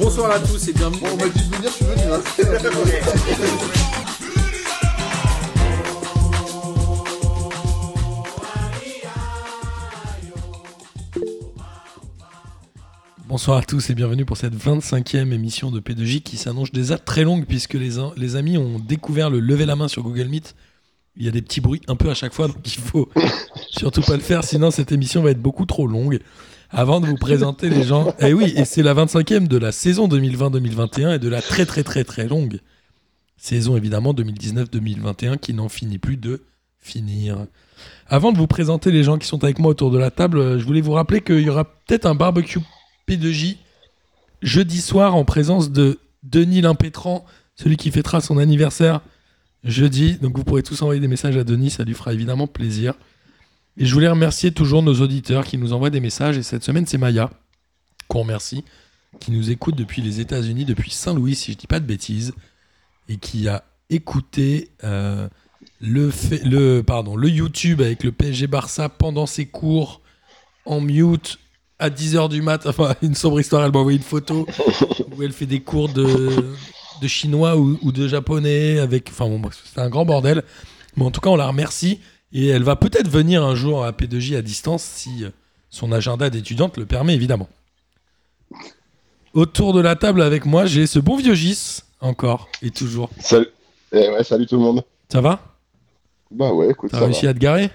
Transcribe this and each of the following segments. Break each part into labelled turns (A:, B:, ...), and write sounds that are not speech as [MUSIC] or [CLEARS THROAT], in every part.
A: Bonsoir à tous et bienvenue.
B: Bon, on m'a dit de venir, tu veux, tu vas.
A: Bonsoir à tous et bienvenue pour cette 25e émission de P2J qui s'annonce déjà très longue puisque les, in- les amis ont découvert le lever la main sur Google Meet. Il y a des petits bruits un peu à chaque fois, donc il faut [LAUGHS] surtout pas le faire, sinon cette émission va être beaucoup trop longue. Avant de vous présenter les gens, eh oui, et c'est la 25e de la saison 2020-2021 et de la très très très très longue saison évidemment 2019-2021 qui n'en finit plus de finir. Avant de vous présenter les gens qui sont avec moi autour de la table, euh, je voulais vous rappeler qu'il y aura peut-être un barbecue P2J jeudi soir en présence de Denis Limpétran, celui qui fêtera son anniversaire jeudi. Donc vous pourrez tous envoyer des messages à Denis, ça lui fera évidemment plaisir. Et je voulais remercier toujours nos auditeurs qui nous envoient des messages. Et cette semaine, c'est Maya, qu'on remercie, qui nous écoute depuis les États-Unis, depuis Saint-Louis, si je dis pas de bêtises, et qui a écouté euh, le, fait- le, pardon, le YouTube avec le PSG Barça pendant ses cours en mute à 10h du mat, enfin une sombre histoire, elle m'a envoyé une
B: [LAUGHS]
A: photo où elle fait des cours de, de chinois ou, ou de japonais avec, enfin bon, bref, c'est un grand bordel. Mais en tout cas, on la remercie et elle va peut-être venir un jour à P2J à distance si euh, son agenda d'étudiante le permet évidemment. Autour de la table avec moi, j'ai ce bon vieux Gis encore et toujours.
B: Salut. Eh ouais, salut tout le monde.
A: Ça va
B: Bah ouais, écoute,
A: T'as
B: ça
A: réussi
B: va.
A: à te garer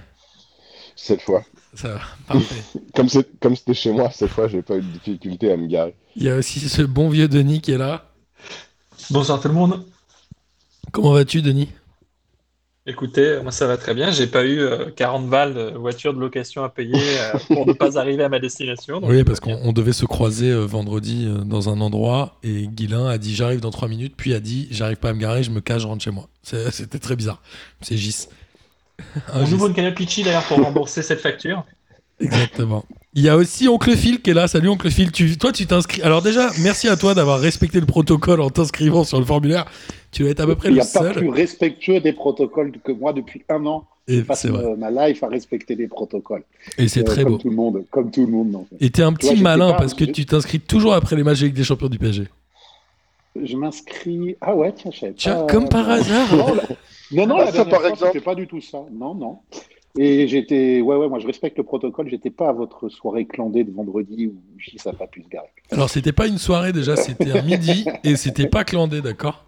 B: Cette fois.
A: Ça va, parfait.
B: Comme c'est- comme c'était chez moi, cette fois, j'ai pas eu de difficulté à me garer.
A: Il y a aussi ce bon vieux Denis qui est là.
C: Bonsoir tout le monde.
A: Comment vas-tu, Denis
C: Écoutez, euh, moi ça va très bien. J'ai pas eu euh, 40 balles de voiture de location à payer euh, pour ne pas arriver à ma destination. donc
A: Oui,
C: tout
A: parce
C: va bien.
A: qu'on on devait se croiser euh, vendredi euh, dans un endroit et Guilin a dit j'arrive dans 3 minutes, puis a dit j'arrive pas à me garer, je me cache, je rentre chez moi. C'est- [LAUGHS] C'était très bizarre. C'est Gis. Ah, Un
C: On
A: Gis.
C: ouvre une canne à Litchi, d'ailleurs pour rembourser cette facture.
A: Exactement. Il y a aussi Oncle Phil qui est là. Salut Oncle Phil. Tu, toi, tu t'inscris. Alors déjà, merci à toi d'avoir respecté le protocole en t'inscrivant sur le formulaire. Tu vas être à peu près
D: Il n'y
A: le
D: a pas
A: seul.
D: plus respectueux des protocoles que moi depuis un an.
A: Et
D: Parce
A: c'est
D: que
A: vrai.
D: euh, ma life a respecté les protocoles.
A: Et c'est
D: Euh,
A: très
D: comme
A: beau.
D: Tout le monde, comme tout le monde. en fait.
A: Et t'es un
D: vois,
A: petit
D: j'étais
A: malin
D: pas-
A: parce que
D: j'ai-
A: tu t'inscris toujours après les matchs avec des champions du PSG.
D: Je m'inscris. Ah ouais, tiens, je savais
A: Tiens,
D: pas.
A: comme par hasard.
D: [LAUGHS] Non, la- non, non
B: Ah,
D: la
B: ça,
D: dernière
B: par
D: fois,
B: exemple.
D: c'était pas du tout ça. Non, non. Et j'étais. Ouais, ouais, moi je respecte le protocole. J'étais pas à votre soirée clandée de vendredi où J ça n'a pas pu se garer.
A: Alors c'était pas une soirée déjà, c'était un midi et c'était pas clandé, d'accord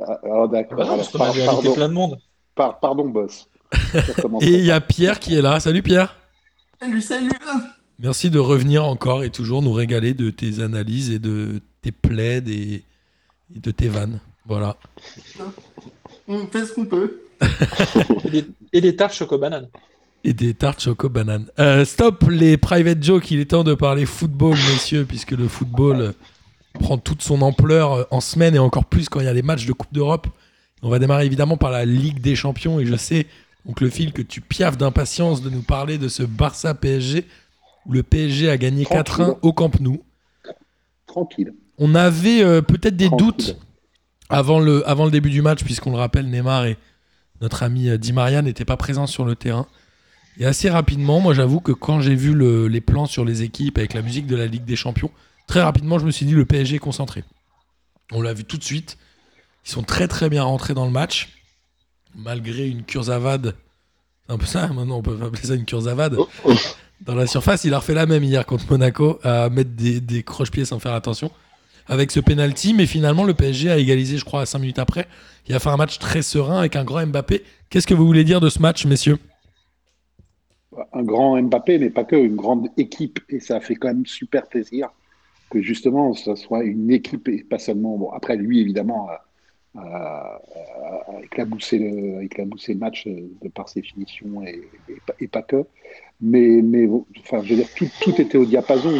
D: Ah, ah,
C: Ah
D: d'accord.
C: bah non,
D: Alors,
C: parce qu'on
D: par-
C: avait invité
D: pardon,
C: plein de monde.
D: par- pardon,
A: [LAUGHS]
D: boss. Je recommence.
A: Et il y a Pierre qui est là. Salut Pierre.
E: Salut, salut
A: Merci de revenir encore et toujours nous régaler de tes analyses et de tes plaides et, et de tes vannes. Voilà.
E: On fait ce qu'on peut.
C: Et des, et des tartes choco-banane.
A: Et des tartes choco banane. Euh, stop les private jokes. Il est temps de parler football, messieurs, puisque le football euh, prend toute son ampleur euh, en semaine et encore plus quand il y a les matchs de Coupe d'Europe. On va démarrer évidemment par la Ligue des Champions et je sais, donc le fil que tu piaffes d'impatience de nous parler de ce Barça PSG où le PSG a gagné
D: Tranquille.
A: 4-1 au Camp Nou.
D: Tranquille.
A: On avait euh, peut-être des
D: Tranquille.
A: doutes avant le, avant le début du match, puisqu'on le rappelle, Neymar et notre ami euh, Di Maria n'étaient pas présents sur le terrain. Et assez rapidement, moi j'avoue que quand j'ai vu le- les plans sur les équipes avec la musique de la Ligue des Champions, très rapidement je me suis dit le PSG est concentré. On l'a vu tout de suite. Ils sont très très bien rentrés dans le match, malgré une curzavade. C'est un peu ça, maintenant on peut appeler ça une curzavade. Dans la surface, il a refait la même hier contre Monaco, à mettre des, des croche-pieds sans faire attention avec ce penalty, mais finalement le PSG a égalisé, je crois, à 5 minutes après. Il a fait un match très serein avec un grand Mbappé. Qu'est-ce que vous voulez dire de ce match, messieurs
D: un grand Mbappé, mais pas que, une grande équipe. Et ça fait quand même super plaisir que justement, ce soit une équipe et pas seulement. Bon, après, lui, évidemment, a, a- a- a éclaboussé, le, a éclaboussé le match euh, de par ses finitions et, et pas, et pas que. Mais, mais bon, enfin, je veux dire, tout, tout était au diapason.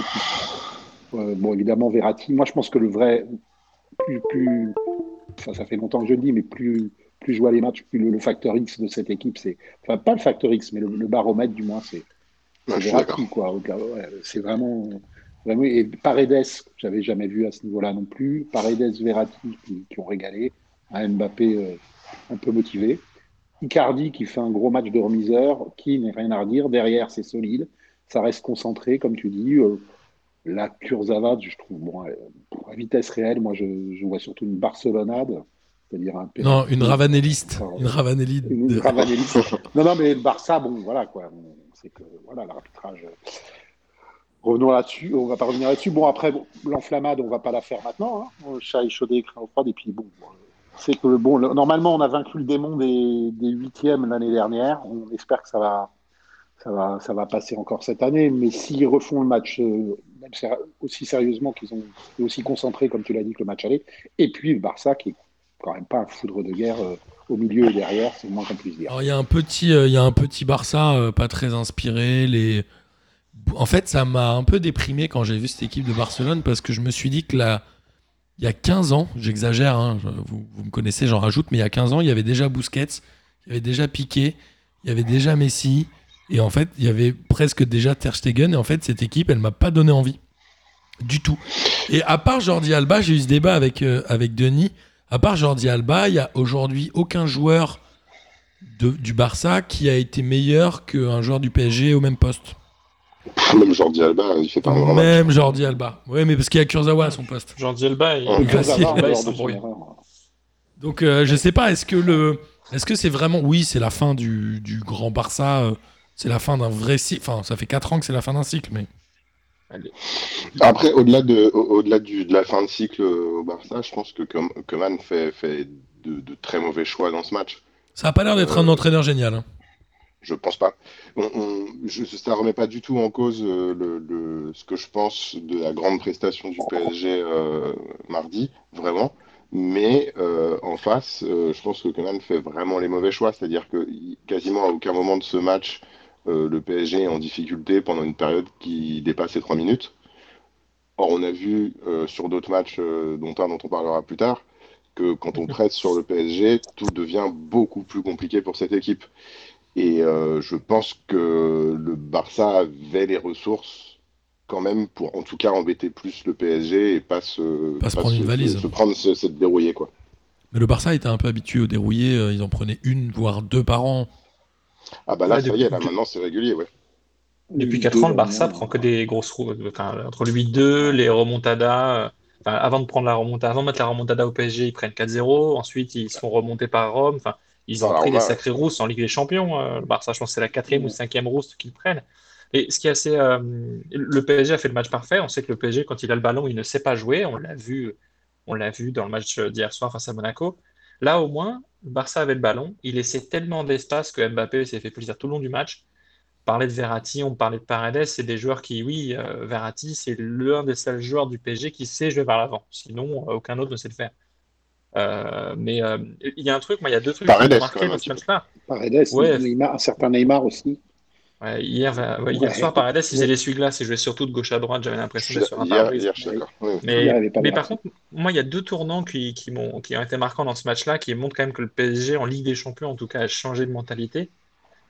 D: Euh, bon, évidemment, Verratti. Moi, je pense que le vrai. Plus, plus, enfin, ça fait longtemps que je le dis, mais plus, plus je vois les matchs, plus le- le facteur X de cette équipe, c'est enfin pas le facteur X, mais le, le baromètre du moins, c'est
B: Ouais,
D: c'est
B: Bah, je suis
D: Verratti,
B: d'accord.
D: quoi. au-delà, ouais, c'est vraiment, vraiment et Paredes, que j'avais jamais vu à ce niveau-là non plus. Paredes, Verratti qui, qui ont régalé, un Mbappé euh, un peu motivé, Icardi qui fait un gros match de remiseur, qui n'est rien à redire. Derrière, c'est solide, ça reste concentré, comme tu dis. euh, La Kurzawa, je trouve, bon, euh, à vitesse réelle, moi, je, je vois surtout une Barcelonade, c'est-à-dire un pénal-
A: Non, une ravanelliste.
D: Pardon.
A: Une ravanelli. de-
D: Une Ravanelli. Non, non, mais le Barça, bon, voilà, quoi. On sait que, voilà, l'arbitrage. euh, Revenons là-dessus, on va pas revenir là-dessus. Bon, après, bon, l'enflammade, on va pas la faire maintenant. Hein. Chat échaudé, craint froide, et puis bon. euh, C'est que, bon, le- normalement, on a vaincu le démon des, des huitièmes l'année dernière. On espère que ça va, ça va, ça va passer encore cette année. Mais s'ils refont le match euh, même ser- aussi sérieusement qu'ils ont été aussi concentrés, comme tu l'as dit, que le match aller, et puis le Barça, qui est quand même pas un foudre de guerre euh, au milieu et derrière, c'est le moins qu'on puisse dire.
A: Alors il y a un petit, euh, il y a un petit Barça euh, pas très inspiré. Les, en fait, ça m'a un peu déprimé quand j'ai vu cette équipe de Barcelone parce que je me suis dit que là, il y a 15 ans, j'exagère, hein, je- vous, vous me connaissez, j'en rajoute, mais il y a 15 ans, il y avait déjà Busquets, il y avait déjà Piqué, il y avait déjà Messi, et en fait, il y avait presque déjà Ter Stegen. Et en fait, cette équipe, elle m'a pas donné envie du tout. Et à part Jordi Alba, j'ai eu ce débat avec euh, avec Denis. À part Jordi Alba, il y a aujourd'hui aucun joueur de- du Barça qui a été meilleur qu'un joueur du PSG au même poste.
B: Même Jordi Alba, il fait pas un grand match.
A: Même Jordi Alba. Oui, mais parce qu'il y a Kurzawa à son poste.
C: Jordi Elba, il-
B: Ouais.
D: Le
A: Facile.
D: Kurzawa, en
C: Elba, il
D: dehors de son
C: s'embrouille.
D: erreur.
A: Donc euh, je sais pas, est-ce que le, est-ce que c'est vraiment, oui, c'est la fin du, du grand Barça, euh, c'est la fin d'un vrai cycle. Enfin, ça fait 4 ans que c'est la fin d'un cycle, mais
B: Après, au-delà de, au- au-delà du- de la fin de cycle euh, au Barça, je pense que Com- Coman fait, fait de, de très mauvais choix dans ce match.
A: ça a pas l'air
C: Euh.
A: d'être un entraîneur génial. hein.
B: Je pense pas. On, on- je, ça remet pas du tout en cause euh, le, le- ce que je pense de la grande prestation du PSG euh, mardi, vraiment. Mais euh, en face, euh, je pense que Coman fait vraiment les mauvais choix. C'est-à-dire que il- quasiment à aucun moment de ce match, euh, le PSG est en difficulté pendant une période qui dépasse les 3 minutes. Or, on a vu euh, sur d'autres matchs, euh, dont un dont on parlera plus tard, que quand on presse sur le PSG, tout devient beaucoup plus compliqué pour cette équipe. Et euh, je pense que le Barça avait les ressources quand même pour en tout cas embêter plus le PSG et pas se,
A: Pas se prendre une valise.
B: se, prendre se- se dérouiller quoi.
A: Mais le Barça était un peu habitué au dérouillé, euh, ils en prenaient une voire deux par an.
B: Ah bah là
C: Ouais,
B: ça y
C: depuis-
B: est, là maintenant c'est régulier ouais.
C: Depuis
D: Lui,
C: 4
D: deux,
C: ans, le Barça
D: euh,
C: prend que des grosses roues. Enfin, entre le 8-2, les remontadas. euh, enfin, avant de prendre la remontada, avant de mettre la remontada au PSG, ils prennent 4-0. Ensuite, ils se font remonter par Rome. Enfin, ils ont
B: Alors
C: pris
B: là,
C: des sacrées rousses en Ligue des Champions. euh, le Barça, je pense que c'est la quatrième
D: Ouais.
C: ou cinquième rousse qu'ils prennent. Et ce qui est assez. euh, le PSG a fait le match parfait. On sait que le PSG, quand il a le ballon, il ne sait pas jouer. On l'a vu, on l'a vu dans le match d'hier soir face à Monaco. Là, au moins, le Barça avait le ballon. Il laissait tellement d'espace que Mbappé s'est fait plaisir tout le long du match parlait de Verratti, on parlait de Paredes, c'est des joueurs qui, oui, euh, Verratti, c'est l'un des seuls joueurs du PSG qui sait jouer vers l'avant. Sinon, euh, aucun autre ne sait le faire. Euh, mais euh, il y a un truc, moi, il y a deux trucs qui
B: Paredes,
C: m'ont
B: quand
C: marqué
B: même, un
C: dans ce
B: petit peu.
C: match-là.
D: euh, Paredes,
C: Ouais.
D: Neymar, un certain Neymar aussi.
C: Ouais, hier, va- ouais, hier
D: Ouais.
C: soir, Paredes, il faisait
D: Ouais.
C: l'essuie-glace, il jouait surtout de gauche à droite, j'avais
B: Je suis
C: l'impression d'être sur
B: d'accord.
C: un
B: hier,
C: pare-brise.
B: hier, je suis d'accord. Ouais.
C: Mais,
D: Il avait pas de
C: mais par
D: marque.
C: contre, moi, il y a deux tournants qui, qui, m'ont, qui ont été marquants dans ce match-là, qui montrent quand même que le PSG, en Ligue des Champions, en tout cas, a changé de mentalité.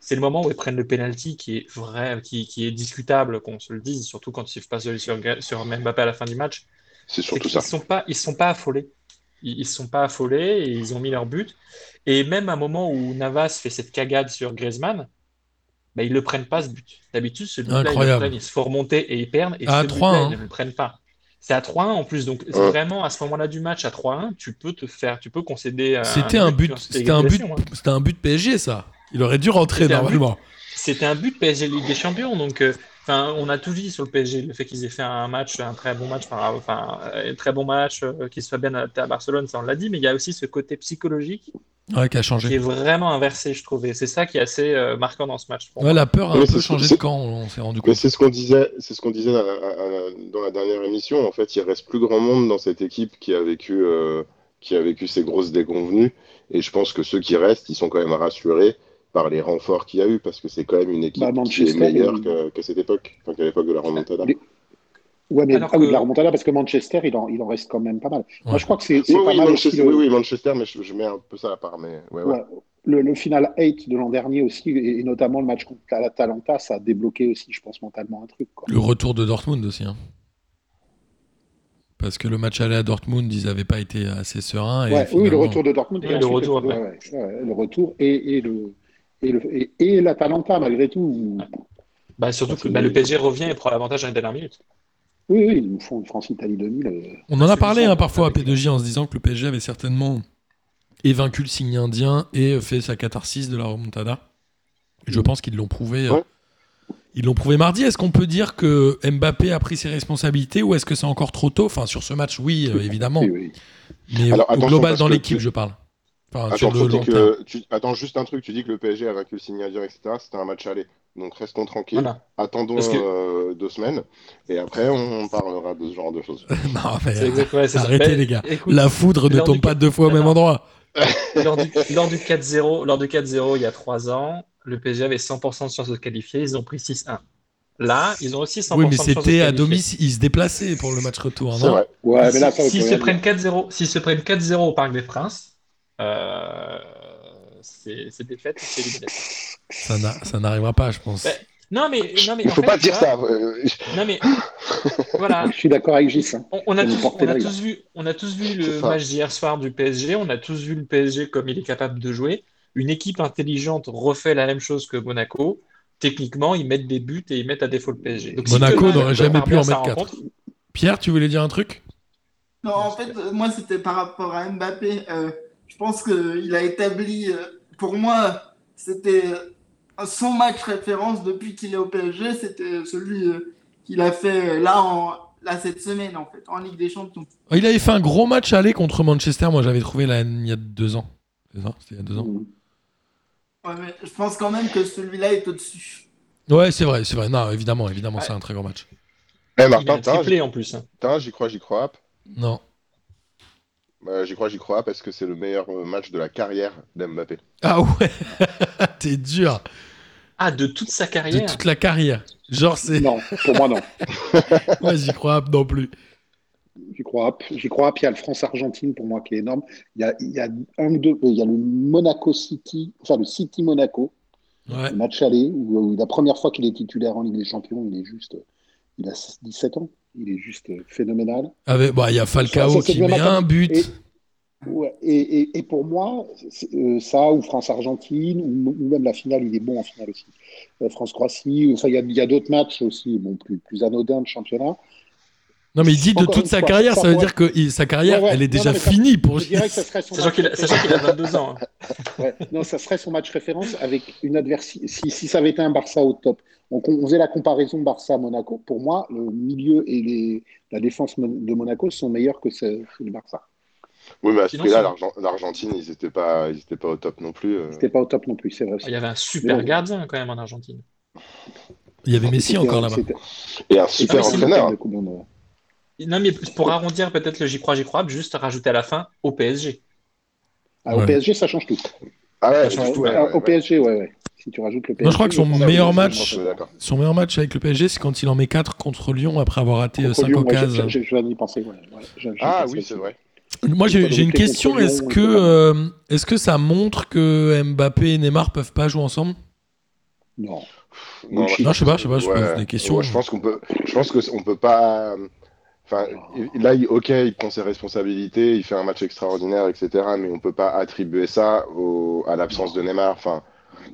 C: C'est le moment où ils prennent le penalty qui est vrai, qui, qui est discutable, qu'on se le dise, surtout quand ils passent sur, sur Mbappé à la fin du match
B: C'est
C: c'est
B: surtout
C: qu'ils
B: ça.
C: sont pas, ils sont pas affolés. Ils, ils sont pas affolés et ils ont mis leur but. Et même à un moment où Navas fait cette cagade sur Griezmann, bah, ils le prennent pas ce but. D'habitude, ce but-là, ils le
A: Incroyable.
C: prennent, ils se font remonter et ils perdent. Et
A: À
C: ce
A: 3-1,
C: but-là, ils
A: hein.
C: ne le prennent pas. C'est à 3-1 en plus, donc
B: Ouais.
C: vraiment à ce moment-là du match, à 3-1, tu peux te faire, tu peux concéder.
A: C'était un but,
C: Ah, tu vois,
A: c'était un but,
C: égalisation, hein.
A: c'était un but PSG ça. Il aurait dû rentrer
C: C'était un but.
A: normalement.
C: C'était un but PSG Ligue des Champions, donc euh, enfin, on a tout dit sur le PSG, le fait qu'ils aient fait un match, un très bon match, enfin, enfin, un très bon match, euh, qu'ils soient bien adaptés à Barcelone, ça on l'a dit, mais il y a aussi ce côté psychologique
A: Ouais, qui a
C: qui est
A: changé.
C: vraiment inversé, je trouvais. C'est ça qui est assez euh, marquant dans ce match. pour
A: Ouais, la peur a
B: Ouais,
A: un
B: c'est
A: peu
B: ce-
A: changé de
B: c'est-
A: camp, on, on s'est rendu
B: Mais
A: compte.
B: c'est ce qu'on disait, c'est ce qu'on disait à- à- à- dans la dernière émission. En fait, il reste plus grand monde dans cette équipe qui a vécu, euh, qui a vécu ces grosses déconvenues. Et je pense que ceux qui restent, ils sont quand même rassurés par les renforts qu'il y a eu, parce que c'est quand même une équipe
D: Bah,
B: qui est
D: Manchester,
B: meilleure
D: il-
B: que- qu'à cette époque, enfin qu'à l'époque de la remontada.
D: Les- Ouais, mais
C: Alors
D: ah oui,
C: que-
D: la remontada, parce que Manchester, il en, il en reste quand même pas mal. Moi,
A: Ouais.
D: je crois que c'est c'est
B: Oui,
D: pas
B: oui,
D: mal aussi
B: Manchester,
D: le,
B: oui, oui, Manchester, mais je, je mets un peu ça à part. Mais ouais, ouais.
D: ouais, le, le final 8 de l'an dernier aussi, et, et notamment le match contre l'Atalanta, ça a débloqué aussi, je pense, mentalement un truc. Quoi.
A: Le retour de Dortmund aussi. hein. Parce que le match aller à Dortmund, ils n'avaient pas été assez sereins.
C: Ah,
A: Et
D: Ouais, oui, le
A: finalement-
D: retour de Dortmund.
C: Oui, le
D: ensuite
C: retour,
D: ouais, ouais, ouais, le retour et, et le. Et, le, et, et l'Atalanta, malgré tout.
C: Bah, surtout que
D: C'est-
C: bah, le PSG revient et prend l'avantage dans les dernières minutes.
D: Oui, oui, ils nous font une France-Italie 2000. euh,
A: On en a
D: C'est
A: parlé
D: bizarre,
A: hein, parfois à
D: avec-
A: P2J en se disant que le PSG avait certainement évaincu le signe indien et fait sa catharsis de la remontada. Et Je pense qu'ils l'ont prouvé. euh,
B: Ouais.
A: Ils l'ont prouvé mardi. Est-ce qu'on peut dire que Mbappé a pris ses responsabilités ou est-ce que c'est encore trop tôt Enfin, sur ce match, oui, euh, évidemment.
D: oui, oui.
A: Mais
B: Alors,
A: au- au
B: attention,
A: global,
B: parce
A: dans
B: que
A: l'équipe,
B: tu-
A: je parle. Enfin,
B: Attends,
A: sur le
B: faut dire
A: long
B: que-
A: terme.
B: tu- Attends, juste un truc, tu dis que le PSG a vaincu le signe indien, etc. C'était un match aller. Donc restons tranquilles,
C: Voilà.
B: attendons
C: Parce que-
B: euh, deux semaines, et après on parlera de ce genre de
C: [LAUGHS]
B: choses.
C: Bah
A: Non, mais
C: C'est exactement ouais, c'est ça.
A: Arrêtez,
C: Mais
A: les gars.
C: écoute,
A: la foudre ne
C: lors
A: tombe
C: du-
A: pas deux fois au même
C: Non.
A: endroit.
C: lors du, lors du 4-0, lors du 4-0 il y a 3 ans, le PSG avait 100% de chances de se qualifier, ils ont pris 6-1. Là, ils ont aussi 100%
A: Oui, mais
C: de chances de se
A: c'était à
C: qualifier.
A: domicile. Ils se déplaçaient pour le match retour.
B: C'est
A: non
B: vrai.
D: Ouais, mais
C: Ah, Si-
D: là, ça, on
C: S'ils
D: peut
C: se
D: rien
C: prennent
D: dire.
C: 4-0, s'ils se prennent 4-0 au Parc des Princes, euh, c'est c'est défaite, c'est élimination.
A: Ça n'a- ça n'arrivera pas, je pense.
C: Ouais. Non mais non mais
B: Il
C: en
B: faut
C: fait,
B: pas
C: tu
B: dire
C: vois,
B: ça. euh,
C: Non mais voilà,
D: Je suis d'accord avec Gis. hein.
C: on, on a
D: Vous
C: tous,
D: portez
C: on a
D: l'œil,
C: tous vu, on a tous vu
B: C'est
C: le
B: ça.
C: match d'hier soir du PSG. On a tous vu le PSG comme il est capable de jouer. Une équipe intelligente refait la même chose que Monaco. Techniquement, ils mettent des buts et ils mettent à défaut le PSG. Donc, si
A: Monaco
C: Coman
A: n'aurait jamais
C: prépare
A: pu
C: bien
A: en
C: sa
A: mettre quatre.
C: rencontre-
A: Pierre, tu voulais dire un truc
E: Non, en fait, euh, moi, c'était par rapport à Mbappé. Euh, je pense qu'il a établi, euh, pour moi, c'était euh, son match référence depuis qu'il est au PSG. C'était celui euh, qu'il a fait euh, là, en, là, cette semaine, en fait, en Ligue des Champions.
A: Ah, Il avait fait un gros match aller contre Manchester. Moi, j'avais trouvé là, il y a deux ans. C'est ça C'était il y a deux ans.
D: hein.
E: Ouais, mais je pense quand même que celui-là est au-dessus.
A: Ouais, c'est vrai, c'est vrai. Non, évidemment, évidemment, c'est un très gros match.
B: Eh
C: Il a
B: Martin,
C: un
B: t'as-
C: triplé en plus. hein.
B: t'as- j'y crois, j'y crois.
A: Non.
B: Bah, j'y crois, j'y crois, parce que c'est le meilleur euh, match de la carrière d'Mbappé.
A: Ah ouais [LAUGHS] T'es dur
C: Ah, de toute sa
A: De
C: carrière.
A: toute la carrière. Genre, c'est.
D: Non, pour moi, non.
A: Ouais, j'y crois non plus.
D: J'y crois. J'y crois. Puis il y a le France-Argentine pour moi qui est énorme. Il y a, il y a un ou deux. euh, Il y a le Monaco City, enfin le City Monaco,
A: Ouais.
D: le match aller où, où la première fois qu'il est titulaire en Ligue des Champions, il est juste. euh, Il a 17 ans. Il est juste euh, phénoménal.
A: Avec... bah, il y a
D: Ça,
A: Falcao
D: ça, c'est
A: qui
D: bien
A: met
D: ma-
A: un but.
D: Et- Ouais, et, et- et pour moi, c'est- euh, ça, ou France-Argentine, ou, ou même la finale, il est bon en finale aussi. Euh, France-Croatie, enfin, il y a, il y a d'autres matchs aussi, bon, plus, plus anodins de championnat.
A: Non, mais il dit de
D: Encore
A: toute
D: une
A: sa
D: fois,
A: carrière,
D: ça
A: ça veut
D: pourrait-
A: dire que il- sa carrière,
D: Ouais, ouais.
A: elle est
D: Non,
A: déjà
D: non, mais ça-
A: finie pour.
D: Je dirais que ça serait son
C: Sachant
D: match
C: qu'il a, sachant qu'il a 22 ans. hein.
D: Ouais. Non, ça serait son match référence avec une adversité. Si, si ça avait été un Barça au top, on, on faisait la comparaison Barça-Monaco. Pour moi, le milieu et les- la défense mon- de Monaco sont meilleurs que ceux du Barça.
B: Oui, mais à ce
C: Sinon,
B: prix-là,
C: c'est-
B: l'Argen- l'Argentine, ils n'étaient pas, ils étaient pas au top non plus. euh.
D: C'était pas au top non plus, c'est vrai.
C: Ah,
A: Ah,
C: Il y avait un super
D: Mais bon.
C: gardien quand même en Argentine.
A: [LAUGHS] Il y avait Messi
D: C'était-
A: encore là-bas.
D: c'était-
B: Et un super
C: Ah, mais c'est
B: entraîneur.
D: de Coupe du Monde.
C: Non, mais pour arrondir peut-être le j'y crois, j'y crois, juste rajouter à la fin au PSG.
D: Ah, au
A: Ouais.
D: PSG, ça change tout.
B: Ah ouais,
C: Ça
B: du
C: change
B: tout,
D: Ouais,
B: ouais,
D: Au
B: ouais.
D: PSG, ouais, ouais. Si tu rajoutes le PSG.
A: Non, je crois que son
D: pense
A: meilleur
D: que-
A: match-
D: je pense que-
B: D'accord.
A: Son meilleur match avec le PSG, c'est quand il en met 4 contre Lyon après avoir raté
D: Contre
A: 5
D: Lyon, ouais,
A: occasions.
D: je- je- je viens d'y penser, ouais, ouais, je- je
B: Ah
D: pense
B: oui,
D: aussi.
B: c'est vrai.
A: Moi, j'ai
D: Pas de
A: j'ai une
D: lutter
A: question.
D: contre Lyon,
A: Est-ce
D: on
A: que,
D: peut pas.
A: euh, est-ce que ça montre que Mbappé et Neymar peuvent pas jouer ensemble
D: Non.
B: Non,
D: Bullshit.
A: Non, je sais pas, Ah, je sais pas, je
B: Ouais,
A: pose des questions. hein.
B: ouais, je pense qu'on peut, je pense que on peut pas. Enfin, il- là, il- ok, il prend ses responsabilités, il fait un match extraordinaire, etc. Mais on peut pas attribuer ça au- à l'absence de Neymar. Enfin,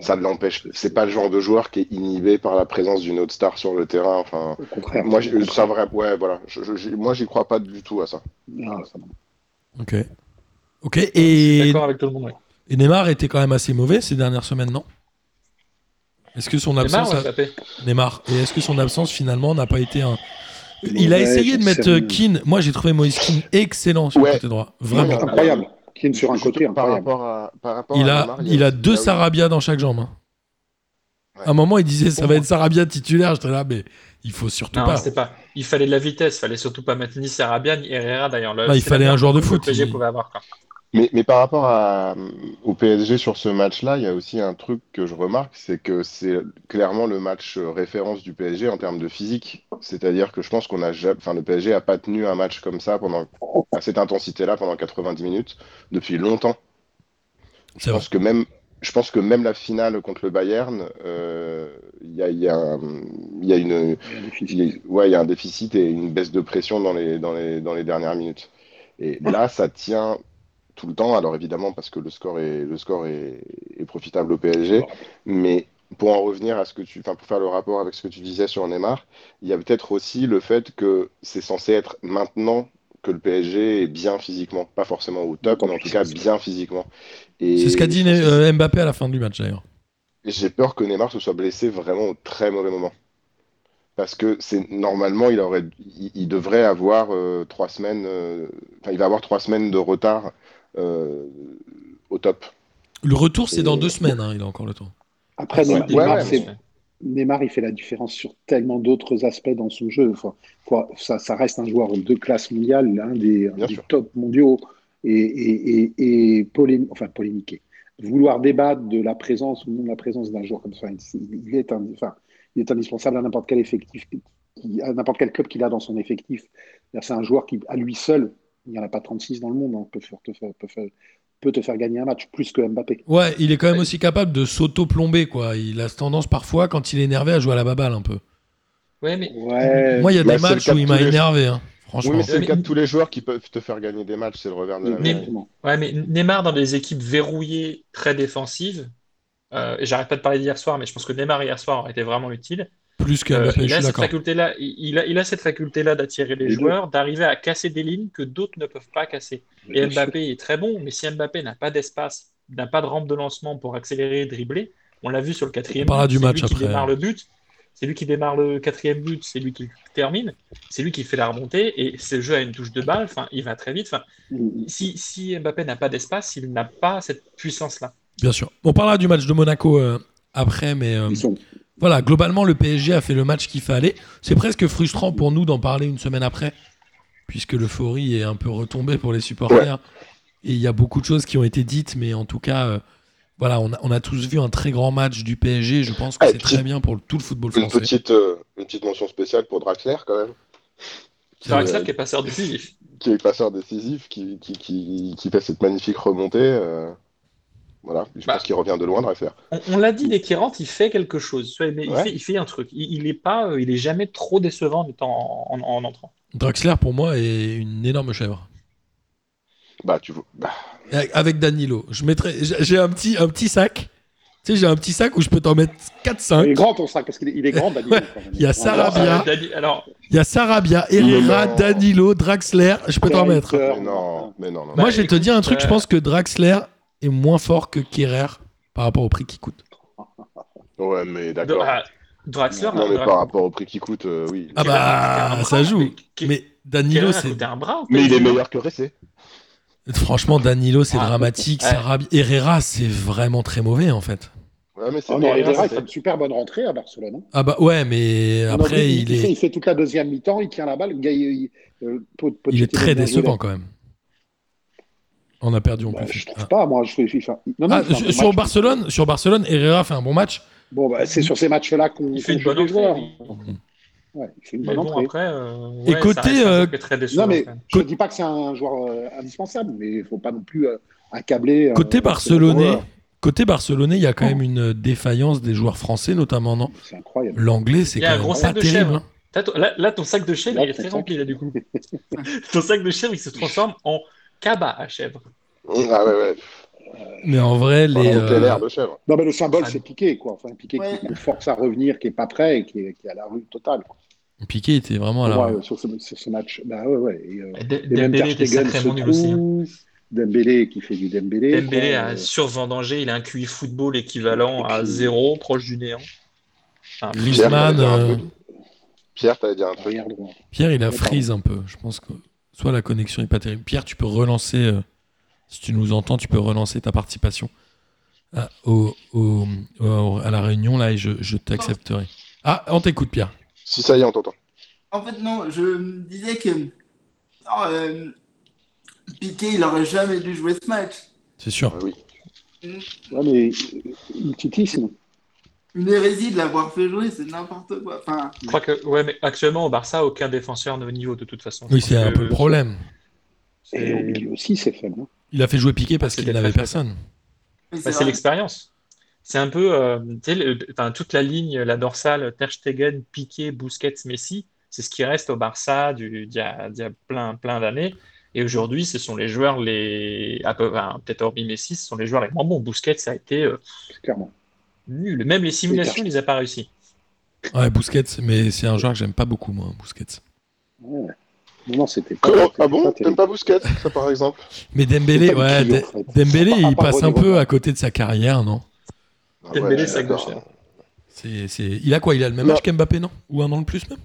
B: ça ne l'empêche. C'est pas le genre de joueur qui est inhibé par la présence d'une autre star sur le terrain. Enfin,
D: Au contraire.
B: moi, je- ça vrai, ouais, voilà. Je, je- j'y- moi, j'y crois pas du tout à ça.
D: Non, ça-
A: Ok. Ok,
C: Je suis
A: et,
C: D'accord avec tout le monde. ouais.
A: et Neymar était quand même assez mauvais ces dernières semaines, non Est-ce que son
C: Neymar
A: absence.
C: ou
A: a-
C: Mbappé
A: Neymar. Et est-ce que son absence finalement n'a pas été un. Il a
D: Ouais,
A: essayé
D: je
A: de
D: sais
A: mettre euh,
D: rien.
A: Keane. Moi, j'ai trouvé Moïse Keane excellent sur le
B: Ouais.
A: côté droit. Vraiment.
B: Ouais,
D: Incroyable. Qui est sur un
B: Juste
D: côté
B: par
D: incroyable.
B: rapport à, par rapport
A: Il
B: à
A: a,
B: Neymar,
A: il a deux
B: ah oui.
A: Sarabia dans chaque jambe. hein.
B: Ouais.
A: À un moment, il disait ça va être Sarabia titulaire. J'étais là, mais il faut surtout
C: Non,
A: pas.
C: c'était pas. Il fallait de la vitesse, fallait surtout pas mettre ni Sarabia ni Herrera d'ailleurs. Le-
A: Là, Bah, il
C: c'est la
A: fallait un
C: meilleure
A: joueur de
C: chose que
A: foot.
C: Le PSG
A: Il-
C: pouvait avoir. quoi.
B: Mais, mais par rapport à, euh, au PSG sur ce match-là, il y a aussi un truc que je remarque, c'est que c'est clairement le match euh, référence du PSG en termes de physique. C'est-à-dire que je pense qu'on a, ja- enfin, le PSG a pas tenu un match comme ça pendant, à cette intensité-là pendant 90 minutes depuis longtemps.
A: C'est
B: Je
A: vrai.
B: pense que même, je pense que même la finale contre le Bayern, euh, il y a, il y a un- il y a une, il y a- ouais, il y a un déficit et une baisse de pression dans les, dans les, dans les dernières minutes. Et là, ça tient tout le temps. Alors évidemment, parce que le score est, le score est, est profitable au PSG, mais pour en revenir à ce que tu, enfin pour faire le rapport avec ce que tu disais sur Neymar, il y a peut-être aussi le fait que c'est censé être maintenant que le PSG est bien physiquement, pas forcément au top, mais en tout cas bien physiquement. Et
A: C'est ce qu'a dit euh, Mbappé à la fin du match d'ailleurs.
B: j'ai peur que Neymar se soit blessé vraiment au très mauvais moment. Parce que c'est normalement, il, aurait, il, il devrait avoir euh, trois semaines, euh, enfin, il va avoir trois semaines de retard euh, au top.
A: Le retour, c'est dans
B: Et-
A: deux semaines, hein, il a encore le temps.
D: Après,
C: Ouais,
D: Neymar,
B: ouais,
D: Neymar,
B: ouais,
D: c'est- Neymar, il fait la différence sur tellement d'autres aspects dans son jeu. Enfin, quoi, ça, ça reste un joueur de classe mondiale, l'un des, un
B: Bien
D: des
B: sûr.
D: top mondiaux. Et, et, et, et polé- enfin, polémiquer. Vouloir débattre de la présence ou non de la présence d'un joueur comme ça, il, il est, un- enfin, il est indispensable à n'importe quel effectif, qui- à n'importe quel club qu'il a dans son effectif. C'est-à-dire, C'est un joueur qui, à lui seul, il n'y en a pas 36 dans le monde, hein, peut, faire- te faire- peut faire- peut te faire gagner un match plus que Mbappé.
A: Ouais, il est quand même aussi capable de s'auto-plomber, quoi. Il a tendance parfois, quand il est énervé, à jouer à la baballe un peu.
C: Ouais, mais
D: Ouais,
A: Moi, il y a
B: bah,
A: des
B: c'est le
A: matchs
B: cas
A: où
B: de
A: il
B: tous
A: m'a
B: les-
A: énervé, hein,
B: Oui,
A: franchement.
B: mais c'est le
C: Mais-
B: cas de tous les joueurs qui peuvent te faire gagner des matchs, c'est le revers de la
C: Mais-
B: médaille.
D: exactement.
C: Ouais, mais Neymar dans des équipes verrouillées, très défensives, euh, et j'arrête pas de parler d'hier soir, mais je pense que Neymar hier soir aurait été vraiment utile.
A: Plus que
C: Euh,
A: Mbappé,
C: il,
A: je suis
C: a cette
A: d'accord.
C: faculté-là, il, il a, il a cette faculté-là d'attirer les
D: Les deux.
C: joueurs, d'arriver à casser des lignes que d'autres ne peuvent pas casser. Et
D: Bien sûr.
C: Mbappé est très bon, mais si Mbappé n'a pas d'espace, n'a pas de rampe de lancement pour accélérer et dribbler, on l'a vu sur le quatrième
A: parlera
C: but,
A: du
C: c'est
A: match
C: lui qui
A: après.
C: démarre le but, c'est lui qui démarre le quatrième but, c'est lui qui le termine, c'est lui qui fait la remontée, et ce jeu a une touche de balle, enfin, il va très vite. Enfin,
D: Mm.
C: si, si Mbappé n'a pas d'espace, il n'a pas cette puissance-là.
A: Bien sûr. On parlera du match de Monaco euh, après, mais euh,
D: Ils sont-
A: voilà, globalement, le PSG a fait le match qu'il fallait. C'est presque frustrant pour nous d'en parler une semaine après, puisque l'euphorie est un peu retombée pour les supporters. Et il y a beaucoup de choses qui ont été dites, mais en tout cas, euh, voilà, on a, on a tous vu un très grand match du PSG. Je pense que
B: Ah, et
A: c'est
B: puis-
A: très bien pour le- tout le football
B: Une
A: français.
B: petite, euh, une petite mention spéciale pour Draxler, quand même,
C: C'est vrai
B: vrai.
C: qui est passeur décisif.
B: qui est passeur décisif, qui, qui, qui, qui fait cette magnifique remontée. euh, Voilà, je
C: Bah.
B: pense qu'il revient de loin, Draxler.
C: On, on l'a dit, dès qu'il rentre, il fait quelque chose. Ouais, mais
B: Ouais.
C: il, fait, il fait un truc. Il, il est pas, euh, il est jamais trop décevant en, étant- en, en entrant.
A: Draxler, pour moi, est une énorme chèvre.
B: Bah, tu vois. bah,
A: Avec- Avec Danilo. Je mettrais, j'ai j'ai un petit, un petit sac. Tu sais, j'ai un petit sac où je peux t'en mettre 4-5.
D: Il est grand ton sac, parce qu'il est, il est grand, Danilo. quand même.
A: Hein [LAUGHS] Il y a
B: Ah,
A: Sarabia,
D: Sarabia,
C: euh, Dani- alors,
A: Il y a Sarabia, Herrera,
B: Non.
A: Danilo, Draxler. Je peux t'en mettre.
D: Carter,
B: mais non, mais non, non.
C: Euh, Bah,
A: Moi, je vais te
C: écoute,
A: dire un truc. Je
C: euh,
A: pense que Draxler est moins fort que Kerrer par rapport au prix qu'il coûte.
B: Ouais, mais
C: Dra-
B: d'accord.
C: ah, Draxler,
B: Non, mais
C: Dra-
B: par rapport au prix qui coûte, euh, oui.
A: Ah
C: Kerrer a coûté
A: bah,
C: un
A: ça
C: bras,
A: joue.
C: Ke-
A: Mais
C: Kerrer
A: Danilo,
C: a
A: c'est
C: coûté un bras. au
B: Mais il est
C: PSG.
B: meilleur que Ressé.
A: franchement Danilo, c'est
C: Ah,
A: dramatique.
C: ouais.
A: Sarabia, Herrera, c'est vraiment très mauvais en fait.
B: Ouais, Ah, mais c'est
D: Oh non,
B: meilleur que
D: Herrera, il
B: Ressé.
D: fait une super bonne rentrée à Barcelone. hein.
A: Ah bah ouais, mais
D: Non, mais
A: après
D: il,
A: il
D: il fait, il
A: est,
D: fait toute la deuxième mi-temps, il tient la balle. Il, il- euh, Pot-
A: il
D: Pochettino
A: est très
D: bien joué
A: décevant
D: là.
A: quand même. On a perdu en
D: Bah,
A: plus.
D: je trouve
A: Ah.
D: pas, moi, je fais FIFA. Non, non,
A: Ah,
D: il fait un bon
A: sur
D: match.
A: Barcelone, sur Barcelone, Herrera fait un bon match.
D: Bon, bah, c'est sur ces matchs-là qu'on
C: Il fait une
D: qu'on
C: bonne
D: joue les
C: entrée.
D: joueurs.
C: oui.
D: Ouais, il fait une
C: Mais
D: bonne
C: bon,
D: entrée.
C: après, euh,
A: Et
C: ouais, ça
A: côté,
C: reste un
A: euh,
C: truc très décevant,
D: Non, mais
C: quand même.
D: je dis pas que c'est un joueur euh, indispensable, mais il faut pas non plus euh, accabler. euh,
A: Côté
D: ces
A: barcelonais,
D: joueurs.
A: côté barcelonais, il y a quand même une défaillance des joueurs français notamment, non
D: C'est incroyable.
A: L'anglais, c'est
C: Il y a
A: quand
C: un gros
A: même pas
C: sac de
A: terrible.
C: chèvre.
A: hein.
C: T'as ton- Là, là, ton sac de chèvre,
D: Là,
C: il est
D: ton
C: très
D: sac.
C: rempli, là, du
D: [LAUGHS]
C: coup. ton sac de chèvre, il se transforme en cabas à chèvre.
B: Ah ouais, ouais.
A: Mais en vrai,
B: Les,
A: les, euh,
B: de chèvre.
D: Non, mais le symbole,
C: Fan.
D: c'est Piqué, quoi. Enfin, Piqué
E: Ouais.
D: qui force à revenir, qui est pas prêt et qui est, qui est à la rue totale. quoi.
A: Piqué était vraiment à la-
D: Pour moi, euh, sur, ce, sur ce match. Bah ouais, ouais. Et, euh,
C: D-
D: et même
C: Dembélé était
D: Ter Stegen
C: sacrément
D: se
C: nul aussi. hein.
D: trouve, Dembélé qui fait du Dembélé.
C: Dembélé
D: quoi,
C: a
D: euh,
C: survendangé, il a un QI football équivalent à
D: Et puis-
C: zéro, proche du néant.
B: Pierre,
C: Enfin,
B: t'allais
A: Griezmann.
B: dire un
A: euh,
B: truc Pierre, t'allais dire un truc.
D: arrière droit.
A: Pierre, il a
D: Ouais, pardon.
A: frise un peu. Je pense que soit la connexion est pas terrible. Pierre, tu peux relancer, euh, si tu nous entends, tu peux relancer ta participation à, au- au- au- à la réunion là et je, je t'accepterai. Ah, on t'écoute, Pierre.
B: Si ça y est, on t'entend.
E: En fait, non, je me disais que euh, Piqué, il aurait jamais dû jouer ce match.
A: C'est sûr.
B: Ah Oui.
D: Ouais, mais euh, le titisme.
E: Une hérésie de l'avoir fait jouer, c'est n'importe quoi. Enfin,
C: je crois que, ouais, mais actuellement au Barça, aucun défenseur ne au niveau de toute façon.
A: Oui, c'est
C: Donc,
A: un
C: euh,
A: peu le problème.
C: c'est-
D: Et au milieu aussi, c'est faible. hein.
A: Il a fait jouer Piqué parce
C: Ah, c'était
A: qu'il n'avait
C: très
A: personne.
E: mais
C: Bah, c'est
E: vrai.
C: l'expérience. C'est un peu, euh, tu sais, le- enfin, toute la ligne, la dorsale, Ter Stegen, Piqué, Busquets, Messi, c'est ce qui reste au Barça du- d'il y a, d'il y a plein, plein d'années. Et aujourd'hui, ce sont les joueurs les, à peu- enfin, peut-être hormis Messi, ce sont les joueurs les moins bons. Busquets, ça a été euh,
D: Clairement.
C: nul. Même les simulations, il les a pas réussi.
A: Ouais, Busquets, mais c'est un joueur que j'aime pas beaucoup, moi, Busquets.
D: Ouais. Non, non, c'était pas.
B: Comment
D: c'était
B: Ah bon
D: terrible.
B: T'aimes pas Bousquet, ça par exemple
A: Mais Dembélé,
D: C'est pas
A: ouais,
D: le trio,
A: De-
D: en fait.
A: Dembélé,
D: C'est pas-
A: il
D: pas
A: passe un
D: Rodrigo.
A: peu à côté de sa carrière, non
B: Ah
C: Dembélé,
B: je suis
C: sac de
B: d'accord.
C: chair.
A: C'est, c'est- Il a quoi Il a le même
B: Non.
A: âge qu'Mbappé, non Ou un an de plus même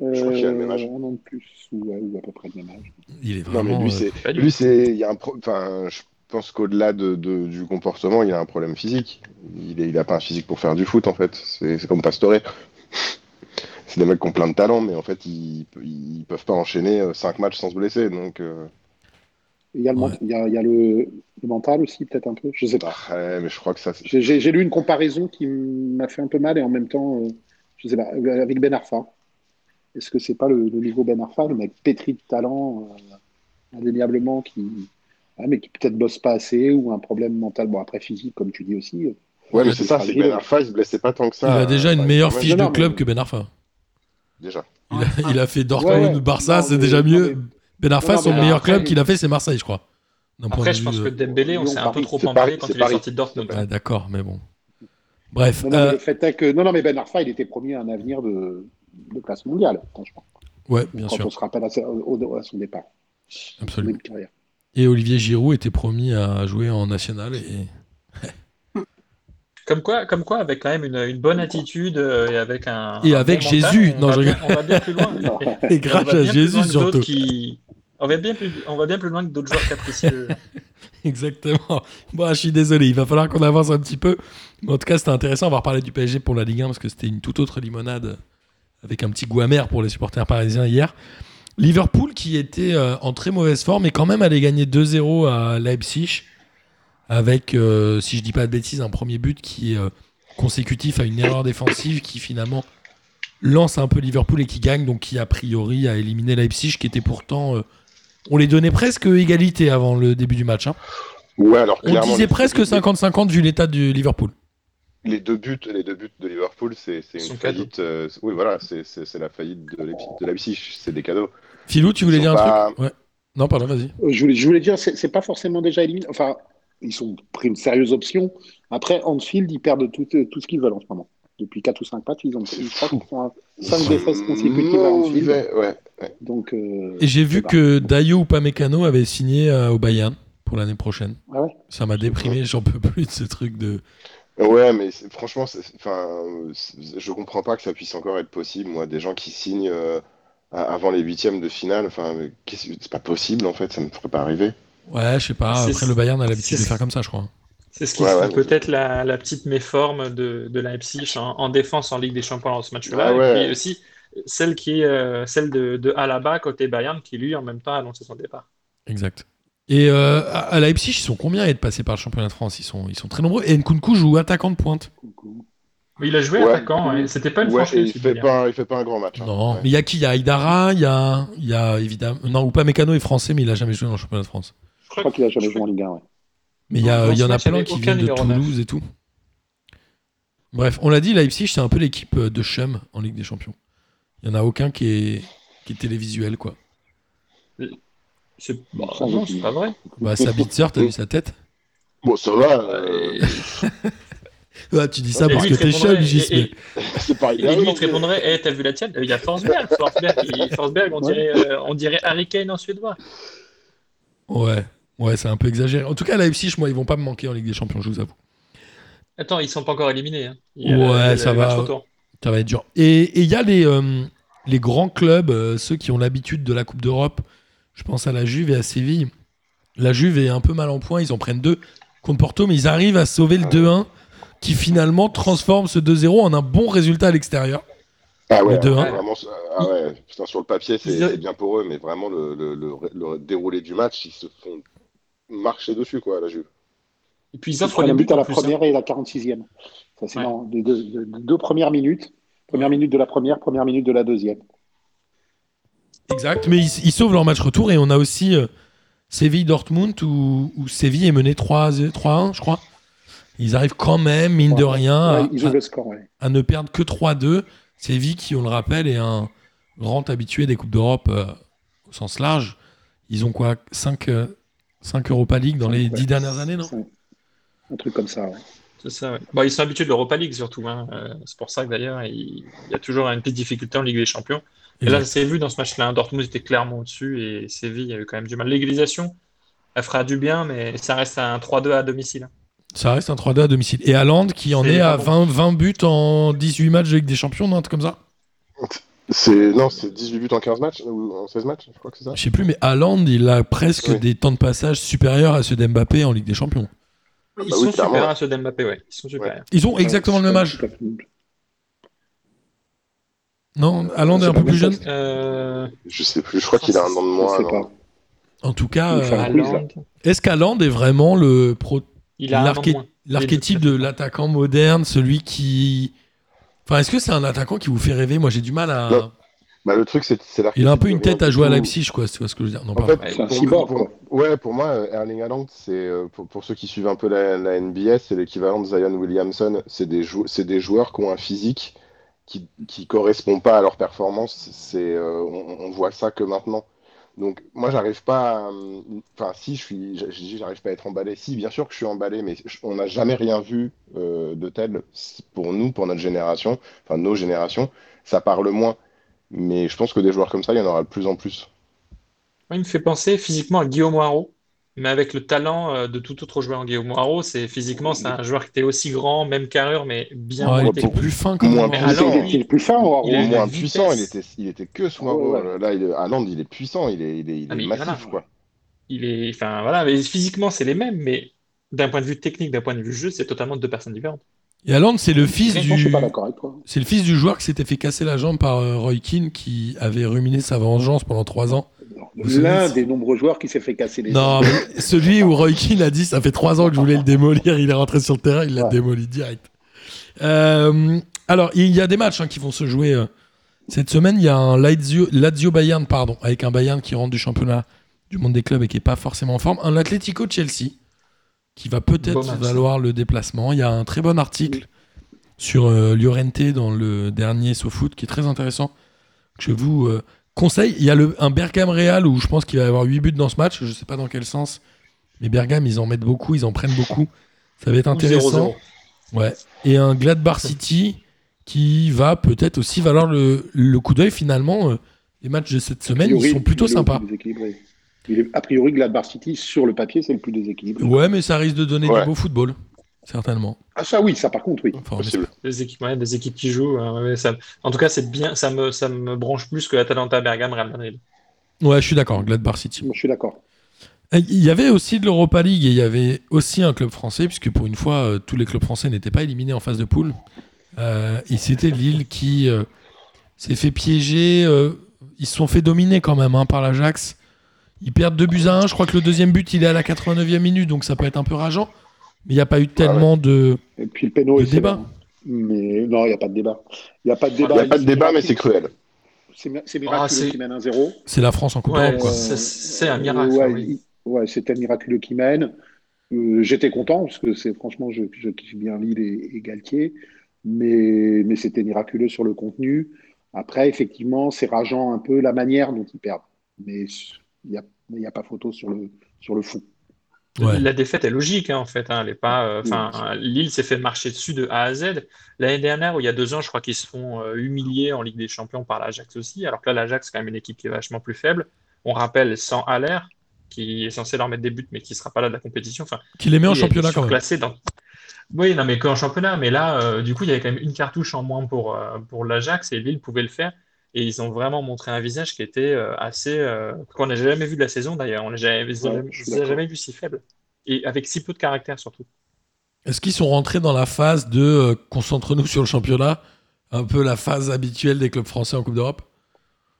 D: Euh,
B: Je crois qu'il a le même âge.
D: Un an de plus, ou, ouais, ou à peu près le même âge.
A: Il est
B: Non,
A: vraiment.
B: mais lui,
A: euh,
B: c'est.
C: pas du
B: Lui, c'est. Il y a un pro- Enfin, je pense qu'au-delà de, de- du comportement, il y a un problème physique. Il n'a il a pas un physique pour faire du foot, en fait. C'est c'est comme Pastore. C'est des mecs qui ont plein de talent, mais en fait, ils, ils peuvent pas enchaîner 5 matchs sans se blesser. Donc, euh,
D: Il y a le,
A: Ouais.
D: ment- il y a, il y a le, le mental aussi, peut-être un peu. Je sais pas.
B: ah, ouais, mais je crois que ça. c'est-
D: J'ai- J'ai j'ai lu une comparaison qui m'a fait un peu mal et en même temps, euh, je sais pas, euh, avec Ben Arfa. Est-ce que c'est pas le, le niveau Ben Arfa, le mec pétri de talent, euh, indéniablement, qui, ah, mais qui peut-être bosse pas assez ou un problème mental, bon après physique comme tu dis aussi. euh.
B: Ouais, mais
D: Il
B: c'est
D: est
B: ça. C'est
D: fragile.
B: Ben Arfa, il se blessait pas tant que
A: Il
B: ça.
A: a déjà une
B: Enfin,
A: meilleure
B: quand même,
A: fiche
D: non,
A: de
D: mais-
A: club que Ben Arfa.
B: Déjà.
A: Il a, il a fait
D: Ouais,
A: Dortmund,
D: ouais.
A: Barça,
D: Non,
A: c'est
D: mais-
A: déjà
D: non,
A: mieux.
D: mais-
A: Ben Arfa,
D: non, mais
A: son
C: alors
A: meilleur
C: après-
A: club qu'il a fait, c'est Marseille, je crois. D'un point
C: Après,
A: de
C: je
A: vue,
C: pense que
A: euh,
C: Dembélé, on
D: Lyon,
C: s'est un peu
D: Paris,
C: trop
B: c'est
C: emballé
B: Paris,
C: quand
B: c'est
C: il est
B: Paris.
C: sorti de Dortmund.
B: C'est
A: ouais, d'accord, mais bon. Bref,
D: Non, non, mais
A: euh,
D: le fait est que non, non, mais Ben Arfa, il était premier à un avenir de, de classe mondiale, franchement.
A: ouais, bien
D: quand
A: sûr,
D: on se rappelle à, sa- au- à son départ, son
A: absolument.
D: début de carrière.
A: Et Olivier Giroud était promis à jouer en national et
C: Comme quoi, comme quoi, avec quand même une, une bonne attitude euh, et avec un.
A: Et
C: un
A: avec
C: bon mental,
A: Jésus.
C: on
A: Non,
C: va
A: je
C: bien- On va bien plus loin.
D: Ben
B: [LAUGHS]
A: Et
C: On
A: grâce
C: va
A: à
C: bien plus
A: Ah, Jésus
C: loin que d'autres
A: surtout.
C: qui- On va bien plus, on va bien plus loin que d'autres joueurs capricieux.
A: [LAUGHS] Exactement. Bon, je suis désolé, il va falloir qu'on avance un petit peu. Mais en tout cas, c'était intéressant. On va reparler du PSG pour la Ligue 1 parce que c'était une toute autre limonade avec un petit goût amer pour les supporters parisiens hier. Liverpool qui était euh, en très mauvaise forme et quand même allait gagner 2-0 à Leipzig avec, euh, si je dis pas de bêtises, un premier but qui est euh, consécutif à une erreur défensive qui finalement lance un peu Liverpool et qui gagne, donc qui a priori a éliminé Leipzig qui était pourtant... euh, on les donnait presque égalité avant le début du match. hein.
B: Ouais, alors
A: On
B: clairement,
A: disait
B: les-
A: presque
B: les-
A: 50-50 vu l'état du Liverpool.
B: Les deux buts, les deux buts de Liverpool, c'est c'est
C: Sont
B: une
C: cadeaux.
B: faillite. euh, oui, voilà, c'est- c'est c'est la faillite de Leipzig. de Leipzig, C'est des cadeaux.
A: Philou, tu voulais
B: Ils
A: dire un
B: sont
A: truc ouais. Non, pardon, vas-y.
D: Euh, Je voulais, je voulais dire, c'est c'est pas forcément déjà éliminé. Enfin, ils ont pris une sérieuse option. Après, Anfield, ils perdent tout, euh, tout ce qu'ils veulent en ce moment. Depuis 4 ou 5 matchs, ils ont
B: C'est
D: ils- je crois
B: fou.
D: qu'ils sont à
B: Ils
D: 5
B: sont
D: défaites consécutives à Anfield.
B: mauvais, ouais.
D: Donc, euh,
A: Et j'ai vu
D: bah,
A: que Dayo ou Pamecano avait signé euh, au Bayern pour l'année prochaine.
D: Ah ouais
A: Ça m'a déprimé, j'en peux plus de ce truc de.
B: Ouais, mais c'est- franchement, c'est- c'est- enfin, euh, c'est- je comprends pas que ça puisse encore être possible. Moi, des gens qui signent euh, a- avant les huitièmes de finale, enfin, mais qu'est-ce que- c'est pas possible en fait. Ça me ferait pas arriver.
A: Ouais, je sais pas.
C: C'est-
A: Après, le Bayern a l'habitude de
C: c'est-
A: faire comme ça, je crois.
C: [LAUGHS]
A: hein.
C: C'est ce qui
B: Ouais,
C: serait
B: ouais, mais-
C: peut-être la, la petite méforme de, de Leipzig en, en défense en Ligue des Champions dans ce match-là.
B: Ah ouais.
C: Et puis aussi celle qui est euh, celle de, de Alaba côté Bayern qui lui en même temps a annoncé son départ.
A: Exact. Et euh, à à Leipzig, ils sont combien à être passés par le championnat de France ils sont, ils sont très nombreux. Et Nkunku joue attaquant de pointe.
D: coucou.
C: Mais il a joué
B: Ouais.
C: attaquant. hein. C'était pas une
B: Ouais,
C: franchise,
B: et il
C: tu
B: fait
C: dis, hein.
B: pas, un- il fait pas un grand match. hein.
A: Non.
B: Ouais.
A: Mais il y a qui Il y a Aïdara, il y a, il y a évidemment. Non, ou Pamecano est français, mais il a jamais joué dans le championnat de France.
C: Je
D: Je
C: crois
D: crois qu'il a
C: je
D: jamais
C: crois
D: joué en Ligue 1. Ouais.
A: Mais il y, a-
C: Dans ce
A: il y en a
C: match, il y
A: plein
C: avait
A: qui
C: aucun
A: viennent de
C: numéro neuf.
A: Toulouse et tout. Bref, on l'a dit, Leipzig, c'est un peu l'équipe euh, de Chum en Ligue des Champions. Il n'y en a aucun qui est, qui est télévisuel, quoi.
C: C'est bah,
D: Sans
C: non,
D: doute.
C: c'est pas vrai. [LAUGHS]
A: Bah, Sabitzer, t'as vu sa tête
B: Bon, ça va. euh,
A: Ah, Tu dis ça
C: Et
A: parce
C: lui,
A: que
C: il te
A: t'es Chum,
C: répondrait,
A: Gis,
C: et-
A: mais...
C: et-
B: c'est pas
C: Et lui, il
B: évident,
C: te répondrait Eh, t'as vu la tienne Il y
B: [LAUGHS]
C: a Forsberg. Forsberg, il- Forsberg, on,
D: Ouais.
C: dirait, euh, on dirait Harry Kane en suédois.
A: Ouais, ouais c'est un peu exagéré. En tout cas, Leipzig, moi, ils vont pas me manquer en Ligue des Champions, je vous avoue.
C: Attends, ils sont pas encore éliminés. hein. Il y a-
A: Ouais,
C: il y a le
A: ça
C: match
A: va.
C: retour.
A: Ça va être dur. Et et il y a les, euh, les grands clubs, euh, ceux qui ont l'habitude de la Coupe d'Europe. Je pense à la Juve et à Séville. La Juve est un peu mal en point. Ils en prennent deux contre Porto, mais ils arrivent à sauver le 2-1 qui finalement transforme ce 2-0 en un bon résultat à l'extérieur.
B: Ah ouais,
A: Les deux,
B: ah,
A: hein.
B: vraiment, ça- ah ouais, putain, sur le papier, c'est
C: Ils ont-
B: c'est bien pour eux, mais vraiment, le, le- le- le déroulé du match, ils se font marcher dessus, quoi, à la Juve.
C: Et puis ils
D: Ils
C: offrent
D: prennent
C: les
D: un but
C: buts
D: à
C: en
D: la
C: plus, hein.
D: première et à la 46e. Ça, c'est
C: Ouais.
D: dans les deux, deux- deux premières minutes. Première minute de la première, première minute de la deuxième.
A: Exact. Mais ils, ils sauvent leur match retour et on a aussi euh, Séville-Dortmund où, où Séville est mené 3-0 3-1, je crois. Ils arrivent quand même, mine de
D: Ouais.
A: rien,
D: Ouais, ils
A: à-
D: ouvrent le score. ouais.
A: à ne perdre que 3-2. Séville, qui, on le rappelle, est un grand habitué des Coupes d'Europe euh, au sens large. Ils ont quoi 5, Europa League dans les
D: Ouais.
A: 10 dernières années, non
D: C'est Un un truc comme ça. ouais.
C: C'est hein. ça, ouais. Bon, ils sont habitués de l'Europa League surtout. hein. Euh, c'est pour ça que d'ailleurs, il... il y a toujours une petite difficulté en Ligue des Champions. Et là,
A: Exact.
C: c'est vu dans ce match-là. hein. Dortmund était clairement au-dessus et Séville a eu quand même du mal. L'égalisation, elle fera du bien, mais ça reste un 3-2 à domicile. hein.
A: Ça reste un 3-2 à domicile. Et Haaland qui en
C: C'est
A: est à
C: vraiment-
A: 20, 20 buts en 18 matchs de Ligue des Champions, non, un truc comme ça
B: C'est non, c'est 18 buts en 15 matchs ou en 16 matchs, je crois que c'est ça.
A: Je sais plus, mais Haaland, il a presque
B: Ouais.
A: des temps de passage supérieurs à ceux d'Mbappé en Ligue des Champions.
C: Ils
B: bah
C: sont
B: oui, clairement.
C: supérieurs à ceux d'Mbappé, ouais. Ils sont supérieurs.
A: Ils ont exactement le même âge. Non, Haaland est
D: C'est
A: un
D: pas
A: peu plus jeune.
D: même chose.
C: Euh,
B: Je sais plus, je crois qu'il a un an de
D: Je
B: moins.
D: sais
B: alors.
D: pas.
A: En tout cas,
D: Enfin,
A: euh,
D: un quiz, là.
C: Haaland,
A: est-ce qu'Haaland est vraiment le pro
C: il a un an de
A: l'arché-
C: moins.
A: l'archétype de l'attaquant moderne, celui qui. Enfin, est-ce que c'est un attaquant qui vous fait rêver Moi, j'ai du mal à.
B: Non. Bah, le truc, c'est c'est l'archétype
A: Il a un peu une
B: de rien
A: tête à
B: du
A: jouer à
B: tout.
A: Leipzig, quoi. Tu vois ce que je veux dire Non,
B: En
A: pardon.
B: fait,
C: Ouais,
D: c'est un
B: pour-
D: cyborg,
B: pour-
D: quoi.
B: ouais, pour moi, euh, Erling Haaland, c'est euh, pour, pour ceux qui suivent un peu la, la NBA, c'est l'équivalent de Zion Williamson. C'est des, jou- c'est des joueurs qui ont un physique qui qui correspond pas à leur performance. C'est euh, on, on voit ça que maintenant. Donc moi, j'arrive pas. à, euh, Enfin, si je suis, j'ai- j'ai dit, j'arrive pas à être emballé. Si, bien sûr que je suis emballé, mais je- on n'a jamais rien vu euh, de tel C'est pour nous, pour notre génération, enfin nos générations. Ça parle moins. Mais je pense que des joueurs comme ça, il y en aura de plus en plus.
C: Moi, il me fait penser physiquement à Guillaume Haro, mais avec le talent euh, de tout autre joueur. Guillaume Haro, c'est physiquement, c'est un joueur qui était aussi grand, même carrure, mais bien
A: Ouais,
C: moins
A: Ah, il était
C: technique.
A: plus fin quand
B: Moins
A: même.
C: Mais
A: hein.
B: plus
C: alors,
D: il était le plus fort, ou
C: il a
B: au
C: eu
B: moins
C: la vitesse.
B: puissant, il était, il était que sous un
D: Ouais,
B: rôle.
D: ouais.
B: Là, il, est- Haaland, il est puissant, il est, il est, il
C: Ah,
B: est
C: mais
B: massif,
C: voilà.
B: quoi.
C: Il est, enfin voilà, mais physiquement c'est les mêmes, mais d'un point de vue technique, d'un point de vue jeu, c'est totalement deux personnes différentes.
A: Et Haaland, c'est le fils
D: Je suis
A: du.
D: pas d'accord avec toi.
A: C'est le fils du joueur qui s'était fait casser la jambe par euh, Roy Keane qui avait ruminé sa vengeance pendant trois ans. Vous savez,
D: L'un
A: c'est-
D: des nombreux joueurs qui s'est fait casser les
A: Non, mais celui où Roy Keane a dit ça fait trois ans que je voulais le démolir, il est rentré sur le terrain, il l'a
D: Ouais.
A: démoli direct. Euh, alors, il y a des matchs hein, qui vont se jouer euh, cette semaine. Il y a un Lazio, Lazio Bayern, pardon, avec un Bayern qui rentre du championnat du monde des clubs et qui est pas forcément en forme. Un Atlético Chelsea qui va peut-être
C: Beau match.
A: valoir le déplacement. Il y a un très bon article sur euh, Llorente dans le dernier SoFoot qui est très intéressant que je vous euh, conseille. Il y a le, un Bergame Real où je pense qu'il va y avoir 8 buts dans ce match. Je sais pas dans quel sens, mais Bergame, ils en mettent beaucoup, ils en prennent beaucoup. Ça va être
C: Ou 0-0.
A: intéressant. Ouais. Et un Gladbach City qui va peut-être aussi valoir le, le coup d'œil finalement. euh, les matchs de cette
D: A
A: semaine,
D: priori,
A: ils sont plutôt
D: il est le
A: sympas.
D: plus déséquilibré. Il est, a priori, Gladbach City, sur le papier, c'est le plus déséquilibré.
A: Ouais, mais ça risque de donner
B: Ouais.
A: du beau football, certainement.
D: Ah, ça, oui, ça, par contre, oui.
A: Enfin, on
B: Possible.
C: Des équipes, ouais, des équipes qui jouent. euh, ouais, ça- En tout cas, c'est bien, ça me, ça me branche plus que l'Atalanta Bergame Real Madrid.
A: espère. Ouais, je suis d'accord, Gladbach City.
D: Moi, je suis d'accord.
A: Et Euh, Il y avait aussi de l'Europa League et il y avait aussi un club français, puisque pour une fois, euh, tous les clubs français n'étaient pas éliminés en phase de poule. Euh, et c'était Lille qui euh, s'est fait piéger. euh, ils se sont fait dominer quand même hein, par l'Ajax. Ils perdent 2 buts à 1. Je crois que le deuxième but, il est à la 89e minute, donc ça peut être un peu rageant. Mais il n'y a pas eu tellement de.
D: Et puis le péno
A: Le
D: est
A: débat.
D: sévère. Mais non, il n'y a pas de débat. Il n'y a pas de
B: Il
D: débat.
B: n'y a pas de débat, mais c'est cruel.
D: C'est mi- c'est
C: Ah,
D: miraculeux
C: c'est-
D: qui mène 1-0.
A: C'est la France en Coupe
C: Ouais,
A: d'Europe, quoi.
C: c'est-
D: Euh,
C: c'est un miracle,
D: Ouais,
C: oui.
D: il- ouais, c'était miraculeux qui mène. Euh, J'étais content parce que c'est franchement, je, je kiffe bien Lille et, et Galtier, mais, mais c'était miraculeux sur le contenu. Après, effectivement, c'est rageant un peu la manière dont ils perdent, mais il n'y a, il y a pas photo sur le, sur le fond.
A: Ouais.
C: La défaite est logique, hein, en fait. hein, elle est pas, euh,
D: Oui,
C: enfin, euh, Lille s'est fait marcher dessus de A à Z. L'année dernière, ou il y a deux ans, je crois qu'ils se font euh, humilier en Ligue des Champions par l'Ajax aussi. Alors que là, l'Ajax, c'est quand même une équipe qui est vachement plus faible. On rappelle sans Haller, qui est censé leur mettre des buts, mais qui sera pas là de la compétition. Enfin,
A: Qui les met en
C: il a été
A: championnat quand même.
C: surclassé dans- Oui, non, mais qu'en championnat. Mais là, euh, du coup, il y avait quand même une cartouche en moins pour, euh, pour l'Ajax et Lille pouvait le faire. Et ils ont vraiment montré un visage qui était euh, assez. euh, qu'on n'a jamais vu de la saison d'ailleurs. On n'a jamais,
D: Ouais,
C: jamais-
D: je suis
C: les a
D: d'accord.
C: jamais vu si faible. Et avec si peu de caractère surtout.
A: Est-ce qu'ils sont rentrés dans la phase de euh, concentre-nous sur le championnat Un peu la phase habituelle des clubs français en Coupe d'Europe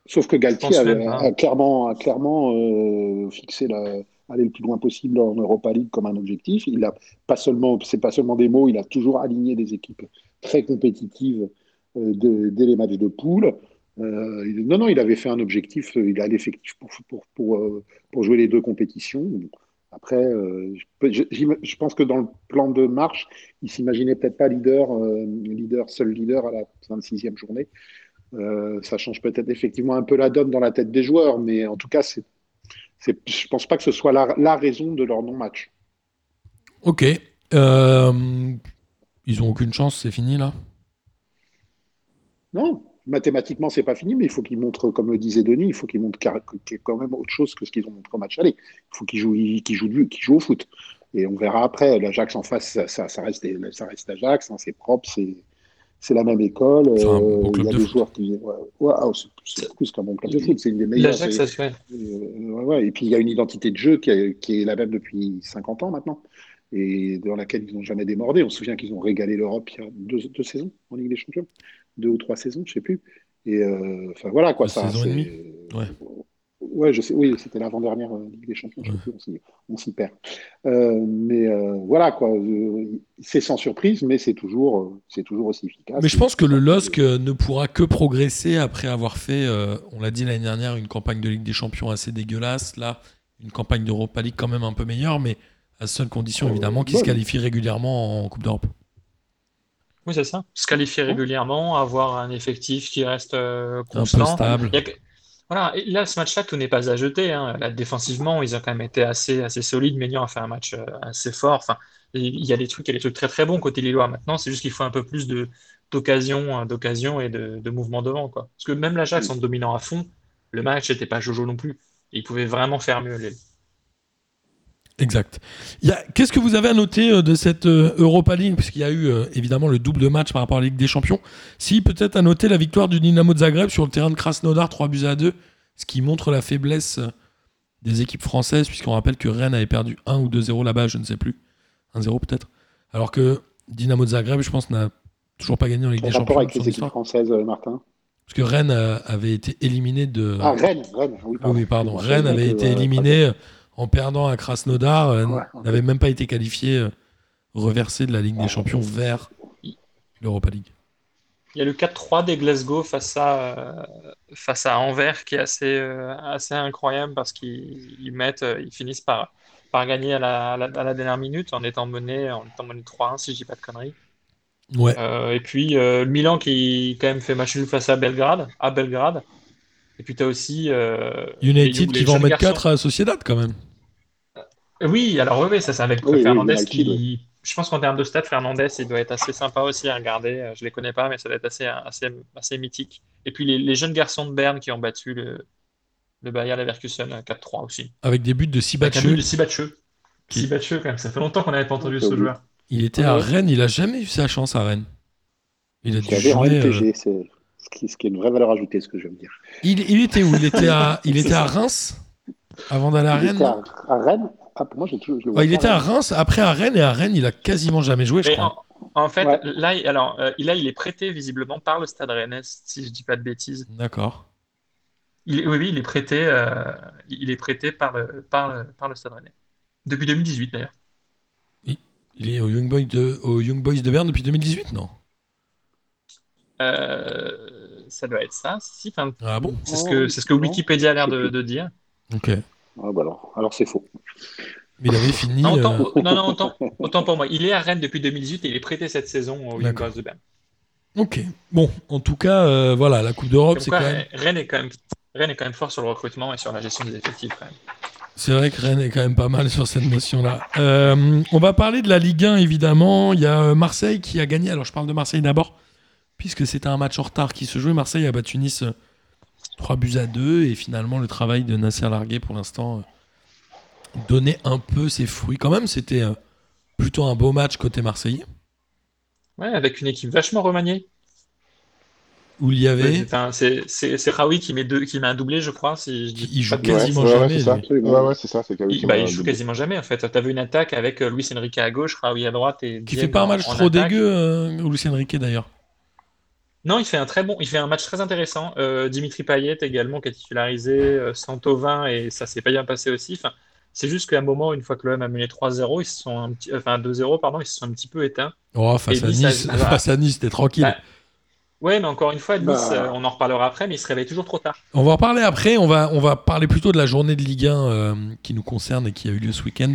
D: Sauf que Galtier
C: pense
D: a,
C: même pas.
D: a clairement, a clairement euh, fixé la, aller le plus loin possible en Europa League comme un objectif. Il a pas seulement, c'est pas seulement des mots, il a toujours aligné des équipes très compétitives euh, de- dès les matchs de poule. Euh, il- non, non, il avait fait un objectif, euh, il a l'effectif pour, pour, pour, euh, pour jouer les deux compétitions. Après, euh, je, peux- je- j'im- je pense que dans le plan de marche, il s'imaginait peut-être pas leader, euh, leader, seul leader à la 26e journée. Euh, ça change peut-être effectivement un peu la donne dans la tête des joueurs, mais en tout cas, c'est, c'est, je pense pas que ce soit la, la raison de leur non-match.
A: Ok. Euh, Ils ont aucune chance, c'est fini là
D: Non, mathématiquement, c'est pas fini, mais il faut qu'ils montrent, comme le disait Denis, il faut qu'ils montrent car- qu'il y ait quand même autre chose que ce qu'ils ont montré au match aller. Il faut qu'ils jouent, qu'ils jouent, du- qu'ils jouent au foot. Et on verra après. L'Ajax en face, ça, ça- ça reste, ça reste Ajax, hein, c'est propre, c'est, c'est la même école.
A: C'est un bon
D: euh,
A: club
D: il y a
A: de
D: des
A: foot.
D: joueurs qui. ouais, ouais, ah, c'est, c'est plus qu'un bon club de foot, c'est une des meilleures.
C: L'Ajax, ça se fait.
D: Euh, ouais, ouais. Et puis il y a une identité de jeu qui, est- qui est la même depuis 50 ans maintenant, et dans laquelle ils n'ont jamais démordé. On se souvient qu'ils ont régalé l'Europe il y a deux, deux saisons en Ligue des Champions, deux ou trois saisons, je sais plus. Et euh, enfin voilà quoi,
A: Deux
D: ça.
A: saisons et
D: c'est- euh,
A: Ouais.
D: Ouais, je sais. Oui, c'était l'avant-dernière euh, Ligue des Champions. je sais
A: Ouais.
D: plus, on s'y- on s'y perd. Euh, mais euh, voilà quoi, euh, c'est sans surprise, mais c'est toujours, euh, c'est toujours aussi efficace.
A: Mais je pense que le LOSC euh, ne pourra que progresser après avoir fait, euh, on l'a dit l'année dernière, une campagne de Ligue des Champions assez dégueulasse. Là, une campagne d'Europa League quand même un peu meilleure, mais à seule condition
D: Euh,
A: évidemment qu'ils se
D: bonne.
A: qualifient régulièrement en Coupe d'Europe.
C: Oui, c'est ça. Oh. Se qualifier régulièrement, avoir un effectif qui reste euh,
A: Un peu
C: constant.
A: stable.
C: Il y a que- Voilà, et là, ce match-là, tout n'est pas à jeter. hein. Là, défensivement, ils ont quand même été assez, assez solides. Maignan a fait un match euh, assez fort. Enfin, il y a des trucs, il y a des trucs très très bons côté Lillois maintenant. C'est juste qu'il faut un peu plus de d'occasion, hein, d'occasion et de, de mouvement devant, quoi. Parce que même l'Ajax,
D: Mm.
C: en dominant à fond, le match n'était pas jojo non plus. Ils pouvaient vraiment faire mieux. les-
A: Exact. Il y a- Qu'est-ce que vous avez à noter euh, de cette euh, Europa League Puisqu'il y a eu euh, évidemment le double de match par rapport à la Ligue des Champions. Si peut-être à noter la victoire du Dynamo de Zagreb sur le terrain de Krasnodar, 3 buts à 2, ce qui montre la faiblesse euh, des équipes françaises, puisqu'on rappelle que Rennes avait perdu 1 ou 2-0 là-bas, je ne sais plus. 1-0 peut-être. Alors que Dynamo de Zagreb, je pense, n'a toujours pas gagné en Ligue
D: Ton
A: des
D: rapport
A: Champions.
D: avec
A: de son
D: les équipes
A: histoire.
D: françaises, euh, Martin.
A: Parce que Rennes euh, avait été éliminé de.
D: Ah Rennes, Rennes. Oui,
A: Ah oui, pardon. Rennes avait
D: Donc,
A: été
D: euh,
A: éliminé en perdant à Krasnodar, euh,
D: Ouais, ok.
A: n'avait même pas été qualifié euh, reversé de la Ligue des
C: Ah.
D: Ouais.
A: Champions vers l'Europa League.
C: Il y a le 4-3 des Glasgow face à, euh, face à Anvers qui est assez, euh, assez incroyable parce qu'ils ils mettent, euh, ils finissent par, par gagner à la, à la- à la dernière minute en étant menés en étant menés 3-1 si je dis pas de conneries.
A: Ouais.
C: Euh, et puis euh, Milan qui quand même fait match nul face à Belgrade, à Belgrade. Et puis tu as aussi euh, les-
A: United
C: les
A: qui va en
C: jeunes
A: mettre
C: garçons.
A: 4 à Sociedad quand même.
C: Oui, alors oui, oui, ça c'est avec
D: Oui, oui,
C: Fernandez
D: United,
C: qui. Je pense qu'en termes de stats, Fernandez, il doit être assez sympa aussi à regarder. Euh, Je les connais pas, mais ça doit être assez, assez, assez mythique. Et puis les, les jeunes garçons de Berne qui ont battu le, le Bayer Leverkusen euh, 4-3 aussi. Bah,
A: Avec des buts de
C: Avec un but
A: Sibacheux.
C: de Sibacheux.
A: Qui-
C: Sibacheux, quand même, ça fait longtemps qu'on n'avait pas entendu
D: Ah,
C: ce
D: oui.
C: joueur.
A: Il était à
C: Ouais.
A: Rennes, il a jamais eu sa chance à Rennes. Il a
D: Je
A: dû
D: l'avais en
A: jouer. euh,
D: MTG, c'est ce qui, ce qui est une vraie valeur ajoutée, ce que je veux dire.
A: Il, il était où Il était
D: [LAUGHS]
A: à, il était à Reims avant d'aller à
D: il
A: Rennes.
D: était
A: non
D: à, à Rennes Ah, pour moi, j'ai toujours, je le vois
A: Ouais, il
D: pas
A: était
D: là.
A: à Reims, après à Rennes, et à Rennes, il a quasiment jamais joué, je
C: Mais
A: crois.
C: en, en fait,
D: Ouais.
C: là, il- alors, euh, là, il est prêté visiblement par le Stade Rennais, si je dis pas de bêtises.
A: D'accord.
C: Il est- oui, oui, il est prêté, euh, il est prêté par le, par le, par le Stade Rennais. Depuis 2018 d'ailleurs.
A: Il est au Young, Boys de, au Young Boys de Berne depuis 2018, non
C: Euh, ça doit être ça, si. enfin,
A: Ah bon
C: c'est ce
D: Oh,
C: que, c'est ce que
D: non.
C: Wikipédia a l'air
D: Je
C: de,
D: sais plus.
C: de dire.
A: Ok.
D: Ah, bah alors, alors c'est faux.
A: Mais il avait fini.
C: Non,
A: euh,
C: autant, non, non, autant, autant pour moi. Il est à Rennes depuis 2018 et il est prêté cette saison au Young
A: D'accord.
C: Boys de Berne.
A: Ok. Bon, en tout cas, euh, voilà, la Coupe d'Europe,
C: Comme
A: c'est
C: quoi,
A: quand même.
C: Rennes est quand même, Rennes est quand même fort sur le recrutement et sur la gestion des effectifs. quand même.
A: C'est vrai que Rennes est quand même pas mal sur cette notion-là. Euh, on va parler de la Ligue 1, évidemment. Il y a euh, Marseille qui a gagné. Alors, je parle de Marseille d'abord, puisque c'était un match en retard qui se jouait. Marseille a battu Nice 3 buts à 2. Et finalement, le travail de Nasser Larguet, pour l'instant, euh, donnait un peu ses fruits. Quand même, c'était euh, plutôt un beau match côté Marseillais,
C: Ouais, avec une équipe vachement remaniée.
A: où il y
C: Ouais,
A: avait.
C: c'est un- C'est c'est- c'est Raoui qui met, deux, qui met un doublé, je crois, si je dis
A: Il joue
C: pas de
B: Ouais,
C: bêtises.
A: quasiment
B: ouais, ouais,
A: jamais,
B: c'est ça.
A: lui.
D: Absolument.
B: Ouais, ouais, c'est ça. C'est Kawhi qui
C: Il, bah,
B: m'a
C: il joue
B: doublé.
C: quasiment jamais en fait. T'avais une attaque avec euh, Luis Enrique à gauche, Raoui à droite et
A: Qui
C: Dieng
A: fait pas un
C: en-
A: match
C: en
A: trop
C: attaque.
A: dégueu, euh, Lucien Riquet d'ailleurs.
C: Non, il fait un très bon, il fait un match très intéressant. Euh, Dimitri Payet également qui est titularisé, euh, Santovin et ça s'est pas bien passé aussi. Enfin, c'est juste qu'à un moment, une fois que l'OM a mené 3-0, ils se sont un petit, enfin 2-0 pardon, ils se sont un petit peu éteints.
A: Oh, face,
C: Et
A: à
C: Nice,
A: [LAUGHS] nice,
C: ça- ça va.
A: face à Nice, t'es tranquille.
C: Bah, Ouais, mais encore une fois, Nice,
D: Bah.
C: euh, on en reparlera après, mais ils se réveillent toujours trop tard.
A: On va en parler après. On va, on va parler plutôt de la journée de Ligue 1 euh, qui nous concerne et qui a eu lieu ce week-end.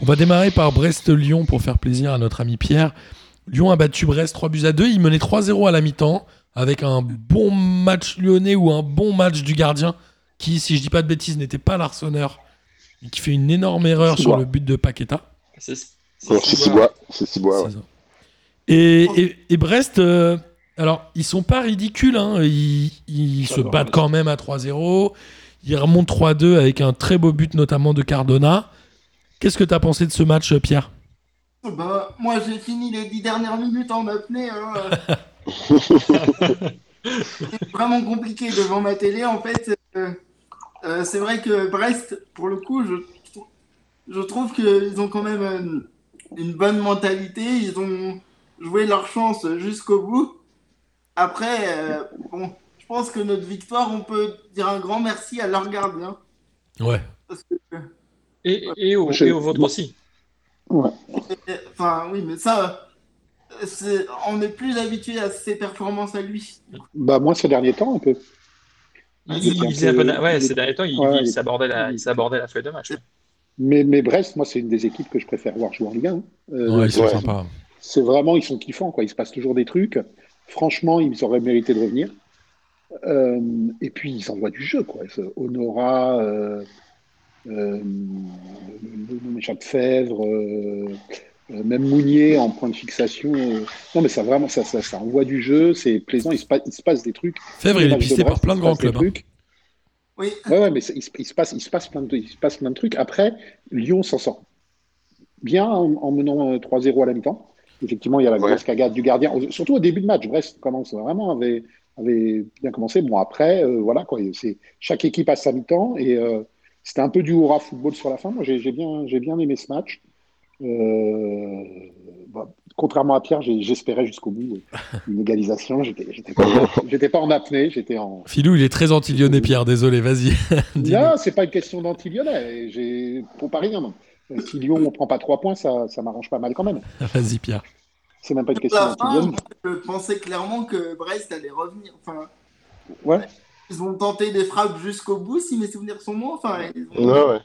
A: On va démarrer par Brest-Lyon pour faire plaisir à notre ami Pierre. Lyon a battu Brest 3 buts à 2. Il menait 3-0 à la mi-temps avec un bon match lyonnais ou un bon match du gardien qui, si je dis pas de bêtises, n'était pas l'arseneur et qui fait une énorme erreur sur
D: Ciboire.
A: le but de Paqueta.
C: C'est
B: C'est Sibois. C'est Sibois, ouais.
A: C'est ça. Et, et- et Brest, euh, alors, ils sont pas ridicules. hein. Ils, ils se
D: J'adore
A: battent
D: Brest.
A: quand même à 3-0. Ils remontent 3-2 avec un très beau but, notamment de Cardona. Qu'est-ce que tu as pensé de ce match, euh, Pierre
E: Bah, moi, j'ai fini les dix dernières minutes en apnée. hein. C'était vraiment compliqué devant ma télé. En fait, euh, euh, c'est vrai que Brest, pour le coup, je, trou- je trouve qu'ils ont quand même euh, une bonne mentalité. Ils ont joué leur chance jusqu'au bout. Après, euh, bon, je pense que notre victoire, on peut dire un grand merci à hein. leur gardien.
A: Ouais.
E: Parce que, euh,
C: Et, et, au,
D: Je-
C: et au vôtre aussi.
E: Et- Euh, Enfin, oui, mais ça, euh, c'est- on n'est plus habitué à ses performances à lui.
D: Bah, moi, ces derniers temps, un peu.
C: Il,
D: il était
C: il faisait
D: un
C: un
D: peu-
C: peu na- ouais,
D: il
C: ces
D: était-
C: derniers temps, il,
D: ouais,
C: il
D: il-
C: s'abordait la, il s'abordait la feuille de match. ouais.
D: Mais, mais Brest, moi, c'est une des équipes que je préfère voir jouer en Ligue 1. hein. Euh,
A: Ouais, ils sont
B: ouais.
A: sympas.
D: C'est vraiment, ils sont kiffants, quoi. Il se passe toujours des trucs. Franchement, ils auraient mérité de revenir. Euh, et puis, ils envoient du jeu, quoi. Ce Honora, euh, euh, le- le méchant de Fèvre, euh, euh, même Mounier en point de fixation. euh. Non, mais ça vraiment, ça, ça, ça envoie du jeu, c'est plaisant, il se, pa- il se passe des trucs.
A: Fèvre, il est
D: Match de
A: pisté par
D: Brest,
A: plein
D: il
A: de
D: se
A: grands
D: passe des
A: clubs. hein.
D: trucs.
E: Oui,
D: Ouais, ouais, mais c'est- il se, il se passe, il se passe plein de, il se passe plein de trucs. Après, Lyon s'en sort bien en, en menant euh, 3-0 à la mi-temps. Effectivement, il y a la
B: Ouais.
D: grosse cagade du gardien. Surtout au début de match, Brest commence vraiment avait, avait bien commencé. Bon, après, euh, voilà quoi. C'est chaque équipe a sa mi-temps et euh, c'était un peu du hurrah football sur la fin. Moi, j'ai j'ai bien, j'ai bien aimé ce match. Euh, bah, contrairement à Pierre, j'ai- j'espérais jusqu'au bout euh, une égalisation. J'étais j'étais pas, j'étais pas en apnée, j'étais en
A: Philou, il est très anti-lyonnais, Pierre, désolé, vas-y. [LAUGHS] Dis-nous.
D: non, c'est pas une question d'anti-lyonnais. J'ai pour Paris, non. non. Euh, Si Lyon on prend pas trois points, ça, ça m'arrange pas mal quand même.
A: Vas-y, Pierre.
D: C'est même pas une
E: à
D: question
E: la fin,
D: d'anti-lyonnais.
E: moi, je pensais clairement que Brest allait revenir. Enfin,
D: Ouais.
E: ils ont tenté des frappes jusqu'au bout, si mes souvenirs sont bons. Enfin, ils ont-
B: Ouais, ouais.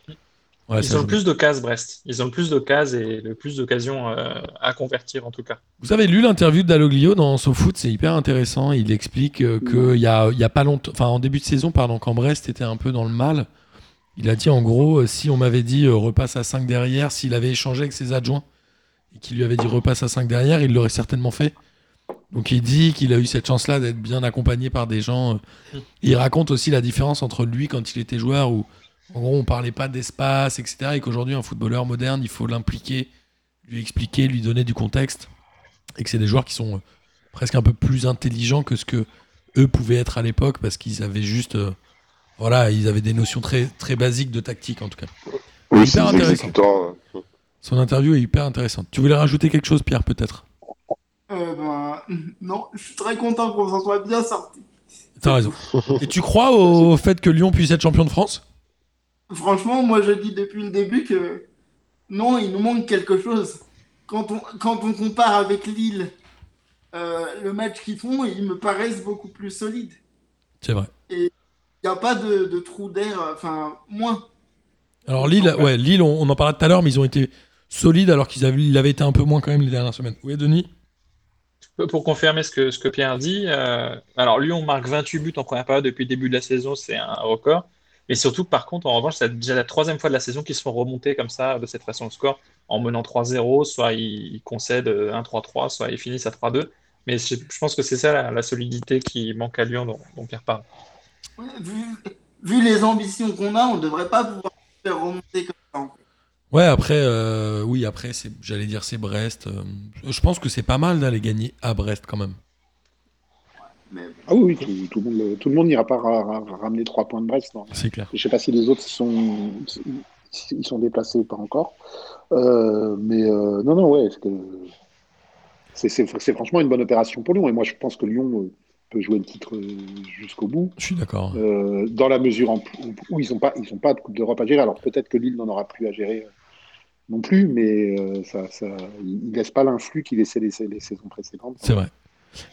A: Ouais,
C: Ils
A: ça
C: ont le
A: joue.
C: plus d'occasions, Brest. Ils ont le plus d'occasions et le plus d'occasions euh, à convertir, en tout cas.
A: Vous avez lu l'interview de Dalloglio dans SoFoot, c'est hyper intéressant. Il explique euh, que il y a, il y a pas longtemps, enfin en début de saison, pardon, quand Brest était un peu dans le mal, il a dit en gros, euh, si on m'avait dit euh, repasse à 5 derrière, s'il avait échangé avec ses adjoints et qu'il lui avait dit repasse à 5 derrière, il l'aurait certainement fait. Donc il dit qu'il a eu cette chance-là d'être bien accompagné par des gens. euh. Il raconte aussi la différence entre lui quand il était joueur où en gros on parlait pas d'espace, etc. Et qu'aujourd'hui un footballeur moderne, il faut l'impliquer, lui expliquer, lui donner du contexte et que c'est des joueurs qui sont euh, presque un peu plus intelligents que ce que eux pouvaient être à l'époque parce qu'ils avaient juste euh, voilà ils avaient des notions très très basiques de tactique en tout cas
B: Oui,
A: Hyper
B: c'est
A: intéressant.
B: exécutant.
A: son interview est hyper intéressante tu voulais rajouter quelque chose Pierre peut-être
E: Euh, ben, non, je suis très content qu'on s'en soit bien sorti.
A: t'as [LAUGHS] raison et tu crois au fait que Lyon puisse être champion de France
E: Franchement, moi, je dis depuis le début que non, il nous manque quelque chose. Quand on, quand on compare avec Lille, euh, le match qu'ils font, ils me paraissent beaucoup plus solides.
A: c'est vrai
E: Il n'y a pas de, de trou d'air, enfin, moins.
A: alors Lille ouais Lille on, on en parlait tout à l'heure mais ils ont été solides alors qu'ils avaient, ils l'avaient été un peu moins quand même les dernières semaines oui Denis
C: Pour confirmer ce que, ce que Pierre dit, euh, alors Lyon marque 28 buts en première période depuis le début de la saison, c'est un record. Mais surtout, par contre, en revanche, c'est déjà la troisième fois de la saison qu'ils se font remonter comme ça, de cette façon, le score, en menant 3-0. Soit ils ils concèdent euh, 1-3-3, soit ils finissent à 3-2. Mais je, je pense que c'est ça la, la solidité qui manque à Lyon, dont, dont Pierre parle.
E: Ouais, vu, vu les ambitions qu'on a, on ne devrait pas pouvoir se faire remonter comme ça. en fait.
A: Ouais, après, euh, oui, après, c'est- j'allais dire c'est Brest. euh, je pense que c'est pas mal d'aller gagner à Brest quand même.
E: Mais bon.
D: Ah oui, oui, tout, tout le monde, le- tout le monde n'ira pas ra- ra- ramener trois points de Brest. Non.
A: C'est clair.
D: Je sais pas si les autres sont, ils sont déplacés ou pas encore. Euh, mais euh, non, non, ouais. c'est que- C'est c'est- c'est franchement une bonne opération pour Lyon. Et moi, je pense que Lyon euh, peut jouer le titre euh, jusqu'au bout.
A: Je suis d'accord.
D: Euh, dans la mesure en- où ils n'ont pas, ils ont pas de Coupe d'Europe à gérer. Alors peut-être que Lille n'en aura plus à gérer euh, non plus, mais euh, ça, ça, ils ne laissent pas l'influx qu'ils laissaient les, les saisons précédentes
A: C'est vrai.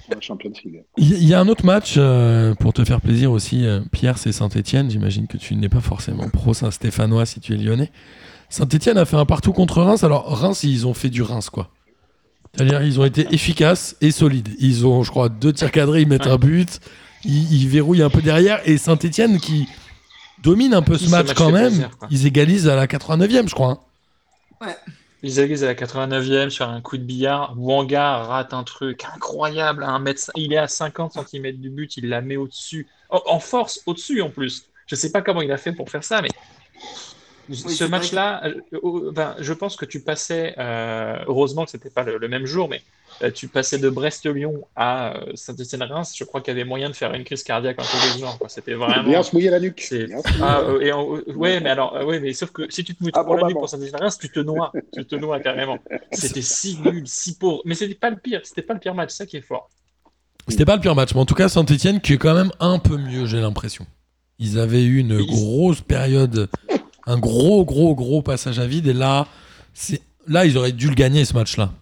D: pour la Champions League.
A: Il y- il y a un autre match euh, pour te faire plaisir aussi, euh, Pierre, c'est Saint-Etienne. J'imagine que tu n'es pas forcément pro Saint-Stéphanois si tu es lyonnais. Saint-Etienne a fait un partout contre Reims. Alors, Reims, ils ont fait du Reims, quoi. C'est-à-dire, ils ont été efficaces et solides. Ils ont, je crois, deux tirs cadrés, ils mettent
C: Ouais.
A: un but, ils, ils verrouillent un peu derrière. Et Saint-Etienne qui domine un peu ce
C: Ce
A: match,
C: match
A: quand
C: fait
A: même,
C: plaisir, quoi.
A: ils égalisent à la 89e, je crois. hein.
E: Ouais.
C: Izaguirre à la 89e sur un coup de billard. Wanga rate un truc incroyable à 1 mètre. Il est à 50 cm du but, il la met au-dessus. En, en force, au-dessus en plus. Je sais pas comment il a fait pour faire ça, mais ce
E: c'est
C: match-là, euh, euh, ben, je pense que tu passais, euh, heureusement que c'était pas le, le même jour, mais euh, tu passais de Brest-Lyon à Saint-Etienne-Reims. Je crois qu'il y avait moyen de faire une crise cardiaque un peu de genre. quoi. C'était
D: Bien
C: vraiment.
D: se mouiller la nuque.
C: c'est-
D: Bien se mouiller
C: Ah,
D: la-
C: euh, et en- euh, ouais, mais alors, euh, ouais, mais sauf que si tu te mouilles
D: Ah,
C: pour la nuit
D: probablement.
C: pour Saint-Denis-Reims, tu te noies, tu te noies
D: [LAUGHS]
C: carrément. C'était si nul, si pauvre. Mais c'était pas le pire, c'était pas le pire match, c'est ça qui est fort.
A: C'était pas le pire match, mais en tout cas, Saint-Etienne qui est quand même un peu mieux, j'ai l'impression. Ils avaient eu une
C: Ils-
A: grosse période, un gros, gros, gros passage à vide, et là, c'est là ils auraient dû le gagner ce match-là.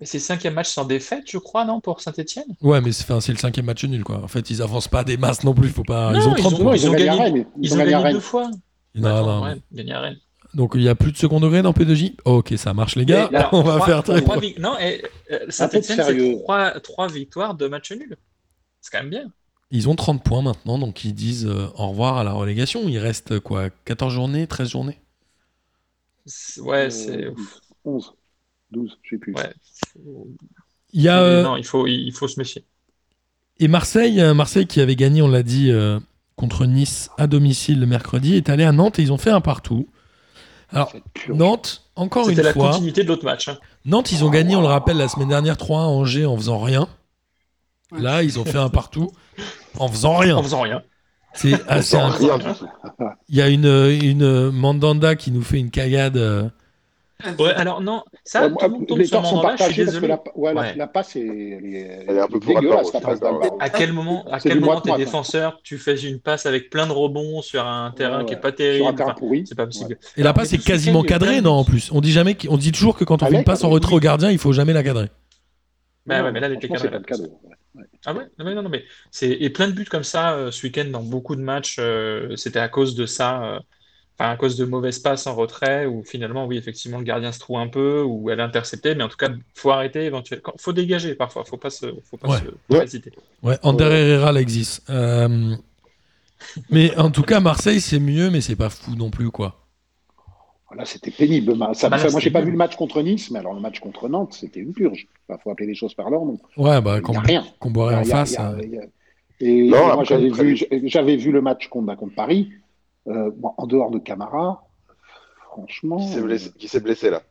C: Mais c'est le cinquième match sans défaite, je crois, non, pour Saint-Etienne?
A: Ouais, mais c'est enfin, c'est le cinquième match nul, quoi. En fait, ils avancent pas des masses non plus, faut pas.
C: Non,
A: ils ont
C: ils
A: 30
C: ont-
A: points.
C: ils ont
D: gagné
C: gagné-
D: à Rennes.
C: Ils ont gagné deux fois.
A: Non,
C: Attends,
A: non.
C: ouais, gagné à Rennes.
A: Donc il y a plus de second degré dans P2J Ok, ça marche, les gars.
D: Mais
A: [LAUGHS]
C: alors,
A: On va
C: trois-
A: faire très.
C: trois vic- Non, et, euh, Saint-Etienne,
D: sérieux.
C: c'est trois, trois victoires, deux matchs nuls. C'est quand même bien.
A: Ils ont 30 points maintenant, donc ils disent euh, au revoir à la relégation. Il reste euh, quoi 14 journées 13 journées
C: C'est- Ouais, c'est.
D: Euh, 11, 12, je sais plus.
C: Ouais.
A: Il y a. euh,
C: Non, il faut, il faut se méfier.
A: Et Marseille, euh, Marseille qui avait gagné, on l'a dit, euh, contre Nice à domicile le mercredi, est allé à Nantes et ils ont fait un partout. Alors,
D: Cette purge.
A: Nantes, encore
C: C'était
A: une
C: la
A: fois.
C: continuité de l'autre match. hein.
A: Nantes, ils ont gagné, on le rappelle, la semaine dernière 3 à Angers en faisant rien. Là, ils ont fait un partout en faisant rien.
C: En faisant rien.
A: C'est assez
B: Sans
A: incroyable.
B: euh, rien du tout.
A: Il y a une, une Mandanda qui nous fait une cagade. euh,
C: Ouais, alors non, ça,
D: Ouais,
C: tout le monde tombe
D: Euh, les
C: sur
D: torts sont
C: Mandanda, je suis
D: partagés parce que
C: désolé.
D: la, ouais, la-
C: Ouais.
D: la passe est, elle est,
B: Elle est un peu pour
D: dégueulasse, la
B: Attends,
D: passe d'Alvaro.
C: À quel moment, à
D: C'est
C: quel
D: du
C: moment t'es
D: moite-moite, hein.
C: défenseur, tu fais une passe avec plein de rebonds sur un terrain
D: Ouais,
C: qui est
D: ouais.
C: pas
D: Sur un
C: terrible.
D: terrain
C: Enfin,
D: pourri.
C: c'est pas possible.
A: Et la
C: Alors,
A: passe
C: mais
A: est
C: tout ce
A: quasiment
C: qu'il y a eu,
A: cadrée,
C: plein de-
A: non, en plus. On dit jamais, qu'- on dit toujours que
C: Ah
A: quand on fait une
D: Avec,
A: passe en
D: oui.
A: retrait au gardien, il faut jamais la cadrer.
C: Mais Bah ouais, mais là, elle était
D: franchement, c'est
C: cadrée,
D: pas
C: la
D: le
C: passe.
D: cadeau. ouais.
C: Ah ouais? Non, mais non, non, mais c'est et plein de buts comme ça euh, ce week-end dans beaucoup de matchs. euh, c'était à cause de ça, euh, enfin à cause de mauvaises passes en retrait où finalement oui effectivement le gardien se trouve un peu ou elle est interceptée, mais en tout cas faut arrêter éventuellement, faut dégager parfois, faut pas se, faut pas
A: Ouais.
C: se, faut pas
B: Ouais.
C: hésiter.
A: Ouais, Ander
D: Oh.
A: Herrera l'existe. Euh, Mais en tout cas, Marseille, c'est mieux, mais c'est pas fou non plus, quoi.
D: Voilà, c'était pénible. ma- ça-
C: Bah là,
D: ça- moi, j'ai
C: c'était
D: pas vu
C: nul.
D: le match contre Nice, mais alors le match contre Nantes, c'était une purge. Il faut appeler les choses par leur nom.
A: Ouais, bah,
D: Il n'y
A: qu'on
D: a rien.
A: qu'on boirait en
D: Il y a-
A: face.
D: il y a-
A: euh,
D: il y a- Et
B: Non,
D: moi,
B: après,
D: j'avais
B: après-
D: vu, j'avais vu le match contre, bah, contre Paris. Euh, bon, en dehors de Camara, euh, franchement,
B: Qui s'est blessé, qui s'est blessé, là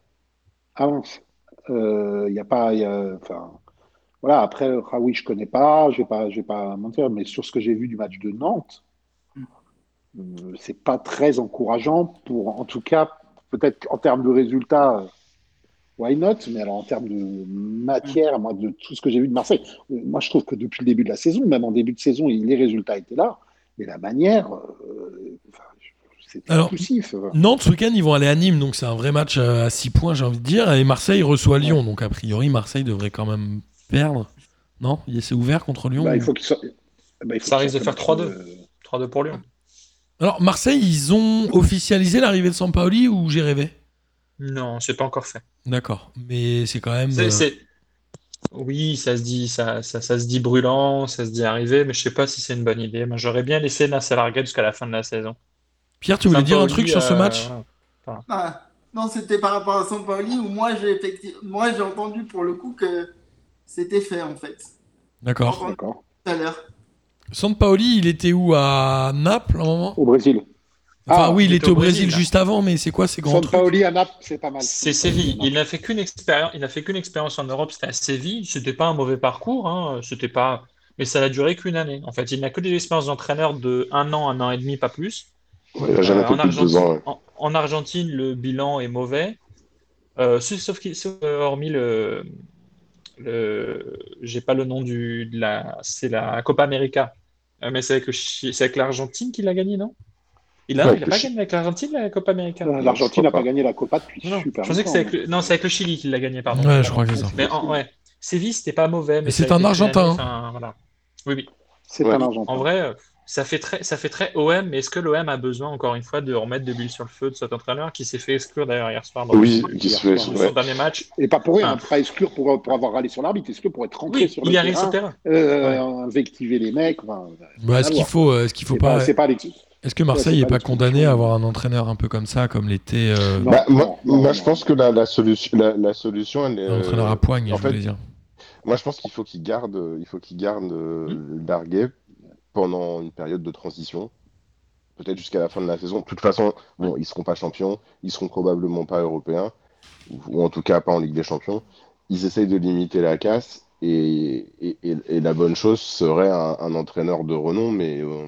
D: avance. Euh, Il y a pas, il y a- enfin, voilà. Après, Raoui, je connais pas, je vais pas, je vais pas mentir, mais sur ce que j'ai vu du match de Nantes, euh, c'est pas très encourageant pour, en tout cas, peut-être en termes de résultats. euh, Why not? Mais alors en termes de matière, moi, de tout ce que j'ai vu de Marseille, euh, moi je trouve que depuis le début de la saison, même en début de saison, il- les résultats étaient là, mais la manière, euh, enfin, je- c'était
A: Alors,
D: poussif.
A: Nantes, ce week-end, ils vont aller à Nîmes, donc c'est un vrai match euh, à 6 points, j'ai envie de dire. Et Marseille reçoit Lyon, donc a priori, Marseille devrait quand même perdre. Non Il s'est ouvert contre Lyon
D: Bah, il
A: ou-
D: faut qu'il soit- bah, il faut
C: Ça
D: qu'il
C: risque de
D: sorte
C: faire
D: le match,
C: 3-2.
D: euh,
C: 3-2 pour Lyon.
A: Alors, Marseille, ils ont officialisé l'arrivée de Sampaoli ou j'ai rêvé
C: Non, c'est pas encore fait.
A: D'accord, mais c'est quand même.
C: C'est,
A: euh,
C: c'est- Oui, ça se dit, ça, ça, ça se dit brûlant, ça se dit arrivé, mais je sais pas si c'est une bonne idée. Moi, j'aurais bien laissé Nasser Larguet jusqu'à la fin de la saison.
A: Pierre, tu voulais dire un
C: Sampaoli,
A: truc sur ce
C: euh,
A: match
C: voilà.
E: Ah, non, c'était par rapport à Sampaoli où moi j'ai effectivement, moi j'ai entendu pour le coup que c'était fait en fait
A: D'accord.
D: D'accord.
E: tout à l'heure.
A: Sampaoli, il était où À Naples, à un moment
D: Au Brésil.
A: Enfin,
D: Ah,
A: oui, il
C: il
A: était au Brésil, juste avant, mais c'est quoi ces grands
D: San
A: trucs
D: Paoli à Naples, c'est pas mal.
C: C'est Séville. Il n'a fait qu'une expérience. Il n'a fait qu'une expérience en Europe. C'était à Séville. C'était pas un mauvais parcours. hein, C'était pas. Mais ça n'a duré qu'une année. En fait, il n'a que des expériences d'entraîneur de un an, un an et demi, pas plus.
B: Ouais, Il a jamais
C: Euh,
B: fait
C: en,
B: plus de deux
C: Argentine,
B: ans. ouais.
C: en- en Argentine, le bilan est mauvais. Euh, sauf sauf qu'il- sauf, euh, hormis le, le- j'ai pas le nom du, de la, c'est la Copa América. Euh, mais c'est avec, le Chi- c'est avec l'Argentine qu'il a gagné, non? Il a,
B: Ouais,
C: il a
B: le
C: pas
B: Chi-
C: gagné avec l'Argentine la Copa América.
D: Euh, L'Argentine n'a
B: Je crois
D: pas
B: pas.
D: gagné la Copa depuis
C: Non,
D: super
C: je pensais que
D: longtemps. hein.
C: c'est avec le... non, c'est avec le Chili qu'il l'a gagné, pardon.
A: Ouais, je crois que c'est ça.
C: Mais en- ouais, Séville, c'était pas mauvais,
A: Mais
C: mais
A: c'est
C: ça a
A: un
C: été
A: Argentin, hein.
C: condamné, enfin, voilà. Oui, oui.
D: C'est
B: Ouais.
D: un Argentin.
C: En vrai, euh, ça fait très, ça fait très OM, mais est-ce que l'OM a besoin, encore une fois, de remettre de l'huile sur le feu de cet entraîneur qui s'est fait exclure d'ailleurs hier soir dans
B: Oui,
C: le-
B: qui se fait.
C: dans
D: c'est
C: son
B: ouais.
C: dernier match?
D: Et pas pour rien, hein,
C: Enfin.
D: pas exclure pour, pour avoir râlé sur l'arbitre, exclure pour être rentré
C: Oui,
D: sur le
C: il arrive sur
D: terrain,
C: le terrain.
D: euh, invectiver les mecs. enfin,
A: Bah, ce qu'il faut, euh, ce qu'il faut
D: c'est pas,
A: pas.
D: c'est pas l'excuse.
A: Est-ce que Marseille
D: c'est
A: n'est
D: pas
A: pas
D: le truc
A: condamné
D: chaud.
A: à avoir un entraîneur un peu comme ça, comme l'était euh,
D: Non,
B: Bah, moi,
D: non,
B: moi,
D: non,
B: je
D: non.
B: pense que la, la solution, la, la solution, elle est.
A: un entraîneur
B: euh,
A: à poigne,
B: en
A: je
B: fait,
A: voulais dire
B: Moi, je pense qu'il faut qu'il garde, euh, il faut qu'il garde euh, Darguet pendant une période de transition, peut-être jusqu'à la fin de la saison. De toute façon, bon, ils seront pas champions, ils seront probablement pas européens, ou, ou en tout cas pas en Ligue des Champions. Ils essayent de limiter la casse, et, et- et- et la bonne chose serait un, un entraîneur de renom, mais euh,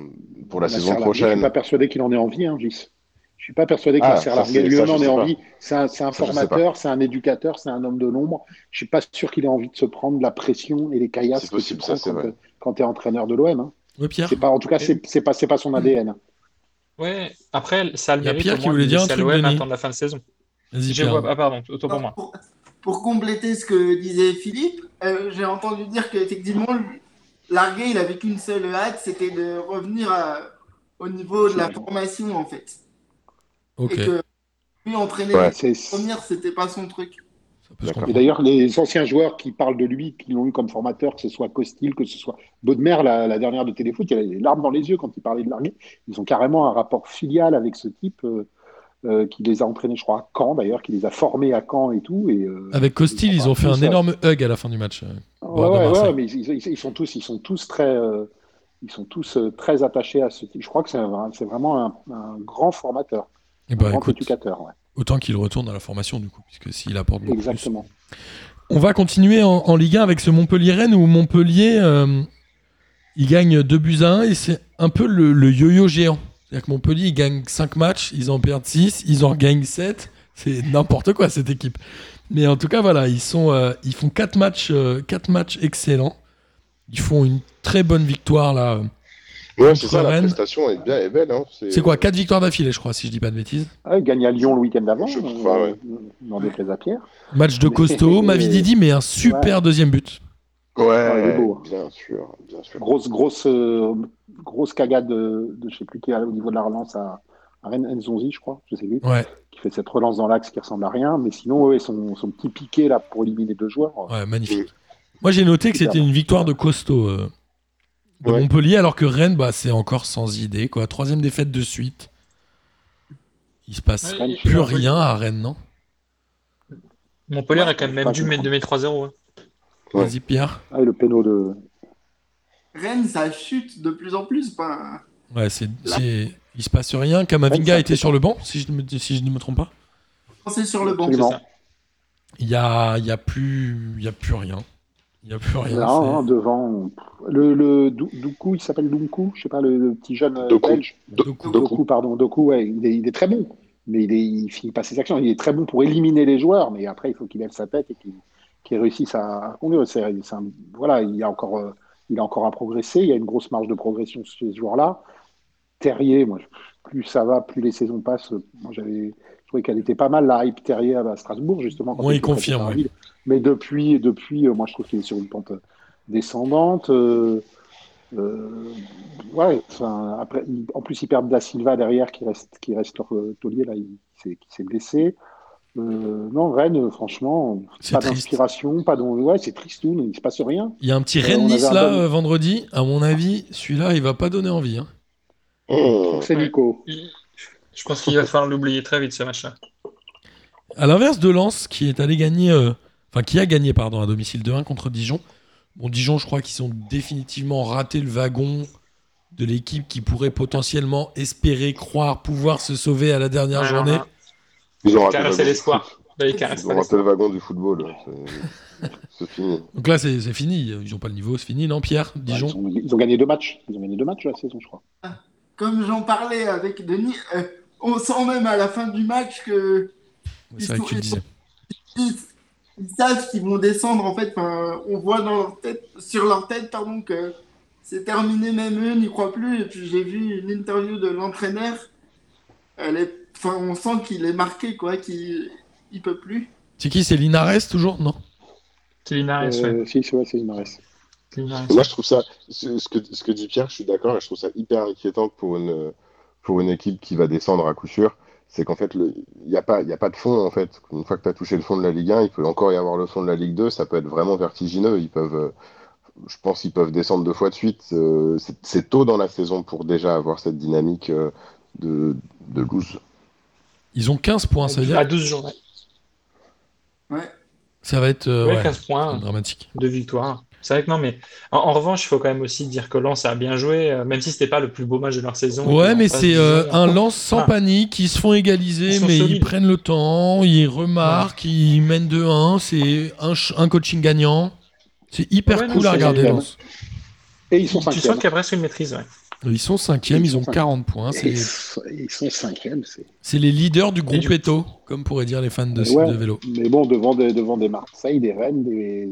B: pour la,
D: La
B: saison
D: Serlarguet, Je suis
B: prochaine.
D: pas persuadé qu'il en est envie, hein, Gis. Je suis pas persuadé que
B: Ah,
D: la
B: ça,
D: Serlarguet
B: c'est-
D: lui
B: ça,
D: en
B: je
D: est
B: sais pas.
D: envie. C'est un, c'est un
B: Ça, je sais
D: formateur, c'est un éducateur, c'est un homme de l'ombre. Je suis pas sûr qu'il ait envie de se prendre la pression et les caillasses
B: C'est
D: que tu
B: possible, ça,
D: prends
B: c'est
D: quand,
B: vrai.
D: t'es- quand tu es entraîneur de l'OM. hein.
A: Oui, Pierre
D: C'est pas, en tout cas, c'est c'est pas, c'est pas son ADN.
C: Ouais, après, ça a le
A: Il y a
C: mérite
A: Pierre
C: au
A: qui
C: moins
A: voulait
C: de
A: dire un
C: laisser à
A: truc,
C: l'OM
A: Denis.
C: attendre la fin de saison.
A: Vas-y,
C: Je
A: Pierre.
C: vois- Ah, pardon, autant pour
E: Alors,
C: moi.
E: pour, pour compléter ce que disait Philippe, euh, j'ai entendu dire qu'effectivement, le- Largué, il avait qu'une seule hâte, c'était de revenir à- au niveau de la formation, en fait.
A: Ok.
E: Et que lui, entraîner
B: Ouais.
E: les
D: C'est-
E: premières, c'était pas son truc.
A: Ça peut se
B: D'accord.
D: Et
A: comprendre.
D: d'ailleurs, les anciens joueurs qui parlent de lui, qui l'ont eu comme formateur, que ce soit Costil, que ce soit Baudemer, la, la dernière de Téléfoot, il avait les larmes dans les yeux quand il parlait de l'armée. Ils ont carrément un rapport filial avec ce type euh, euh, qui les a entraînés, je crois, à Caen d'ailleurs, qui les a formés à Caen et tout. Et, euh,
A: Avec Costil, ils ont fait un énorme hug à la fin du match. euh.
D: Ouais,
A: de
D: ouais,
A: Marseille.
D: ouais, mais ils, ils- ils sont tous, ils sont tous très, euh, ils sont tous euh, très attachés à ce type. Je crois que c'est un- c'est vraiment un, un grand formateur,
A: Eh
D: un
A: ben,
D: grand
A: écoute,
D: éducateur. ouais.
A: autant qu'il retourne à la formation, du coup, puisque s'il apporte beaucoup plus.
D: Exactement.
A: On va continuer en, en Ligue 1 avec ce Montpellier-Rennes où Montpellier, euh, il gagne 2 buts à 1 et c'est un peu le, le yo-yo géant. C'est-à-dire que Montpellier, ils gagnent 5 matchs, ils en perdent 6, ils en gagnent 7. C'est n'importe quoi cette équipe. Mais en tout cas, voilà, ils, sont, euh, ils font 4 matchs, euh, quatre matchs excellents. Ils font une très bonne victoire là.
B: Ouais, c'est
A: Contre
B: ça, la
A: Rennes.
B: prestation est bien, est belle. hein,
A: C'est quoi 4 victoires d'affilée, je crois, si je dis pas de bêtises.
D: Ah, il gagne à Lyon le week-end d'avant,
B: Je
D: euh,
B: crois, ouais.
D: dans des plaies à Pierre.
A: Match de costaud, Mavididi, mais un super deuxième but.
B: Ouais,
D: il est beau, hein.
B: bien sûr, bien sûr.
D: Grosse, grosse, euh, grosse cagade de, de je sais plus qui au niveau de la relance à, à Rennes Nzonzi, je crois, je sais plus,
A: Ouais,
D: qui fait cette relance dans l'axe qui ressemble à rien. Mais sinon, ouais, son, son petit piqué là pour éliminer deux joueurs. euh,
A: ouais, magnifique. Moi, j'ai noté que c'était une victoire de costaud euh, de
B: Ouais.
A: Montpellier, alors que Rennes, bah, c'est encore sans idée. Quoi. Troisième défaite de suite. Il se passe
D: Rennes,
C: Ouais,
A: plus
C: Montpellier-
A: rien à Rennes, non
C: Montpellier a quand même, même
D: Ouais,
C: dû
D: je
C: mettre 2-3-0. hein.
B: Ouais.
A: Vas-y, Pierre.
D: Ah, et le péno de.
E: Rennes, ça chute de plus en plus. Pas...
A: Ouais, c'est, c'est- Il se passe rien. Kamavinga
D: Rennes, ça
A: était
D: fait
A: sur le banc, si je, ne me- si je ne me trompe pas.
E: C'est sur le banc.
D: Absolument.
C: ça.
A: Il n'y a, il y a, plus- il y a plus rien. Il n'y a plus rien.
D: Non,
A: c'est-
D: non, hein, devant. Le, le Dou- Doukou, il s'appelle Doukou, je sais pas, le, le petit jeune euh,
B: Doku.
D: belge.
B: Do-
A: Doku.
B: Doku.
D: Doku, pardon, Doku, ouais, il est, il est très bon, mais il, est, il finit pas ses actions. Il est très bon pour éliminer les joueurs, mais après, il faut qu'il lève sa tête et qu'il qu'il réussisse à, à conduire. C'est- c'est un- voilà, il a, encore, euh, il a encore à progresser. Il y a une grosse marge de progression chez ce joueur-là. Terrier, moi, je- plus ça va, plus les saisons passent. Moi, j'avais trouvé qu'elle était pas mal, la hype Terrier à Strasbourg, justement.
A: Ouais,
D: était
A: il confirme,
D: prêté par
A: ouais.
D: Lille. Mais depuis, depuis euh, moi, je trouve qu'il est sur une pente descendante. euh, euh, ouais, enfin, après, il- en plus, ils perdent Da Silva derrière qui reste, qui reste leur euh, taulier, là, il, s'est- qui s'est blessé. Euh, non, Rennes, franchement,
A: C'est
D: pas
A: triste.
D: d'inspiration, pas de. Ouais, c'est tristoun, il se passe rien.
A: Il y a un petit
D: Euh,
A: Rennes-Nice
D: on avait un
A: là,
D: bon-
A: euh, vendredi. À mon avis, celui-là, il va pas donner envie. hein.
B: Mmh.
D: C'est Nico.
C: Je pense qu'il va falloir l'oublier très vite ce match-là.
A: À l'inverse de Lens, qui est allé gagner, euh, enfin qui a gagné pardon à domicile 2-1 contre Dijon. Bon, Dijon, je crois qu'ils ont définitivement raté le wagon de l'équipe qui pourrait potentiellement espérer, croire, pouvoir se sauver à la dernière
C: Ouais,
A: journée.
C: non, non.
B: Ils ont raté le
C: Caresser
B: wagon.
C: l'espoir. Allez, Bah, caresse
B: Ils
C: pas
B: ont raté
C: l'espoir.
B: le wagon du football. hein, [LAUGHS] c'est- C'est fini.
A: Donc là, c'est c'est fini. Ils ont pas le niveau, c'est fini, non, Pierre Dijon.
D: Ils, ont, ils ont gagné deux matchs. Ils ont gagné deux matchs la saison, je crois.
E: Comme j'en parlais avec Denis, euh, on sent même à la fin du match que
A: C'est vrai que tu le disais.
E: ils, ils savent qu'ils vont descendre en fait. Enfin, on voit dans leur tête, sur leur tête, pardon, que c'est terminé. Même eux n'y croient plus. Et puis j'ai vu une interview de l'entraîneur. Elle est, enfin, on sent qu'il est marqué quoi, qu'il il peut plus.
A: C'est qui C'est Linares toujours Non.
C: Kilinares, Ah, ouais.
D: Euh, Si, c'est ouais, c'est Linares.
C: Kilinares.
B: Moi, je trouve ça, ce ce que, ce que dit Pierre, je suis d'accord, et je trouve ça hyper inquiétant pour une, pour une équipe qui va descendre à coup sûr. C'est qu'en fait, le- il n'y a, pas- il y a pas de fond, en fait. Une fois que tu as touché le fond de la Ligue 1, il peut encore y avoir le fond de la Ligue 2, ça peut être vraiment vertigineux. Ils peuvent, euh, je pense qu'ils peuvent descendre deux fois de suite. Euh, c'est- c'est tôt dans la saison pour déjà avoir cette dynamique euh, de, de loose.
A: Ils ont 15 points, ça veut dire
C: À 12 jours. ouais.
A: ça va être euh,
C: Ouais,
A: ouais,
C: 15 points.
A: dramatique.
C: de victoire. C'est vrai que non, mais en, en revanche, il faut quand même aussi dire que Lens a bien joué, euh, même si c'était pas le plus beau match de leur saison.
A: Ouais,
C: Ils
A: mais
C: en
A: c'est
C: passent
A: euh,
C: dix ans.
A: un lance sans
C: Ah.
A: panique. Ils se font égaliser,
C: Ils sont
A: mais ils
C: solides.
A: prennent le temps, ils remarquent, ils mènent 2-1. C'est un, ch- un coaching gagnant. C'est hyper
C: Ouais, non,
A: cool à
C: c'est
A: regarder,
D: génial.
A: Lens.
D: Et ils sont
C: Tu sens
D: cinquièmes.
C: qu'il y a presque une maîtrise. ouais.
A: Ils sont cinquièmes,
D: Ils
A: ils
D: sont
A: ont
D: cinquièmes.
A: 40 points.
D: Et
A: C'est
D: Ils sont- ils sont cinquièmes. c'est-
A: c'est les leaders du groupe
C: du-
A: Eto, comme pourraient dire les fans de,
D: Ouais.
A: de vélo.
D: Mais bon, devant des, devant des Marseille, des Rennes, des,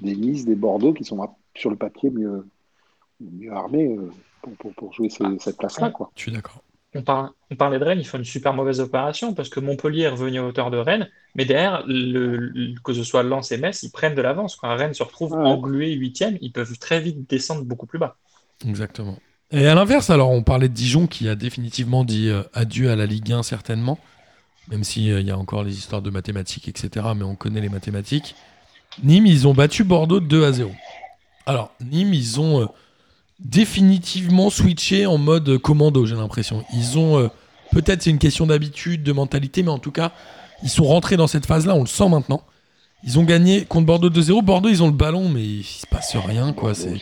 D: des Nice, des Bordeaux, qui sont sur le papier mieux, mieux armés euh, pour, pour, pour jouer ces- cette place-là. quoi.
A: Je suis d'accord.
C: On, par- on parlait de Rennes, ils font une super mauvaise opération parce que Montpellier est revenu à hauteur de Rennes, mais derrière, le- le- que ce soit Lens et Metz, ils prennent de l'avance. Quand Rennes se retrouve
D: Ouais.
C: englué huitième, ils peuvent très vite descendre beaucoup plus bas.
A: Exactement. Et à l'inverse, alors, on parlait de Dijon qui a définitivement dit euh, adieu à la Ligue 1, certainement, même s'il y a encore les histoires de mathématiques, etc. Mais on connaît les mathématiques. Nîmes, ils ont battu Bordeaux 2 à 0. Alors, Nîmes, ils ont euh, définitivement switché en mode commando, j'ai l'impression. Ils ont, euh, peut-être c'est une question d'habitude, de mentalité, mais en tout cas, ils sont rentrés dans cette phase-là, on le sent maintenant. Ils ont gagné contre Bordeaux 2-0. Bordeaux, ils ont le ballon, mais il se passe rien, quoi. C'est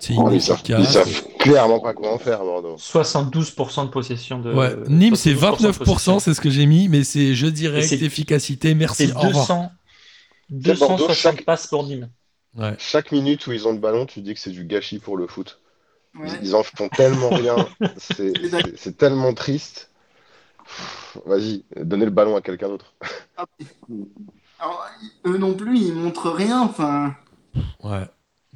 A: c'est
B: Oh, ils savent, ils
A: inefficace.
B: savent clairement pas comment faire, Bordeaux.
C: 72% de possession de.
A: Ouais, Nîmes c'est
C: 72% de
A: 29%,
C: possession.
A: c'est ce que j'ai mis, mais c'est je
C: Et
A: dirais
C: c'est-
A: efficacité, merci,
C: C'est
A: au revoir.
C: 200
B: Bordeaux,
C: 260
B: chaque-
C: passes pour Nîmes.
A: Ouais.
B: Chaque minute où ils ont le ballon, tu dis que c'est du gâchis pour le foot.
E: Ouais.
B: Ils, ils en font tellement
D: [LAUGHS]
B: rien. C'est- C'est c'est tellement triste. Pff, Vas-y, donnez le ballon à quelqu'un d'autre.
E: Alors, eux non plus, ils montrent rien. Enfin,
A: ouais.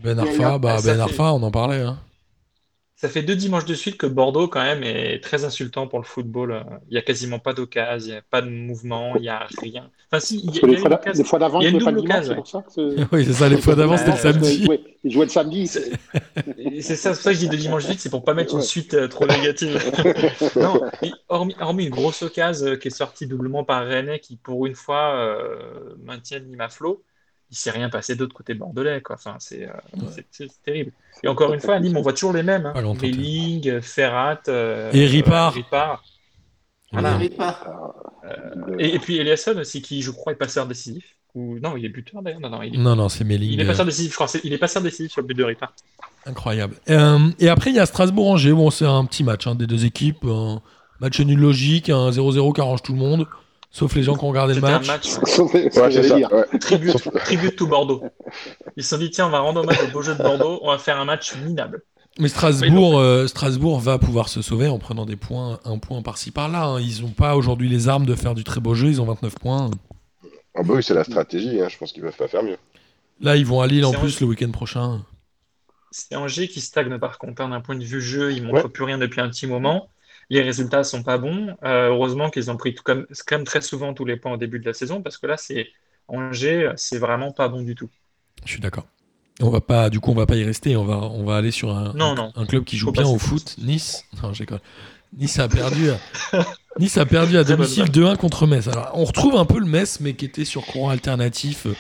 A: Ben
E: Il y a eu
A: Arfa,
E: un-
A: bah,
C: ça
A: Ben
C: fait-
A: Arfa, on en parlait. hein. [LAUGHS]
C: Ça fait deux dimanches de suite que Bordeaux, quand même, est très insultant pour le football. euh, Il n'y a quasiment pas d'occasion, il n'y a pas de mouvement, il n'y a rien. Enfin, si, il
D: Parce
C: y
D: que
C: a, il y
D: les
C: a
D: fois
C: une
D: d'a- les
C: occasion.
D: fois d'avant,
C: Il y a
D: ils
C: une
D: jouaient pas le
C: double
D: dimanche,
C: occasion,
D: c'est
C: ouais.
D: pour ça que c'est-
A: oui, c'est ça, les fois d'avant,
E: Ah,
A: c'était le
C: Ouais,
A: [LAUGHS]
C: parce
A: samedi.
D: Ouais, ils jouaient le samedi. c'est-
C: Et C'est ça, c'est pour ça que je dis deux dimanches de suite, c'est pour pas mettre une
D: Ouais.
C: suite euh, trop
D: [LAUGHS]
C: négative. [LAUGHS] non, et hormis, hormis une grosse occasion euh, qui est sortie doublement par René, qui pour une fois euh, maintient Nîmes à flot, il s'est rien passé d'autre côté bordelais. Quoi. Enfin, c'est euh, c'est- c'est- c'est terrible. Et encore une fois, à Nîmes, on voit toujours les mêmes.
A: Pas
C: Hein.
A: longtemps,
C: Belling, euh, Ferrat, euh,
A: Et Ripard.
C: euh, Ripard. Voilà.
E: ils pas.
C: Et, et puis Eliasson aussi, qui je crois est passeur décisif. Ou non, il est buteur d'ailleurs. Non, non, il est,
A: Non, non, c'est Méling.
C: Mm, il est euh, passeur décisif. Je crois C'est- il est passeur décisif sur le but de Ripard.
A: Incroyable. Euh, et après, il y a Strasbourg-Angers. Bon, c'est un petit match hein, des deux équipes. Un match nul logique, un 0-0 qui arrange tout le monde, sauf les gens qui ont regardé le
C: C'était un
A: match.
C: match
D: Sauf- c'est ce que
B: Ouais, c'est
D: j'allais
B: ça.
D: dire.
B: ouais.
C: tribute,
B: Sauf-
C: tribute tout Bordeaux. Ils se sont dit tiens, on va rendre hommage au beau jeu de Bordeaux, on va faire un match minable.
A: Mais Strasbourg, euh, Strasbourg va pouvoir se sauver en prenant des points, un point par-ci par-là. hein. Ils n'ont pas aujourd'hui les armes de faire du très beau jeu. Ils ont 29 points.
B: Ah bah oui, c'est la stratégie. hein. Je pense qu'ils peuvent pas faire mieux.
A: Là, ils vont à Lille en
C: C'est
A: plus le week-end prochain.
C: C'est Angers qui stagne par contre hein, d'un point de vue jeu, ils montrent plus rien depuis un petit moment. Les résultats sont pas bons. Euh, heureusement qu'ils ont pris tout comme, c'est quand même très souvent tous les points au début de la saison parce que là c'est Angers, c'est vraiment pas bon du tout.
A: Je suis d'accord. On va pas, du coup, on va pas y rester. On va, on va aller sur un,
C: Non,
A: un-
C: non.
A: un club qui joue
C: Faut pas
A: bien au
C: se-
A: foot. Nice. [LAUGHS] Non, j'ai Nice a perdu.
C: [LAUGHS]
A: à- nice a perdu à
C: Très bonne
A: domicile 2-1 contre Metz. Alors, on retrouve un peu le Metz, mais qui était sur courant alternatif. Euh,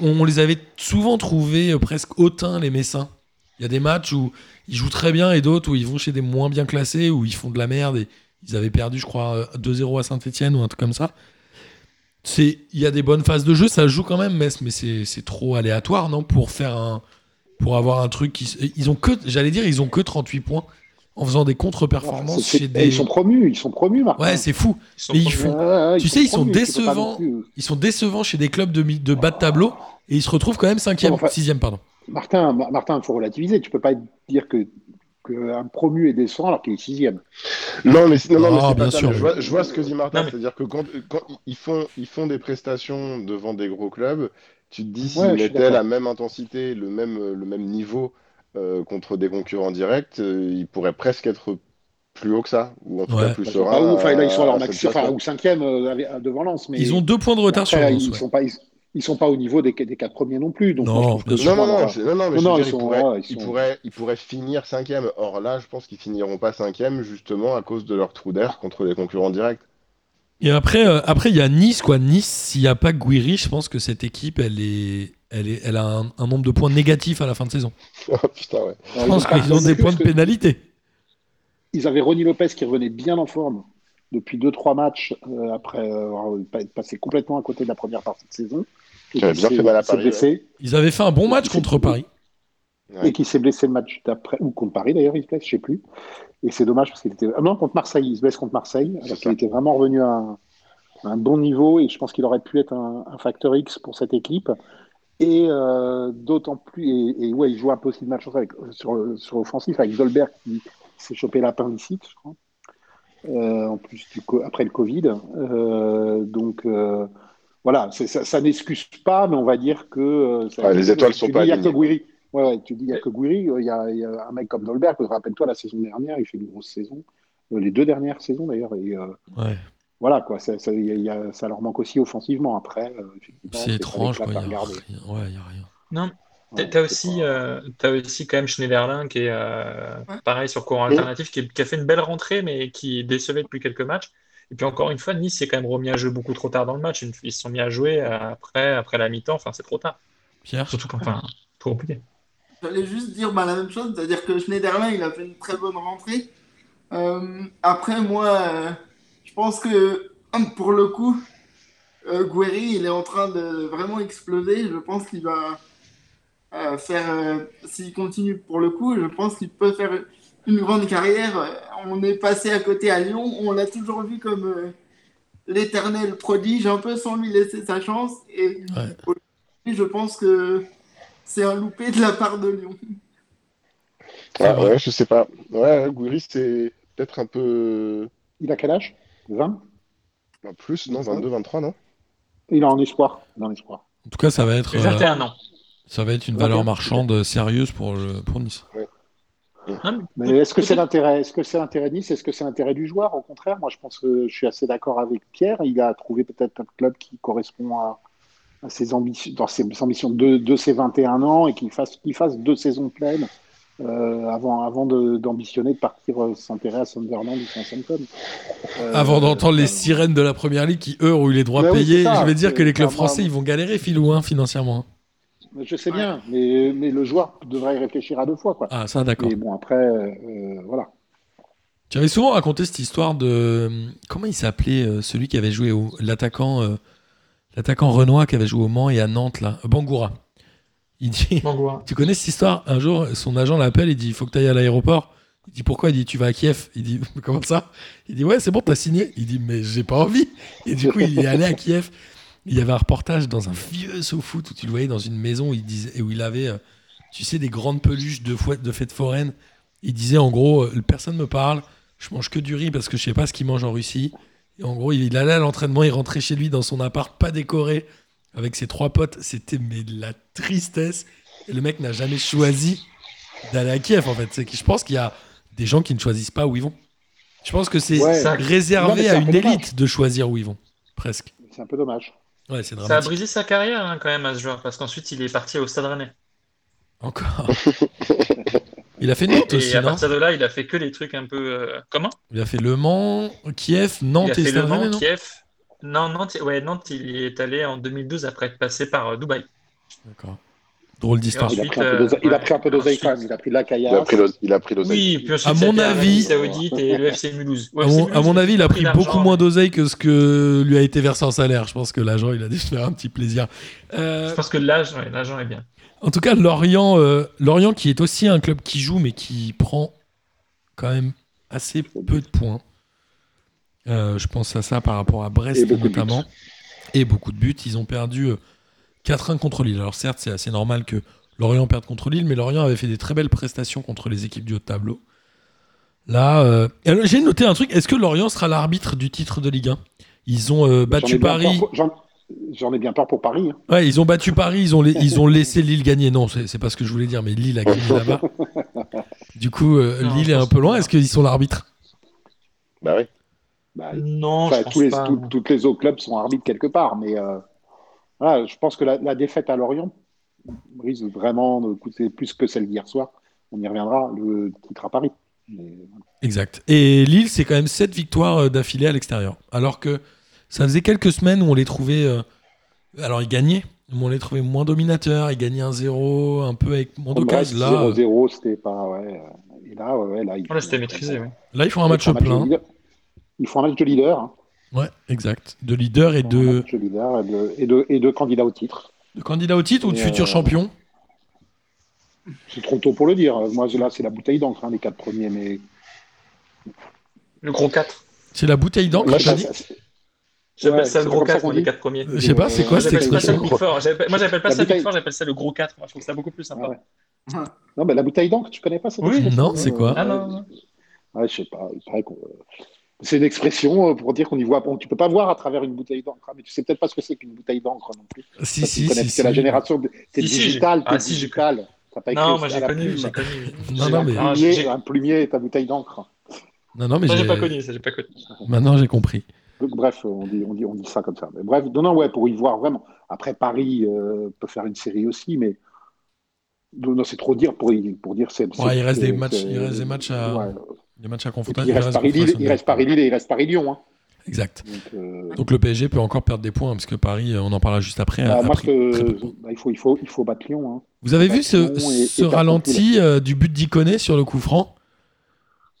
A: On, on les avait souvent trouvés euh, presque hautains les Messins. Il y a des matchs où ils jouent très bien et d'autres où ils vont chez des moins bien classés, où ils font de la merde et ils avaient perdu, je crois, euh, 2-0 à Saint-Etienne ou un truc comme ça. C'est, il y a des bonnes phases de jeu, ça joue quand même, Metz, mais c'est, c'est trop aléatoire, non, pour faire un, pour avoir un truc qui, s- ils ont que, j'allais dire, ils ont que 38 points en faisant des contre-performances
D: C'est-
A: chez
D: et
A: des,
D: Ils sont promus, ils sont promus, Marc.
A: ouais, c'est fou.
C: Ils sont
A: Mais ils
C: promus.
A: font- tu sais, ils sont décevants. Ils sont décevants chez des clubs de, mi- de bas de tableau et ils se retrouvent quand même cinquième,
D: Non, enfin-
A: sixième, pardon.
D: Martin, Ma- Martin, il faut relativiser. Tu peux pas dire que qu'un promu est décevant alors qu'il est sixième.
B: Non, mais c'est- non, non, mais
A: Ah,
B: c'est
A: bien
B: pas ça.
A: sûr.
B: mais Je vois, je vois ce que dit Martin,
C: Non, mais-
B: c'est-à-dire que quand, quand ils font, ils font des prestations devant des gros clubs, tu te dis s'ils
D: Ouais, je suis
B: mettaient
D: d'accord.
B: la même intensité, le même, le même niveau euh, contre des concurrents directs, euh, ils pourraient presque être plus haut que ça, ou en tout
A: Ouais.
B: cas plus
D: Ils sont
B: sereins.
D: Bah, pas où, enfin, là, ils sont à leur
B: à cette
D: maxi- enfin,
B: place-là.
D: ou cinquième euh, avec- à- devant Lens, mais
A: Ils ont deux points de retard
D: après,
A: sur Lens,
D: ils,
A: ouais.
D: sont pas, ils, ils sont pas au niveau des, des quatre premiers non plus. Donc
A: Non,
D: moi, je trouve
A: bien
D: que
A: sûr.
B: Non, non,
D: franchement,
B: non,
D: voilà.
B: je- non, non, mais
D: Non,
B: je veux
D: non,
B: dire,
D: ils
B: ils,
D: sont-
B: pourraient,
D: ouais, ils
B: ils
D: sont-
B: pourraient- ils pourraient finir cinquième. Or là, je pense qu'ils finiront pas cinquième, justement, à cause de leur trou d'air contre les concurrents directs. [LAUGHS]
A: Et après, euh, après il y a Nice, quoi. Nice, s'il n'y a pas Guiri, je pense que cette équipe, elle est, elle, est, elle a un, un nombre de points négatifs à la fin de saison.
B: Ah, putain, ouais.
A: Je
D: Euh,
A: pense qu'ils ont des points de pénalité.
D: Ils avaient Ronnie Lopez qui revenait bien en forme depuis 2-3 matchs euh, après avoir pa- passé complètement à côté de la première partie de saison. Et
B: J'avais
D: qui
B: bien
D: s'est-
B: fait mal à
D: qui s'est
B: Paris,
D: blessé,
A: Ils avaient fait un bon match contre Paris.
B: Ouais.
D: Et qui s'est blessé le match d'après, ou contre Paris d'ailleurs, il se blesse, je sais plus. Et c'est dommage parce qu'il était. Ah non, contre Marseille, il se blesse contre Marseille,
B: C'est
D: alors
B: ça.
D: qu'il était vraiment revenu à un, à un bon niveau et je pense qu'il aurait pu être un, un facteur X pour cette équipe. Et euh, d'autant plus, et, et ouais, il joue un peu aussi de match avec, sur, le- sur offensif avec Dolberg qui s'est chopé la appendicite, je crois. Euh, en plus, du co- après le Covid. Euh, donc. euh, voilà, c'est- ça, ça n'excuse pas, mais on va dire que euh, ça-
B: Ouais, les étoiles sont
D: tu
B: pas
D: dis, Il y a
B: alignées.
D: que Guiri. Ouais, ouais, tu dis, il y a que Guiri, euh, il y, a- il y a un mec comme Dolberg, euh, rappelle-toi la saison dernière, il fait une grosse saison, Euh, les deux dernières saisons d'ailleurs, et euh,
A: Ouais.
D: voilà quoi, ça, ça- il y a- il y a- ça leur manque aussi offensivement après. euh, effectivement,
A: bah, C'est étrange,
D: pas
A: quoi.
D: des
A: Il
D: claques à
A: n'y a,
D: regarder.
A: rien- ouais, y a rien.
C: T'as
D: Ouais,
C: t'as
D: c'est
C: aussi,
D: pas-
C: euh, t'as aussi quand même Schneiderlin qui est euh,
E: Ouais.
C: pareil sur courant
B: Mhm.
C: alternatif, qui, qui a fait une belle rentrée, mais qui décevait depuis quelques matchs. Et puis encore une fois, Nice s'est quand même remis à jouer beaucoup trop tard dans le match. Ils ils se sont mis à jouer euh, après, après la mi-temps. Enfin, c'est trop tard.
A: Pierre
C: Surtout quand, enfin, trop compliqué.
A: [LAUGHS]
E: J'allais juste dire bah, la même chose, c'est-à-dire que Schneiderlin, il a fait une très bonne rentrée. Euh, après, moi, euh, je pense que hum, pour le coup, euh, Guerri, il est en train de vraiment exploser. Je pense qu'il va euh, faire, euh, s'il continue pour le coup, je pense qu'il peut faire une grande carrière. Euh, On est passé à côté à Lyon, on l'a toujours vu comme euh, l'éternel prodige, un peu sans lui laisser sa chance. Et
A: Ouais.
E: aujourd'hui, je pense que c'est un loupé de la part de Lyon.
A: C'est
B: Ah,
A: vrai.
B: ouais, je sais pas. Ouais, Gouiri, c'est peut-être un peu.
D: Il a quel âge 20
B: En plus, non, 22, 23, non
D: Il est en espoir. Dans l'espoir.
A: En tout cas, ça va être, euh,
C: 21 ans.
A: ça va être une
D: Vingt et un.
A: valeur marchande euh, sérieuse pour, le, pour Nice.
C: Non, mais
D: Mais est-ce que c'est l'intérêt Est-ce que c'est l'intérêt de Nice Est-ce que c'est l'intérêt du joueur Au contraire, moi je pense que je suis assez d'accord avec Pierre. Il a trouvé peut-être un club qui correspond à, à ses ambitions, dans ses ambitions de, de ses 21 ans et qu'il fasse, qu'il fasse deux saisons pleines euh, avant, avant de- d'ambitionner de, partir euh, s'enterrer à Sunderland ou Southampton. Euh,
A: Avant d'entendre les
D: euh,
A: sirènes de la première ligue qui, eux, ont eu les droits
D: Mais oui,
A: payés,
D: c'est ça,
A: je vais dire
D: c'est-
A: que les clubs
D: enfin, moi-
A: français, ils vont galérer, Philou, hein, financièrement.
D: Je sais
E: Ouais.
D: bien, mais, mais le joueur devrait y réfléchir à deux fois. Quoi.
A: Ah, ça, d'accord.
D: mais bon, après, euh, voilà.
A: Tu avais souvent raconté cette histoire de. euh, Comment il s'appelait euh, celui qui avait joué au. L'attaquant. euh, L'attaquant Renoir qui avait joué au Mans et à Nantes, là. Bangoura. Il dit.
C: Bangoura.
A: Tu connais cette histoire Un jour, son agent l'appelle, il dit il faut que tu ailles à l'aéroport. Il dit pourquoi Il dit tu vas à Kiev. Il dit [LAUGHS] comment ça Il dit ouais, c'est bon, t'as signé. Il dit mais j'ai pas envie. Et du coup, il est allé à Kiev. Il y avait un reportage dans un vieux SoFoot où tu le voyais dans une maison où il, disait, où il avait, euh, tu sais, des grandes peluches de, fouet- de fêtes foraines. Il disait en gros euh, personne me parle, je mange que du riz parce que je sais pas ce qu'ils mangent en Russie. Et en gros, il il allait à l'entraînement, il rentrait chez lui dans son appart, pas décoré, avec ses trois potes. C'était mais de la tristesse. Et le mec n'a jamais choisi d'aller à Kiev, en fait. C'est que je pense qu'il y a des gens qui ne choisissent pas où ils vont. Je pense que c'est
D: Ouais.
C: Ça,
D: Non, mais
A: réservé
D: c'est
A: à
D: un
A: une
D: peu dommage.
A: élite de choisir où ils vont. Presque.
D: C'est un peu dommage.
A: Ouais, c'est
C: ça a
A: dramatique.
C: brisé sa carrière hein, quand même à ce joueur, parce qu'ensuite il est parti au Stade Rennais.
A: Encore. [LAUGHS] Il a fait Nantes aussi,
C: Et à
A: non
C: partir de là, il a fait que les trucs un peu. euh, comment
A: Il a fait Le Mans, Kiev, Nantes
C: Il a
A: et
C: fait Le
A: Stade Rennais,
C: Mans,
A: non
C: Kiev. Non, Nantes, ouais, Nantes, il y est allé en 2012 après être passé par euh, Dubaï.
A: D'accord. Drôle d'histoire.
D: Il a
C: Ensuite,
D: pris un peu
C: euh,
D: d'oseille- il a
C: ouais.
D: pris un peu d'oseille quand même.
C: Ensuite-
D: Il a pris de la
B: Il a
D: caillasse.
B: pris l'os- il a pris l'oseille.
C: Oui, puis ensuite,
A: À
C: ça a
A: mon
C: été l'Arabie
A: avis-
C: Saoudite et le FC Mulhouse. Ouais,
A: À
C: c'est hein.
A: mon,
C: Mulhouse
A: à mon
C: qui-
A: avis, il a
C: pris
A: pris
C: d'argent,
A: beaucoup
C: mais-
A: moins d'oseille que ce que lui a été versé en salaire. Je pense que l'agent, il a dû se faire un petit plaisir. Euh,
C: Je pense que l'âge, ouais, l'agent est bien.
A: En tout cas, Lorient, euh, Lorient qui est aussi un club qui joue, mais qui prend quand même assez peu de points. Euh, je pense à ça par rapport à Brest
D: Et beaucoup de
A: notamment. Et beaucoup de buts. Ils ont perdu euh, 4-1 contre Lille. Alors certes, c'est assez normal que Lorient perde contre Lille, mais Lorient avait fait des très belles prestations contre les équipes du haut de tableau. Là, euh, et alors, j'ai noté un truc. Est-ce que Lorient sera l'arbitre du titre de Ligue 1 Ils ont euh,
D: J'en ai
A: battu
D: bien peur
A: Paris.
D: pour- J'en j'en ai bien peur pour Paris. hein.
A: Ouais, ils ont battu Paris, ils ont, la- ils ont laissé Lille gagner. Non, c'est c'est pas ce que je voulais dire, mais Lille a
D: [LAUGHS]
A: gagné là-bas. Du coup, euh,
C: Non,
A: Lille
C: je
A: est un
C: pense
A: peu
C: que-
A: loin. Est-ce qu'ils sont l'arbitre
B: Bah oui.
D: Bah,
C: Non,
D: Enfin,
C: je pense
D: tous les,
C: pas.
D: tout- toutes les autres clubs sont arbitres quelque part, mais euh, voilà, je pense que la, la défaite à Lorient risque vraiment de coûter plus que celle d'hier soir. On y reviendra, le titre à Paris. Mais,
A: Exact. Et Lille, c'est quand même 7 victoires euh, d'affilée à l'extérieur. Alors que ça faisait quelques semaines où on les trouvait. euh, Alors, ils gagnaient. Mais on les trouvait moins dominateurs, ils gagnaient 1-0, un peu avec
D: Ah, bah,
A: Mondocas. Là, euh,
D: 0-0, c'était pas. Ouais. euh, Et là, ouais, ouais, là, ils
C: Voilà, c'était maîtrisé. ouais.
A: là, ils font un
D: ils
A: match
D: font un
A: plein.
D: de leader. Ils font un match de leader. hein.
A: Ouais, exact. De leader et
D: Un
A: de,
D: match de leader et de, et de, et de candidat au titre.
A: de candidat au titre ou de
D: Et,
A: futur
D: euh,
A: champion
D: C'est trop tôt pour le dire. Moi, là, c'est la bouteille d'encre, hein, les quatre premiers. Mais
C: Le gros 4.
A: C'est la bouteille d'encre,
D: Moi,
A: t'as
D: ça-
A: dit
D: ça-
C: J'appelle
D: Ouais,
C: ça
D: c'est
C: le gros
D: comme ça
C: 4,
D: qu'on
C: moi, les
D: dit.
C: 4 premiers.
A: Je sais pas, c'est quoi cette
C: J'appelle pas ça
A: expression
C: le Big Four. J'appelle- Moi, j'appelle pas
D: La
C: ça le Big
D: bouteille-
C: Four, j'appelle ça le gros 4. Moi, je trouve ça beaucoup plus sympa.
D: Ouais. Non, mais la bouteille d'encre, tu connais pas cette
C: Oui.
D: expression
A: Non, c'est quoi
C: Ah non, non.
D: Ouais, je sais pas. Il paraît qu'on. euh, C'est une expression euh, pour dire qu'on y voit. Bon, tu peux pas voir à travers une bouteille d'encre, hein, mais tu sais peut-être pas ce que c'est qu'une bouteille d'encre non plus.
A: Si,
D: Toi, tu
A: si,
D: connais,
A: si.
D: parce que la
A: si.
D: génération, de- t'es
C: Si, si, j'ai-
D: digital, t'es
C: ah, si, j'ai-
D: digital. T'as pas écrit
C: Non,
D: au-
C: moi
D: à
C: j'ai
D: la
C: connu,
D: plume.
C: j'ai connu.
A: Non,
C: J'ai-
A: non, mais-
C: ah,
D: Un
C: j'ai-
D: plumier,
C: j'ai-
D: un plumier et ta bouteille d'encre.
A: Non, non, mais
C: Ça, j'ai
A: j'ai-
C: pas connu, ça, j'ai pas connu.
A: maintenant j'ai compris.
D: Donc, bref, on dit, on, dit, on dit ça comme ça. Mais bref, non, non, ouais, pour y voir vraiment. Après, Paris euh, peut faire une série aussi, mais non, non, c'est trop dire pour, y- pour dire c'est.
A: Ouais,
D: c'est-
A: il reste des
D: c'est-
A: matchs-
D: c'est-
A: il reste des matchs à-
D: Ouais.
A: Les matchs à
D: Et
A: confrontation.
D: puis, il reste Paris-Lille, il reste Paris-Lille et il reste Paris-Lyon. hein.
A: Exact.
D: Donc, euh,
A: Donc le PSG peut encore perdre des points hein, parce que Paris, euh, on en parlera juste après. a-
D: bah,
A: a
D: moi,
A: pris
D: je-
A: très peu de points.
D: bah, il, faut, il, faut, il faut battre Lyon. hein.
A: Vous avez
D: bah,
A: vu ce,
D: Lyon et-
A: ce
D: et Tartu,
A: ralenti euh, du but d'Iconé sur le coup franc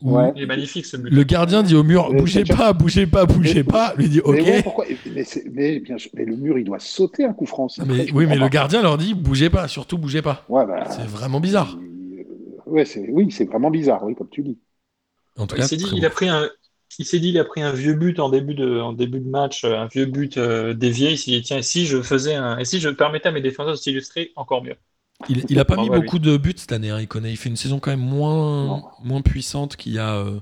A: Où
D: Ouais.
C: Il est magnifique ce but.
A: Le gardien dit au mur
D: Mais
A: bougez
D: c'est-
A: pas, bougez pas, bougez
D: Mais-
A: pas. Lui dit ok.
D: Mais, ouais, pourquoi mais, c'est- mais bien sûr, mais le mur, il doit sauter un coup franc. c'est
A: Non,
D: vrai,
A: mais,
D: je
A: oui, mais
D: comprends
A: le
D: pas.
A: gardien leur dit bougez pas, surtout bougez pas.
D: Ouais, bah,
A: C'est vraiment bizarre.
D: il- euh, ouais, c'est- oui, c'est vraiment bizarre, oui, comme tu dis.
A: En tout
C: Il
A: cas,
C: s'est dit,
A: très
C: il
A: beau.
C: a pris un. Il s'est dit, il a pris un vieux but en début de, en début de match, euh, un vieux but euh, dévié. Il s'est dit, tiens, et si je faisais un, et si je permettais à mes défenseurs de s'illustrer encore mieux.
A: [LAUGHS] Il, il a pas mis
C: Bravo à lui.
A: beaucoup de buts cette année, hein, Iconé. Il fait une saison quand même moins,
D: Non.
A: moins puissante qu'il y a. euh,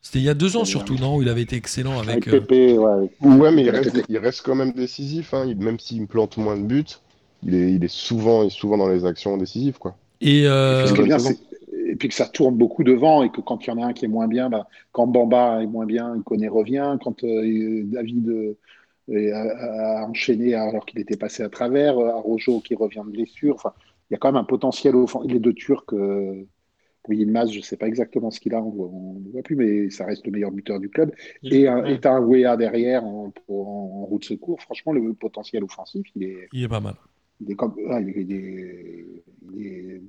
A: C'était il y a deux ans
D: Ouais,
A: surtout, non Où il avait été excellent avec.
D: Avec
A: euh,
D: Pépé, ouais, avec-
B: Ouais, mais il
D: Ouais,
B: reste,
D: c'est-
B: il reste quand même décisif. Hein. Il- même s'il me plante moins de buts, il est, il est souvent, il est souvent dans les actions décisives. Quoi.
A: Et euh,
D: Ce qui est
B: bonne
D: bien,
B: saison.
D: c'est- Et puis que ça tourne beaucoup devant et que quand il y en a un qui est moins bien, bah, quand Bamba est moins bien, il connaît revient. Quand euh, David euh, est- a, a enchaîné alors qu'il était passé à travers, euh, Arojo qui revient de blessure. Enfin, il y a quand même un potentiel offensif. Les deux Turcs, euh, oui, Yilmaz, je ne sais pas exactement ce qu'il a, on voit- on ne voit plus, mais ça reste le meilleur buteur du club.
C: Il-
D: Et, un-
C: ouais.
D: et t'as un Weah derrière en, pour- en- en roue de secours. Franchement, le potentiel offensif, il est.
A: il est pas mal.
D: Il est comme- ah, il est- il est- il est-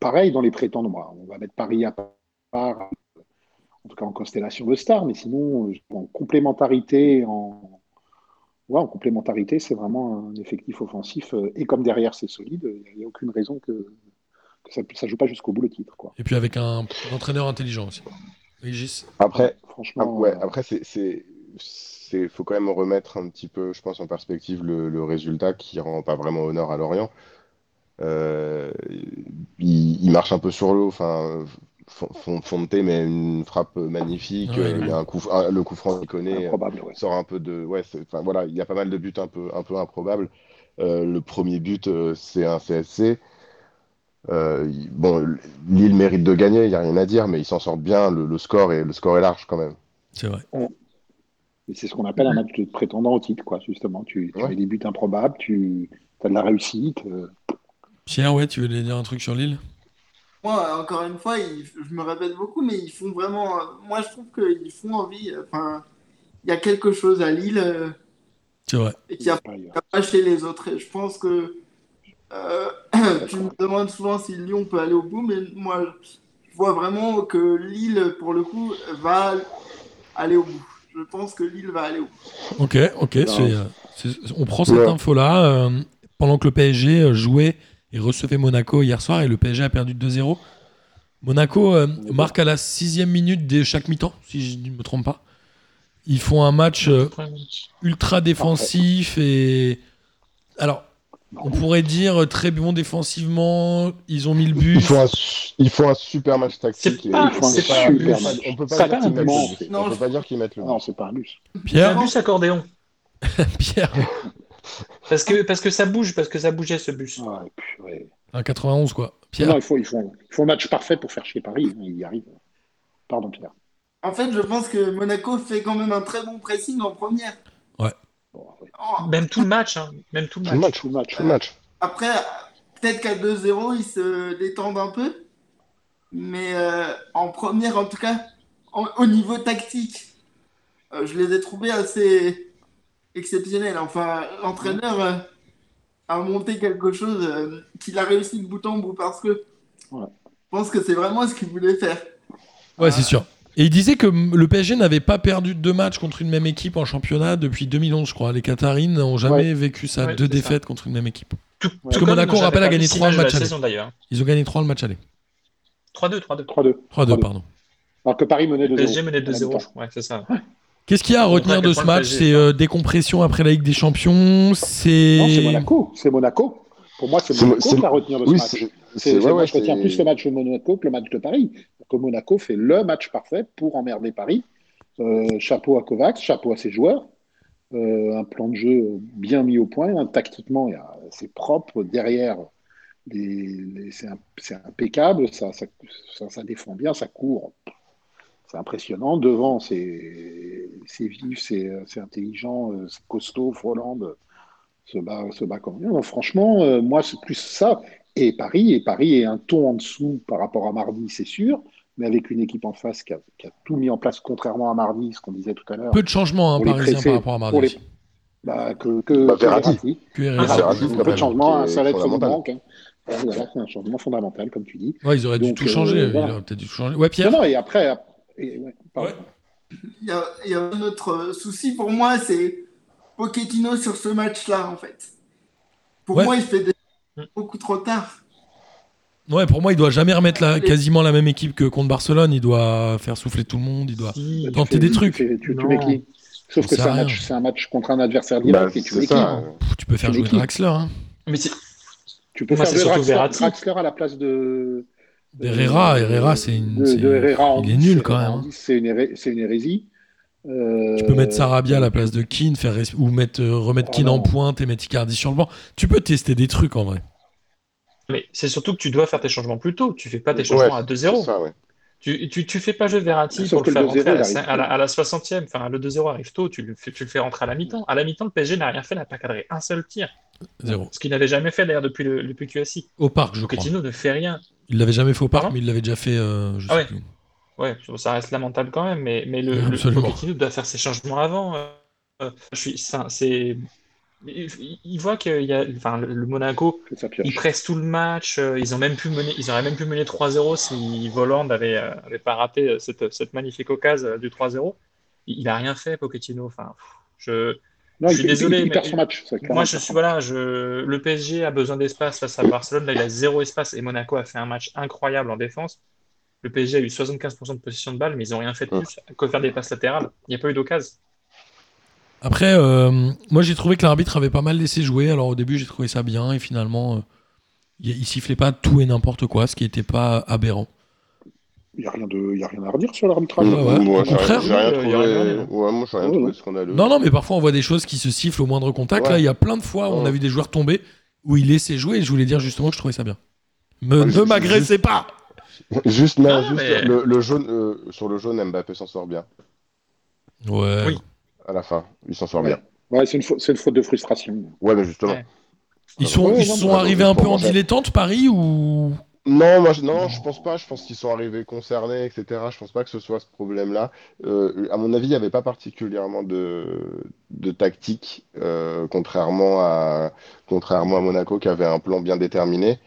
D: pareil dans les prétendants. Moi, On va mettre Paris à part, en tout cas en constellation de stars, mais sinon, euh, en complémentarité, en, ouais, en complémentarité, c'est vraiment un effectif offensif. euh, Et comme derrière, c'est solide, euh, il n'y a aucune raison que, que ça ne joue pas jusqu'au bout le titre. Quoi.
A: Et puis avec un, un entraîneur intelligent aussi. Régis.
B: Après, Ah,
D: Franchement,
B: ouais,
D: euh,
B: après, c'est, c'est, c'est- faut quand même remettre un petit peu, je pense, en perspective le, le résultat qui rend pas vraiment honneur à Lorient. Euh, il, il marche un peu sur l'eau. Enfin, Fon- Fon- Fonte met une frappe magnifique.
A: Ouais,
B: euh,
A: il est
B: il y a un coup, ah, le coup franc, il connaît.
D: euh, improbable. ouais.
B: sort un peu de. Ouais, c'est- enfin, voilà, il y a pas mal de buts un peu, un peu improbables. Euh, le premier but, euh, c'est un CSC. Euh, il- bon, Lille mérite de gagner, il n'y a rien à dire, mais ils s'en sortent bien. Le, le score est, le score est large quand même.
A: C'est vrai.
D: Mais c'est ce qu'on appelle un match de prétendant au titre, quoi, justement. Tu, tu
B: Ouais.
D: mets des buts improbables, tu as de la réussite. euh,
A: Pierre, ouais, tu voulais dire un truc sur Lille
E: Moi, encore une fois, ils- je me répète beaucoup, mais ils font vraiment. euh, Moi, je trouve qu'ils font envie. euh, Enfin, il y a quelque chose à Lille euh,
A: C'est vrai.
E: et qu'il n'y a
D: par ailleurs.
E: pas chez les autres. Et je pense que euh, [CLEARS THROAT] tu me demandes souvent si Lyon peut aller au bout, mais moi, je vois vraiment que Lille, pour le coup, va aller au bout. Je pense que Lille va aller au bout.
A: Ok, ok.
D: Non.
A: c'est, euh, c'est- on prend cette
B: Bah, Ouais.
A: info-là. euh, pendant que le PSG euh, jouait et recevait Monaco hier soir, et le PSG a perdu 2-0. Monaco euh, marque à la sixième minute de chaque mi-temps, si je ne me trompe pas. Ils font un match euh, ultra défensif et. Alors, on pourrait dire euh, très bon défensivement. Ils ont mis le but.
B: Ils font un, su- ils font un super match tactique.
C: C'est
B: et
C: pas-
B: ils font un
C: c'est pas
B: super
C: un but.
B: match. On peut pas
D: Ça va,
B: dire qu'ils mettent
D: non.
B: le but.
E: Non,
B: On peut
E: je-
B: pas dire qu'ils mettent le
D: Non,
B: but.
D: c'est pas un bus.
A: Pierre,
C: Bus accordéon.
A: Pierre.
C: Parce que, parce que ça bouge, parce que ça bougeait ce bus.
D: Ah, purée.
A: Un 91, quoi. Pierre.
D: Non, il faut, il, faut, il faut un match parfait pour faire chier Paris. hein, Il y arrive. Pardon, Pierre.
E: En fait, je pense que Monaco fait quand même un très bon pressing en première.
D: Bon, ouais.
E: En-
C: Même tout le match, hein. Même tout le
B: Tout le
C: match.
B: match,
D: Tout le match.
B: tout le match.
E: Après, peut-être qu'à 2-0, ils se détendent un peu. Mais euh, en première, en tout cas, en- au niveau tactique, euh, je les ai trouvés assez exceptionnels. Enfin, l'entraîneur euh, à monter quelque chose euh, qu'il a réussi de bout en bout parce que
D: Ouais.
E: je pense que c'est vraiment ce qu'il voulait faire.
A: Ouais,
D: Ah.
A: c'est sûr. Et il disait que m- le PSG n'avait pas perdu de deux matchs contre une même équipe en championnat depuis 2011, je crois. Les Qatarines n'ont jamais vécu ça,
C: Ouais,
A: deux
C: c'est ça.
A: défaites contre une même équipe.
C: Tout,
A: Parce que Monaco, on rappelle, a gagné trois matchs
C: la
A: aller.
C: saison d'ailleurs.
A: Ils ont gagné 3 le match aller.
C: 3-2, 3-2.
D: 3-2.
A: 3-2,
D: Ouais.
A: pardon.
D: Alors que Paris menait 2-0.
C: PSG menait
D: à la
C: 2-0,
D: mi-temps.
C: je crois, c'est
A: Ah.
C: ça.
A: Qu'est-ce qu'il y a à
C: On voit à
A: retenir
C: quel
A: de ce
C: point le
A: match
C: PSG
A: C'est euh, décompression après la Ligue des Champions.
D: Non, c'est
A: C'est.
D: Monaco. C'est Monaco. Pour moi, c'est
B: C'est-
D: Monaco
B: c'est-
D: qui à retenir de ce
B: Oui,
D: match.
B: c'est.
D: C'est,
B: c'est-
D: c'est-
B: ouais,
D: moi,
B: ouais,
D: je retiens
B: c'est-
D: plus le match de Monaco que le match de Paris. Parce que Monaco fait le match parfait pour emmerder Paris. Euh, chapeau à Kovacs, chapeau à ses joueurs. Euh, un plan de jeu bien mis au point. hein. Tactiquement, il y a- c'est propre. Derrière, les- les- c'est, im- c'est impeccable. Ça, ça, ça- ça défend bien, ça court. C'est impressionnant. Devant, c'est, c'est vif, c'est, c'est intelligent, euh, c'est costaud. Hollande se bat, se bat comme rien. Franchement, euh, moi, c'est plus ça et Paris. Et Paris est un ton en dessous par rapport à mardi, c'est sûr, mais avec une équipe en face qui a, qui a tout mis en place, contrairement à mardi, ce qu'on disait tout à l'heure.
A: Peu de changements hein,
D: Pour les
A: parisiens
D: pressés,
A: par rapport à mardi.
D: pour les- Bah, que, que,
B: Bah,
D: que
B: Verratti.
D: Verratti.
A: QRS.
C: Ah,
D: Verratti,
B: Verratti,
D: peu
B: quand
D: de changement,
B: même,
D: un
B: qui est
D: salaud, ça nous
B: fondamental.
D: manque. hein. Voilà, c'est un changement fondamental, comme tu dis.
A: Ouais, ils auraient dû
D: Donc,
A: tout
D: euh,
A: changer.
D: voilà.
A: Ils auraient peut-être dû tout changer. Ouais, Pierre
D: Non, non, et après. ap- et- ouais, pardon.
A: Ouais.
E: Il y a, il y a un autre euh, souci pour moi, c'est Pochettino sur ce match-là, en fait. Pour
A: Ouais.
E: moi, il fait des- beaucoup trop tard.
A: Ouais, pour moi, il doit jamais remettre la,
E: Et-
A: quasiment la même équipe que contre Barcelone. Il doit faire souffler tout le monde. Il doit.
C: Si,
D: Tu
A: Tenter
D: fais-
A: des
D: tu
A: trucs.
D: fais- Tu, tu
C: Non.
D: mets qui Sauf
A: J'en sais
D: que c'est un,
A: rien.
D: match, c'est un match contre un adversaire
B: Bah,
D: direct et tu hein. mets
B: c'est
D: qui
B: ça.
A: Pff, tu peux faire
D: Une
A: jouer
D: équipe.
A: Draxler. Hein.
C: Mais c'est-
D: Tu peux
C: Moi, c'est
D: faire de
C: surtout
D: Draxler,
C: Verratti.
D: Draxler à la place de. de-
A: Herrera, Herrera, c'est une-
D: de-
A: c'est-
D: de Herrera en
A: il est
D: 10,
A: nul quand
D: Herrera en
A: même, hein.
D: 10, C'est une, héré- c'est une hérésie. Euh,
A: Tu peux mettre Sarabia à la place de Keane, faire res- ou mettre, euh, remettre
D: Ah
A: Keane en
D: non.
A: pointe et mettre Icardi sur le banc. Tu peux tester des trucs en vrai.
C: mais c'est surtout que tu dois faire tes changements plus tôt. Tu fais pas tes
B: Ouais,
C: changements à
B: C'est
C: 2-0.
B: ça, ouais.
C: Tu, tu, tu fais pas jouer Verratti
D: Sauf
C: pour
D: que
C: le
D: le
C: faire rentrer à la,
D: 2-0, il arrive
C: à la, à la 60e. Enfin, le 2-0 arrive tôt, tu le, fais, tu le fais rentrer à la mi-temps. À la mi-temps, le PSG n'a rien fait, n'a pas cadré un seul tir.
A: Zéro.
C: Ce qu'il n'avait jamais fait d'ailleurs depuis le depuis QSI.
A: Au parc, je crois.
C: Pochettino ne fait rien.
A: Il l'avait jamais fait au parc,
C: Pardon
A: mais il l'avait déjà fait. euh, je
C: Ah
A: sais
C: ouais.
A: plus.
C: Ouais, ça reste lamentable quand même, mais, mais le,
A: Oui,
C: le-
A: absolument.
C: Pochettino doit faire ses changements avant. euh, euh, je suis, ça, c'est, il, il voit qu'il y a, enfin, le, le Monaco,
D: que ça
C: ils
D: pioche.
C: pressent tout le match. euh, ils ont même pu mener, ils auraient même pu mener 3-0 si Voland avait, euh, avait pas raté euh, cette, cette magnifique occasion euh, du 3-0. Il, il a rien fait, Pochettino. Enfin, pff, je,
D: Non,
C: Je
D: il-
C: suis
D: il-
C: désolé,
D: il,
C: mais-
D: perd son match. ça, clairement,
C: moi,
D: il
C: je
D: perd
C: suis
D: son
C: voilà, je, le PSG a besoin d'espace face à Barcelone. Là, il a zéro espace et Monaco a fait un match incroyable en défense. Le PSG a eu 75% de possession de balle, mais ils n'ont rien fait de plus que faire des passes latérales. Il n'y a pas eu d'occasion.
A: Après, euh, moi j'ai trouvé que l'arbitre avait pas mal laissé jouer. Alors au début j'ai trouvé ça bien et finalement euh, il, il sifflait pas tout et n'importe quoi, ce qui était pas aberrant.
D: match. Il n'y a, rien de- il y a rien à redire sur l'arbitrage.
A: Ouais, ouais.
B: Moi,
A: Au
B: j'ai rien
A: contraire,
B: j'ai rien
C: oui, il y a rien,
B: trouvé.
C: hein.
B: Ouais, moi, j'ai rien
D: Ouais,
B: trouvé
D: Ah ouais.
B: scandaleux.
A: Non, non, mais parfois on voit des choses qui se sifflent au moindre contact.
B: Ouais.
A: Là, il y a plein de fois où on a
B: Ouais.
A: vu des joueurs tomber où il laissait jouer et je voulais dire justement que je trouvais ça bien. Me-
B: Ouais, je-
A: ne
B: je-
A: m'agressez pas
B: Juste, non,
C: Non,
B: juste
C: Ah, mais-
B: le, le jaune, euh, sur le jaune, Mbappé s'en sort bien.
A: Ouais.
C: Oui.
B: À la fin, il s'en sort
D: Ouais.
B: bien.
D: Ouais, c'est une, faute- c'est une faute de frustration.
B: Ouais, mais justement.
C: Ouais.
A: Ils sont,
D: Ouais,
A: ils
D: non,
A: sont
B: mais-
A: arrivés un peu en
B: Ouais.
A: dilettante, Paris, ou.
B: Non, moi, je, non, je pense pas. Je pense qu'ils sont arrivés concernés, etc. Je pense pas que ce soit ce problème-là. Euh, à mon avis, il n'y avait pas particulièrement de, de tactique, euh, contrairement à, contrairement à Monaco qui avait un plan bien déterminé.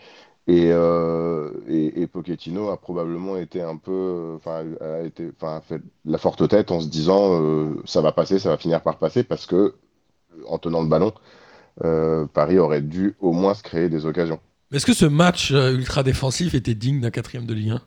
B: Et, euh, et, et Pochettino a probablement été un peu, euh, enfin, a été, enfin, a fait la forte tête en se disant, euh, ça va passer, ça va finir par passer, parce que en tenant le ballon, euh, Paris aurait dû au moins se créer des occasions.
A: Mais Est-ce que ce match euh, ultra défensif était digne d'un quatrième de Ligue 1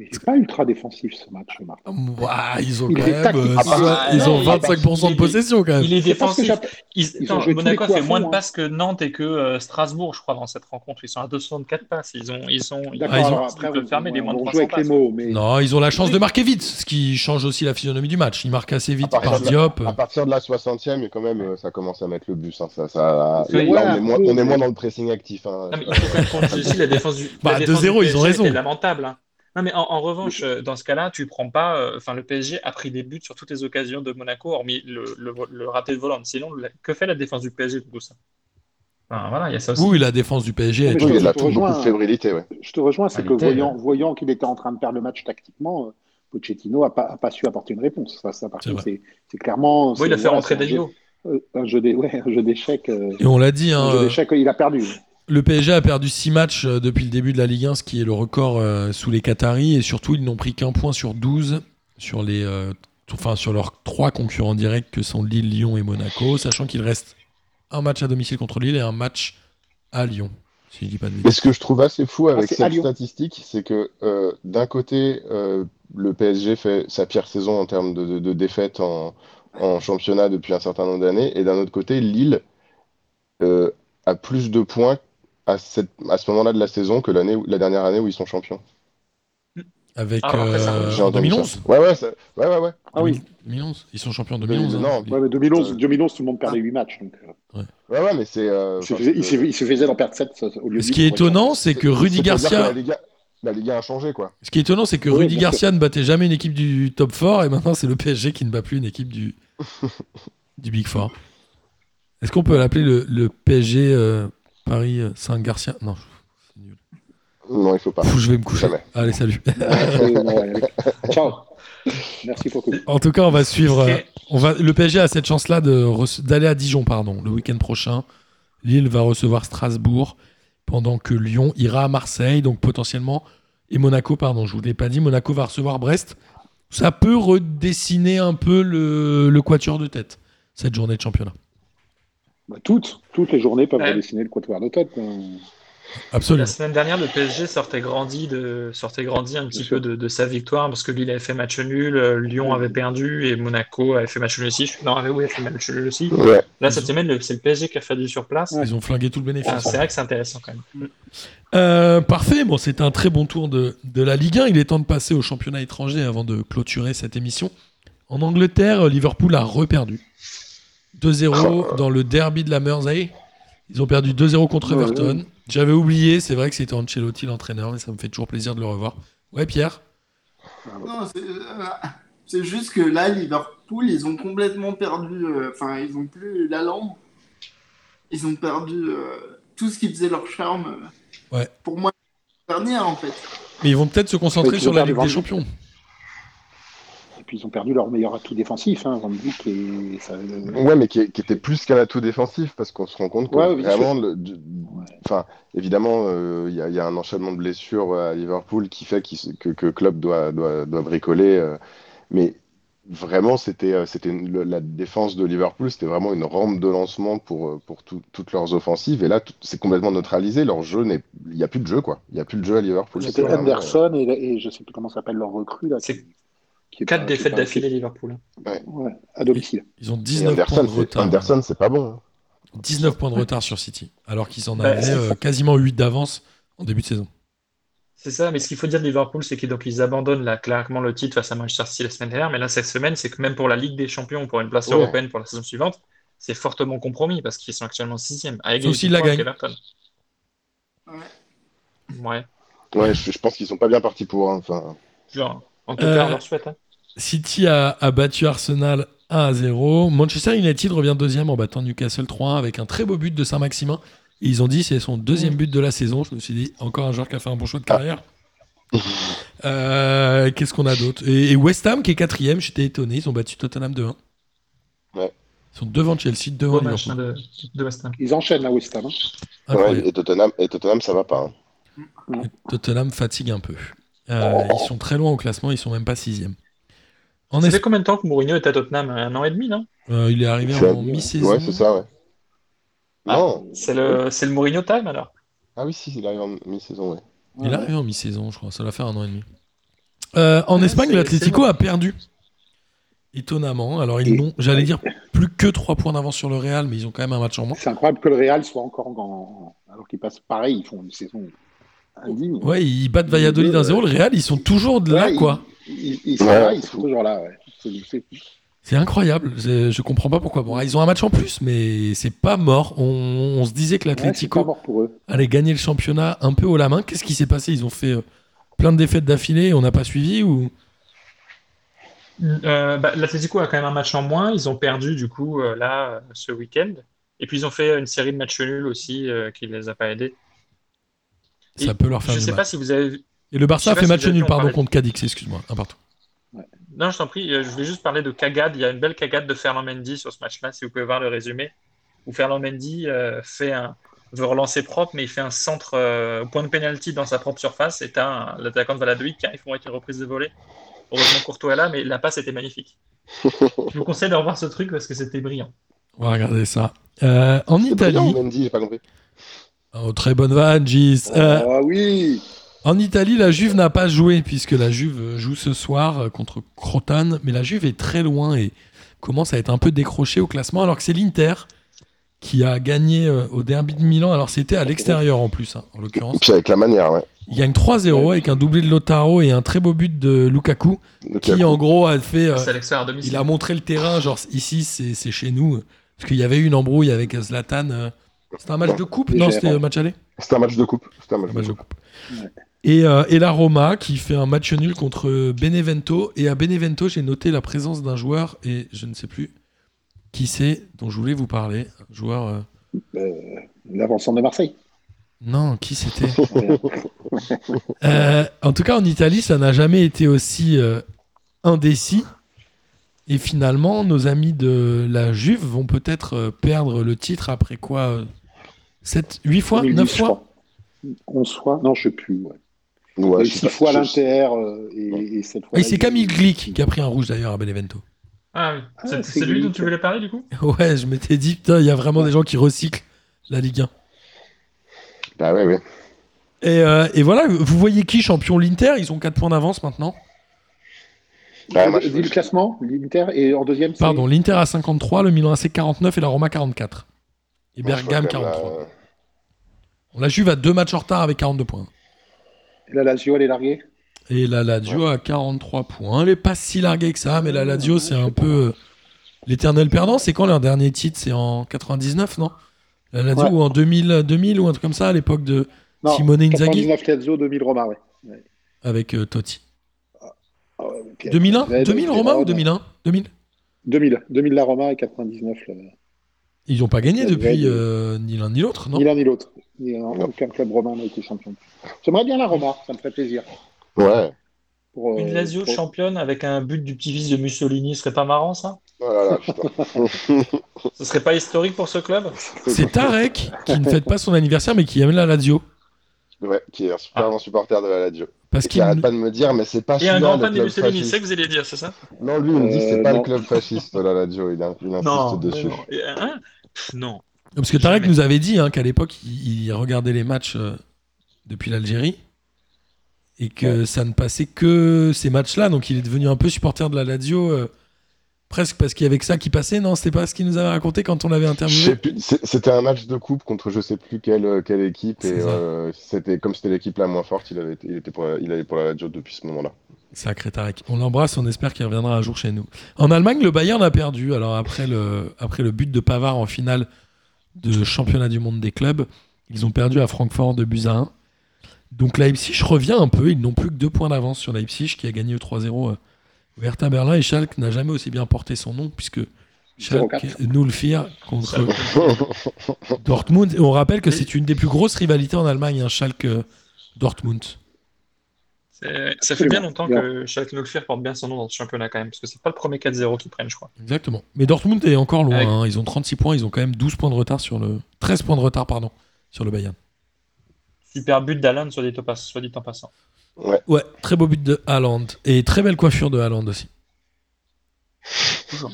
D: Mais c'est pas ultra défensif ce match, Marc.
A: Ouah, Ils ont
D: Il
A: quand
D: était
A: même,
D: tactique.
A: euh,
D: Ah
A: soix-
E: bah,
A: ils
C: non,
A: ont
C: il est
A: 25% de
C: tactique.
A: possession quand même.
C: Il est
D: C'est parce que
C: défensif.
D: j'app-
C: Ils-
D: ils ont
C: attends,
D: joué tous les
C: Monaco a
D: coups à
C: fait moins
D: fond,
C: de
D: hein.
C: passes que Nantes et que euh, Strasbourg, je crois, dans cette rencontre. Ils sont à 204 passes. Ils ont, ils ont, Ah, ils
D: D'accord,
A: ils ont-
D: alors
C: un
D: après,
C: cycle
D: on,
C: fermé des
D: on-
C: moins de
D: on
C: 300
D: joue avec les
C: passes.
D: mots, mais
A: Non, ils ont la chance de marquer vite, ce qui change aussi la physionomie du match. Ils marquent assez vite
B: À partir
A: par
B: de là-
A: Diop.
B: À partir de la 60e, et quand même, euh, ça commence à mettre le bus. hein, ça, ça,
C: Oui.
B: là, on,
D: Ouais,
B: est moins,
D: un peu,
B: on est moins
D: mais-
B: dans le pressing actif. hein.
C: Non, mais il faut quand même qu'on dise aussi la défense du,
A: Bah,
C: la défense
A: 2-0,
C: du
A: ils ont
C: PSG
A: raison.
C: était lamentable. hein. Non, mais en, en revanche, euh, dans ce cas-là, tu prends pas. euh, Enfin, le PSG a pris des buts sur toutes les occasions de Monaco, hormis le, le, le raté de Voland. Sinon, la- que fait la défense du PSG de tout ça Enfin, Voilà, il y a ça aussi.
A: Oui, la défense du PSG a
D: Oui,
A: été-
B: Oui, il a
D: je te
B: tout, beaucoup de
D: rejoins.
B: fébrilité. Ouais.
D: je te rejoins, c'est
C: Ah,
D: que
C: il était,
D: voyant, voyant qu'il était en train de perdre le match tactiquement, euh, Pochettino n'a pas, a pas su apporter une réponse. Ça, ça, par
A: C'est
D: contre, c'est c'est clairement.
C: Oui, il a
D: c'est-
C: fait
D: voilà,
C: rentrer
D: c'est un
C: Danilo.
D: euh, un jeu des- ouais, un jeu d'échecs. euh,
A: Et on l'a dit, hein,
D: un jeu d'échecs, il a perdu.
A: le PSG a perdu 6 matchs euh, depuis le début de la Ligue 1, ce qui est le record euh, sous les Qataris. Et surtout, ils n'ont pris qu'un point sur 12 sur, les, euh, t- enfin, sur leurs trois concurrents directs que sont Lille, Lyon et Monaco, sachant qu'il reste un match à domicile contre Lille et un match à Lyon, si je dis pas de
B: Et
A: bêtises.
B: ce que je trouve assez fou avec
D: Ah, c'est à
B: cette
D: Lyon.
B: statistique, c'est que euh, d'un côté, euh, le PSG fait sa pire saison en termes de, de, de défaites en, en championnat depuis un certain nombre d'années, et d'un autre côté, Lille euh, a plus de points à, cette, à ce moment-là de la saison que l'année, où- la dernière année où ils sont champions.
A: Avec
C: Ah, après, ça,
A: euh,
B: J'ai
A: en
B: entendu ça.
A: 2011
B: Ouais, ouais, ça- ouais, ouais, ouais.
D: Ah oui,
A: 2011 Ils sont champions en 2011. hein.
B: Non,
D: ouais, mais 2011,
B: Euh,
D: 2011, tout le monde perdait 8 matchs. Donc, euh,
B: Ouais, ouais, mais c'est. euh,
D: il, se
B: enfin,
D: faisait, il
B: c'est-
D: se- il se faisait d'en perdre 7 au lieu
A: Ce
D: de
A: qui est
D: huit, par exemple.
A: étonnant, c'est que Rudy
B: c'est-à-dire que
A: Garcia.
B: La Liga, la Liga a changé, quoi.
A: Ce qui est étonnant, c'est que
D: Oui,
A: Rudy
D: bien sûr.
A: Garcia ne battait jamais une équipe du top 4 et maintenant c'est le PSG qui ne bat plus une équipe
D: [LAUGHS]
A: du, du Big 4. Est-ce qu'on peut l'appeler le, le PSG euh, Paris euh, Saint-Garcia Non, c'est nul.
B: Non, il faut pas.
A: Pff, [LAUGHS] je vais me coucher.
B: Jamais.
A: Allez, salut.
D: Ouais, ouais, ouais. Ciao. Merci beaucoup.
A: En tout cas, on va suivre. euh,
C: Ok.
A: on va, le PSG a cette chance-là de rece- d'aller à Dijon pardon, le week-end prochain. Lille va recevoir Strasbourg pendant que Lyon ira à Marseille, donc potentiellement. Et Monaco, pardon, je ne vous l'ai pas dit, Monaco va recevoir Brest. Ça peut redessiner un peu le, le quatuor de tête, cette journée de championnat.
D: Bah, toutes, toutes les journées peuvent
C: Ouais.
D: redessiner le quatuor de tête. euh,
A: Absolument.
C: La semaine dernière, le PSG sortait grandi, de, sortait grandi un petit
D: sûr.
C: peu de, de sa victoire parce que Lille avait fait match nul, euh, Lyon avait perdu et Monaco avait fait match nul aussi. Je- Non, avait, oui, avait fait match nul aussi.
B: Ouais.
C: Là, cette semaine, le- c'est le PSG qui a fait du sur place.
D: Ouais.
A: Ils ont flingué tout le bénéfice.
C: Ah, c'est vrai que c'est intéressant quand même.
A: Euh, parfait, bon, c'est un très bon tour de, de la Ligue 1. Il est temps de passer au championnat étranger avant de clôturer cette émission. En Angleterre, Liverpool a reperdu. 2-0 dans le derby de la Mersey. Ils ont perdu 2-0 contre
D: Ouais,
A: Everton. J'avais oublié, c'est vrai que c'était Ancelotti l'entraîneur, mais ça me fait toujours plaisir de le revoir. Ouais, Pierre
E: Non, c'est euh, c'est juste que là, Liverpool, ils ont complètement perdu. euh, Enfin, ils ont plus la lampe. Ils ont perdu euh, tout ce qui faisait leur charme. euh,
A: Ouais.
E: Pour moi, dernière en fait.
A: Mais ils vont peut-être se concentrer
D: Ouais,
A: sur la
D: Liverpool
A: Ligue des
D: est
A: Champions.
D: Et puis ils ont perdu leur meilleur atout défensif, hein, Van Dijk et ça- euh,
B: Ouais, mais qui, qui était plus qu'un atout défensif, parce qu'on se rend compte que
D: Ouais, bien
B: vraiment, le- du- enfin, évidemment, euh, il y, a- il y a un enchaînement de blessures à Liverpool qui fait qu'il se- que, que Klopp doit, doit, doit bricoler. euh, mais vraiment, c'était, euh, c'était une- le- la défense de Liverpool, c'était vraiment une rampe de lancement pour, euh, pour tout- toutes leurs offensives. Et là, tout- c'est complètement neutralisé. Leur jeu n'est, il n'y a plus de jeu, quoi. Il n'y a plus de jeu à Liverpool.
D: c'était
B: vraiment,
D: Henderson
B: euh,
D: et, et je sais plus comment s'appelle leur recrue. Là,
C: C'est
D: qui- qui est
C: Quatre
D: pas- qui est
C: défaites
D: pas-
C: d'affilée, Liverpool.
D: Ouais, à domicile.
A: Ils ont
B: euh, et
A: 19 points
B: Anderson,
A: de
B: c'est-
A: retard.
B: Anderson, c'est pas bon. hein.
A: 19 points de retard sur City, alors qu'ils en
C: Bah,
A: avaient
C: c'est-
A: euh, quasiment 8 d'avance en début de saison.
C: C'est ça, mais ce qu'il faut dire de Liverpool, c'est qu'ils donc, ils abandonnent là, clairement le titre face à Manchester City la semaine dernière, mais là, cette semaine, c'est que même pour la Ligue des Champions, pour une place
B: Ouais.
C: européenne pour la saison suivante, c'est fortement compromis parce qu'ils sont actuellement sixième avec
A: Sauf s'ils la gagnent.
C: Everton. Ouais.
B: Ouais, je, je pense qu'ils sont pas bien partis pour. hein, Enfin,
C: Genre, en tout
A: Euh,
C: cas, on leur souhaite. hein.
A: City a, a battu Arsenal 1 à 0. Manchester United revient deuxième en battant Newcastle 3 avec un très beau but de Saint-Maximin. Et ils ont dit c'est son deuxième but de la saison. Je me suis dit encore un joueur qui a fait un bon choix de
B: [LAUGHS]
A: carrière. Euh, Qu'est-ce qu'on a d'autre et, et West Ham qui est quatrième, j'étais étonné. Ils ont battu Tottenham 2-1.
B: Ouais.
A: Ils sont devant Chelsea, devant
C: Beau match,
A: Liverpool.
C: hein, de, de West Ham.
D: Ils enchaînent à West Ham. hein.
B: ouais,
A: Incroyable.
B: et Tottenham, et Tottenham, ça va pas. hein.
A: Tottenham fatigue un peu. Euh, ils sont très loin au classement. Ils sont même pas sixième. En
C: Ça
A: Espagne,
C: fait combien de temps que Mourinho est à Tottenham? Un an et demi, non?
A: euh, il est arrivé
B: C'est-
A: en mi-saison. Ah.
B: Ouais, c'est ça, ouais. Non.
C: C'est le, c'est le Mourinho time alors?
B: Ah oui, si, il arrive en mi-saison, ouais.
A: Il est arrivé en mi-saison, je crois. Ça doit faire un an et demi. Euh, en
C: Ouais,
A: Espagne,
C: c'est-
A: l'Atlético
C: c'est
A: a perdu. Étonnamment. Alors, ils
D: Et-
A: n'ont, j'allais dire, plus que 3 points d'avance sur le Real, mais ils ont quand même un match en moins.
D: C'est incroyable que le Real soit encore en... alors qu'ils passent pareil, ils font une saison indigne.
A: Ouais, ils battent Valladolid 1-0. Le Real, ils sont toujours de là,
D: Ouais,
A: quoi.
D: Ils, ils sont
B: Ouais.
D: là, ils sont toujours là. ouais. C'est- c'est-
A: C'est incroyable. C'est- Je comprends pas pourquoi. Bon, ils ont un match en plus, mais c'est pas mort. On, on se disait que
D: ouais, c'est pas
A: l'Atlético
D: mort pour eux.
A: allait gagner le championnat un peu haut la main. Qu'est-ce qui s'est passé Ils ont fait euh, plein de défaites d'affilée. On n'a pas suivi ou
C: Euh, bah, l'Atlético a quand même un match en moins. Ils ont perdu du coup euh, là euh, ce week-end. Et puis ils ont fait une série de matchs nuls aussi euh, qui les a pas aidés.
A: ça
C: Et
A: peut leur faire
C: Je
A: du
C: sais
A: mal.
C: pas si vous avez vu.
A: Et le Barça
C: je
A: a
C: sais
A: fait
C: pas si
A: match
C: vous avez
A: nul,
C: vu, on
A: pardon,
C: parlait-
A: contre Cadix. Excuse-moi, un partout.
C: Non, je t'en prie, euh, je vais juste parler de cagade. Il y a une belle cagade de Fernand Mendy sur ce match-là, si vous pouvez voir le résumé, où Fernand Mendy euh, fait un, veut relancer propre, mais il fait un centre euh, au point de pénalty dans sa propre surface. Et t'as un- l'attaquant de Valladolid qui arrive pour mettre une reprise de volée. Heureusement, Courtois est là, mais la passe était magnifique. je vous conseille de revoir ce truc parce que c'était brillant.
A: On va regarder ça. Euh, en
B: C'est brillant,
A: Italie.
B: Mendy, j'ai pas compris.
A: Oh, très bonne vanne, Gis. Euh,
D: Ah oui
A: En Italie, la Juve n'a pas joué puisque la Juve euh, joue ce soir euh, contre Crotone, mais la Juve est très loin et commence à être un peu décrochée au classement alors que c'est l'Inter qui a gagné euh, au derby de Milan. Alors c'était à l'extérieur en plus hein, en
B: [LAUGHS]
A: l'occurrence.
B: Puis avec la manière, ouais.
A: Il gagne 3-0 avec un doublé de Lotaro et un très beau but de Lukaku
B: Le
A: qui
B: cap.
A: en gros a fait euh,
C: C'est à l'extérieur à
A: il
C: domicile.
A: a montré le terrain, genre ici c'est c'est chez nous. Parce qu'il y avait eu une embrouille avec euh, Zlatan. euh, C'était un match de coupe Non,
D: Légère.
A: c'était un match aller
B: C'était un match de coupe. C'était un match
A: Ah
B: de
A: bah, je
B: coupe.
A: coupe.
D: Ouais.
A: Et, euh, et la Roma qui fait un match nul contre Benevento. Et à Benevento, j'ai noté la présence d'un joueur, et je ne sais plus qui c'est, dont je voulais vous parler. Un joueur. euh,
D: Euh, L'avancement de Marseille.
A: Non, qui c'était Euh, En tout cas, en Italie, ça n'a jamais été aussi euh, indécis. Et finalement, nos amis de la Juve vont peut-être euh, perdre le titre après quoi 7, 8 fois 9 fois
D: 11 fois Non, je sais plus. Ouais.
B: Ouais, je sais
D: 6
B: pas,
D: fois
B: je-
D: l'Inter euh, et, et 7 fois.
A: Ah, Et c'est Camille
D: Camille
A: Glick qui a pris un rouge d'ailleurs à Benevento. [LAUGHS]
C: Ah oui.
D: Ah,
C: C'est-
D: c'est
C: c'est lui dont
D: lui,
C: tu voulais parler du coup
A: Ouais, je m'étais dit, putain, il y a vraiment des gens qui recyclent la Ligue 1.
B: Bah ouais, ouais.
A: Et, euh, et voilà, vous voyez qui champion L'Inter, ils ont 4 points d'avance maintenant.
B: Ah, moi, je-
D: Dis le classement, l'Inter, et en deuxième, c'est-
A: Pardon, l'Inter à 53, le Milan AC 49 et la Roma 44. Et
B: Moi, je vois
A: Bergame
B: quand même
A: 43.
B: la-
A: La Juve a 2 matchs en retard avec 42 points.
D: La Lazio, elle est larguée
A: Et la Lazio a 43 points. Elle est pas si larguée que ça, mais la Lazio, c'est un peu euh, l'éternel perdant. C'est quand leur dernier titre C'est en 99, non La Lazio
D: Ouais.
A: ou en 2000, 2000 ou un truc comme ça, à l'époque de
D: Non,
A: Simone Inzaghi
D: 99 Lazio, 2000 Roma, ouais.
A: avec euh, Totti.
D: Ah ouais, ok.
A: 2001
D: Ouais,
A: 2000 Roma ou 2001 2000
D: 2000, 2000 la Roma et euh, 99 la...
A: Ils n'ont pas gagné
D: Il y a
A: depuis
D: Brady.
A: euh, ni l'un ni l'autre, non
D: ni l'un ni l'autre. Ni l'un-
B: Non.
D: Aucun club romain n'a été champion. J'aimerais bien la Roma, ça me ferait plaisir.
B: Ouais.
D: Pour, euh,
C: Une Lazio
D: pour-
C: championne avec un but du petit-fils de Mussolini, ce serait pas marrant ça
B: Oh là là,
A: [LAUGHS]
B: putain.
C: Ce serait pas historique pour ce club
A: C'est Tarek qui ne fête pas son anniversaire mais qui aime la Lazio.
B: Ouais, qui est un super
C: Ah.
B: bon supporter de la Lazio.
A: Parce
B: Et qui
A: qu'il
B: arrête pas de me dire, mais c'est pas
C: Et
B: celui-là
C: un grand
B: le
C: fan de
B: club
C: Mussolini,
B: fasciste.
C: c'est que vous allez dire, c'est ça
B: Non, lui, il me dit, c'est
D: Euh,
B: pas
D: non.
B: le club fasciste, la Lazio. Il, a- il insiste
C: mais
B: dessus.
C: non. Et, hein Pff, non.
A: parce que Tarek
C: Jamais.
A: nous avait dit hein, qu'à l'époque il, il regardait les matchs euh, depuis l'Algérie et que ça ne passait que ces matchs-là. Donc il est devenu un peu supporter de la Lazio euh, presque parce qu'il y avait que ça qui passait. Non, c'était pas ce qu'il nous avait raconté quand on l'avait
B: Je sais
A: interviewé.
B: plus, c'est- c'était un match de coupe contre je sais plus quelle, quelle équipe
A: C'est
B: et
A: ça.
B: euh, c'était comme c'était l'équipe la moins forte, il avait été- il était pour la, il allait pour la Lazio depuis ce moment-là. [LAUGHS]
A: Sacré Tarek. On l'embrasse, on espère qu'il reviendra un jour chez nous. En Allemagne, le Bayern a perdu. Alors après le, après le but de Pavard en finale de championnat du monde des clubs, ils ont perdu à Francfort de buts à 1. Donc Leipzig revient un peu. Ils n'ont plus que deux points d'avance sur Leipzig qui a gagné au 3-0 euh, au Hertha Berlin. Et Schalke n'a jamais aussi bien porté son nom puisque Schalke
D: 0-4.
A: nous le fire contre Dortmund. Et on rappelle que c'est une des plus grosses rivalités en Allemagne, hein, Schalke-Dortmund.
C: C'est- Ça fait
D: Absolument.
C: bien longtemps
D: Bien.
C: que Schalke Nolfir porte bien son nom dans ce championnat quand même, parce que c'est pas le premier 4-0 qu'ils prennent, je crois.
A: Exactement. Mais Dortmund est encore loin.
C: Avec-
A: hein. Ils ont 36 points. Ils ont quand même 12 points de retard sur le. 13 points de retard, pardon, sur le Bayern.
C: Super but d'Alan, soit dit, au pas- soit dit en passant.
A: Ouais, très beau but de Haaland. Et très belle coiffure de Haaland aussi.
C: Toujours.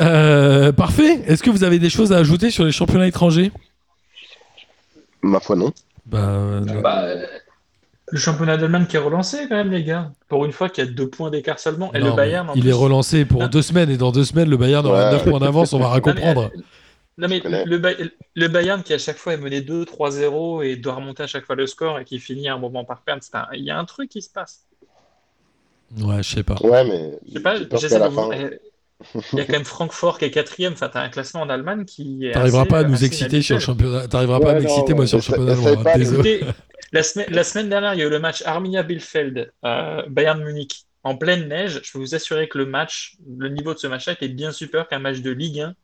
A: Euh, parfait. Est-ce que vous avez des choses à ajouter sur les championnats étrangers
B: Ma foi, non.
A: Bah, euh, non.
C: le championnat d'Allemagne qui est relancé quand même, les gars. Pour une fois qu'il y a deux points d'écart seulement. Et
A: Non,
C: le Bayern,
A: mais
C: en
A: il
C: plus-
A: est relancé pour
C: Ah.
A: deux semaines. Et dans deux semaines, le Bayern aura
B: Ouais.
A: 9 points d'avance. On va
C: Non, mais-
A: comprendre.
C: Non, mais
B: Je connais.
C: le, Bay- le Bayern qui à chaque fois est mené 2-3-0 et doit remonter à chaque fois le score et qui finit à un moment par perdre, c'est un- il y a un truc qui se passe. euh,
A: Ouais, je sais pas.
B: Ouais, mais
C: Je sais pas,
B: j'ai peur qu'à
C: j'essaie de
B: la
C: vous-
B: fin.
C: eh, Il y a quand même Francfort qui est quatrième. Enfin, t'as un classement en Allemagne qui est.
A: T'arriveras
C: assez-
A: pas à nous
C: assez
A: exciter sur le
C: inhabituel.
A: championnat. T'arriveras pas à
D: Ouais, non,
A: m'exciter, moi,
D: ouais.
A: sur le
B: Essaie-
A: championnat.
B: essaie
A: noir.
B: pas de-
A: Désolé.
C: Écoutez, la, semaine, la semaine dernière, il y a eu le match Arminia Bielefeld, euh, Bayern Munich, en pleine neige. Je peux vous assurer que le match, le niveau de ce match-là était bien super qu'un match de Ligue 1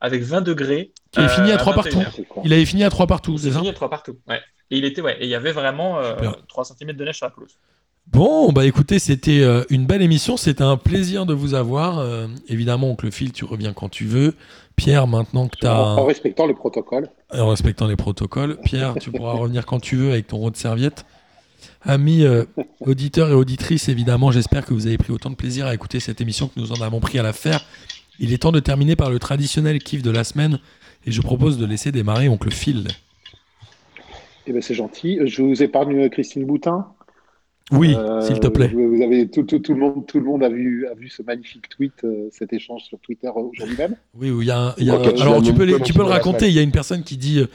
C: avec 20 degrés.
A: Qui est fini à trois partout.
C: partout.
D: C'est quoi
A: Il avait fini à 3 partout, c'est
C: C'est
A: ça
C: fini à 3 partout. Ouais. Et il était, ouais, et il y avait vraiment euh,
A: Super.
C: 3 cm de neige sur la pelouse.
A: Bon, bah écoutez, c'était euh, une belle émission, c'était un plaisir de vous avoir. Euh, évidemment, oncle Phil, tu reviens quand tu veux. Pierre, maintenant que tu
D: En,
A: as...
D: en respectant le protocole.
A: en respectant les protocoles. Pierre, tu pourras revenir quand tu veux avec ton rond de serviette. Amis euh, auditeurs et auditrices, évidemment, j'espère que vous avez pris autant de plaisir à écouter cette émission que nous en avons pris à la faire. Il est temps de terminer par le traditionnel kiff de la semaine et je propose de laisser démarrer oncle Phil.
D: Eh ben, c'est gentil. Je vous épargne Christine Boutin.
A: Oui,
D: Euh,
A: s'il te plaît.
D: Vous vous avez tout, tout- tout le monde, tout le monde a vu, a vu ce magnifique tweet, euh, cet échange sur Twitter euh, aujourd'hui même.
A: Oui, oui, il y a un- il y a
B: Ok,
A: un-
B: je
A: alors
B: l'ai
A: tu peux,
B: même
A: les-
B: pas
A: tu peux le
B: mentionné la
A: raconter, il y a une personne qui dit euh,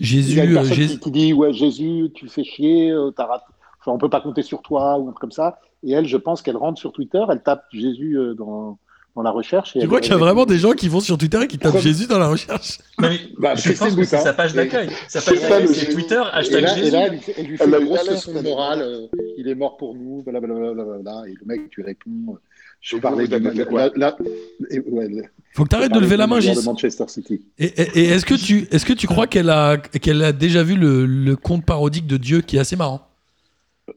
D: Il y a une
A: Jésus, euh,
D: personne
A: Jésus-
D: qui, qui dit ouais Jésus, tu fais chier, euh, t'as rat- enfin, on peut pas compter sur toi ou un truc comme ça. Et elle, je pense qu'elle rentre sur Twitter, elle tape Jésus euh, dans, dans la recherche. et
A: Tu
D: elle-
A: crois qu'il y a
D: elle-
A: vraiment des gens qui vont sur Twitter et qui tapent
D: euh, Comme-
A: Jésus dans la recherche
C: Non, mais
D: Bah,
C: je
D: Christine
C: pense que c'est
D: Boutin.
C: sa page
D: Et-
C: d'accueil. Sa
D: c'est
C: page
D: ça,
C: d'accueil,
D: le
C: c'est
B: génie.
C: Twitter,
D: Et
C: hashtag
D: là, et
C: Jésus.
D: là, elle, lui- elle lui fait
B: Elle a
D: une
B: eu
D: grosse
B: la
D: leçon de
B: lettre,
D: morale. euh, il est mort pour nous, blablabla. blablabla. Et le mec, tu réponds. euh, Je
B: Et
D: parlais
B: vous, vous
D: de
B: avez fait quoi
A: Faut que t'arrêtes de lever la main, Gis.
D: de Manchester City.
A: Et, et- et est-ce que tu est-ce que tu crois qu'elle a qu'elle a déjà vu le, le conte parodique de Dieu qui est assez marrant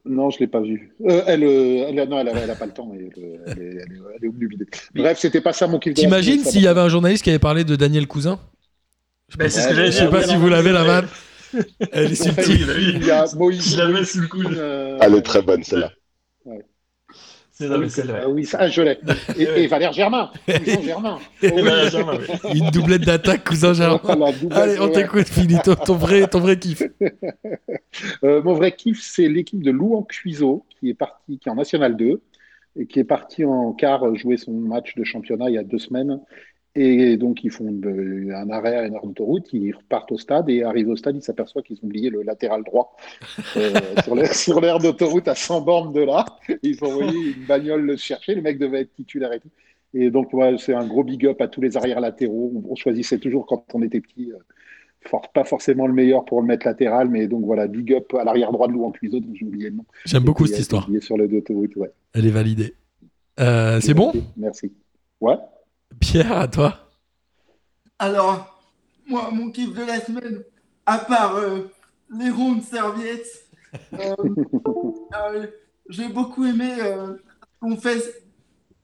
D: Non, je l'ai pas vu. Euh, elle, euh, elle, non, elle, a- elle a pas le temps. Elle, euh, elle est, elle, est, elle est obnubilée. Bref, c'était pas ça mon kiff. de la
A: T'imagines
D: semaine, ça
A: s'il y
D: va.
A: avait un journaliste qui avait parlé de Daniel Cousin
C: Ben, c'est ce
D: Ouais,
C: que j'allais
A: Je sais
C: dire.
A: pas
D: oui,
A: si
D: non,
A: vous
D: mais
A: l'avez la
D: ouais.
A: vanne. Elle est
D: Donc,
A: subtile.
C: oui, oui.
D: Il y a Moïse.
C: Je l'avais sous le
D: [LAUGHS]
C: coude.
D: euh,
B: Elle est très bonne, celle-là.
C: C'est
D: Ah
C: non,
D: oui,
C: mais c'est vrai.
D: ah oui, ça, ah, je l'ai. Et, et
A: [LAUGHS]
D: Valère Germain. Jean Germain. Oh oui.
C: Voilà, genre, ouais.
A: Une doublette d'attaque Cousin
D: [LAUGHS]
A: Germain.
D: La double-
A: Allez, on t'écoute, fini ton, ton vrai ton vrai kiff.
D: Euh, mon vrai kiff, c'est l'équipe de Louan Cuiseau qui est partie, qui est en National 2 et qui est partie en quart jouer son match de championnat il y a deux semaines. Et donc, ils font de- un arrêt à une heure d'autoroute, ils repartent au stade et arrivent au stade, ils s'aperçoivent qu'ils ont oublié le latéral droit euh, sur l'air- sur l'aire d'autoroute à 100 bornes de là. Ils ont envoyé une bagnole le chercher, le mec devait être titulaire et tout. Et donc, ouais, c'est un gros big up à tous les arrières latéraux. On, on choisissait toujours quand on était petit. euh, for- pas forcément le meilleur pour le mettre latéral, mais donc voilà, big up à l'arrière droit de Lou en cuiseau, donc j'ai oublié le nom.
A: J'aime beaucoup
D: Et puis,
A: cette
D: euh,
A: histoire.
D: oublié sur le d'autoroute, ouais.
A: Elle est validée. Euh, c'est bon
D: Merci. Ouais.
A: Pierre, à toi.
E: Alors, moi, mon kiff de la semaine, à part euh, les rondes serviettes, euh, euh, j'ai beaucoup aimé euh, qu'on fait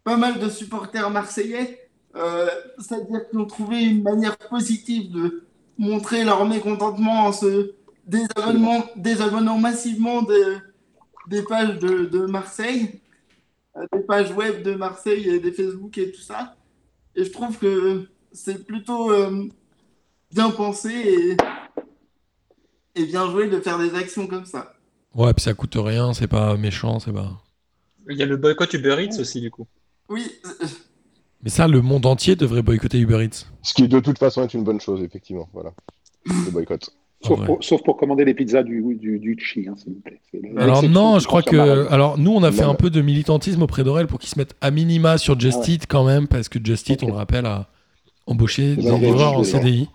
E: pas mal de supporters marseillais. euh, C'est-à-dire qu'ils ont trouvé une manière positive de montrer leur mécontentement en se désabonnement- désabonnant massivement de- des pages de, de Marseille, euh, des pages web de Marseille et des Facebook et tout ça. Et je trouve que c'est plutôt euh, bien pensé et, et bien joué de faire des actions comme ça.
A: Ouais, puis ça coûte rien, c'est pas méchant, c'est pas.
C: Il y a le boycott Uber Eats aussi, du coup.
E: Oui, euh,
A: Mais ça, le monde entier devrait boycotter Uber Eats.
B: Ce qui, de toute façon, est une bonne chose, effectivement. Voilà. Le
A: [LAUGHS]
B: boycott.
D: Sauf,
A: Ah Ouais.
D: pour, sauf pour commander les pizzas du, du, du Chi, hein, s'il vous plaît. C'est la-
A: Alors
D: l'exception
A: non,
D: qui
A: je crois
D: confirme la
A: que
D: règle.
A: alors nous on a fait
B: Non,
A: un
B: mais-
A: peu de militantisme auprès d'Aurel pour qu'ils se mettent à minima sur Just
D: Ah ouais.
A: Eat quand même parce que Just Eat,
D: Ok.
A: on le rappelle a embauché des
D: Ils ont
A: livreurs en
B: embauché des
A: CDI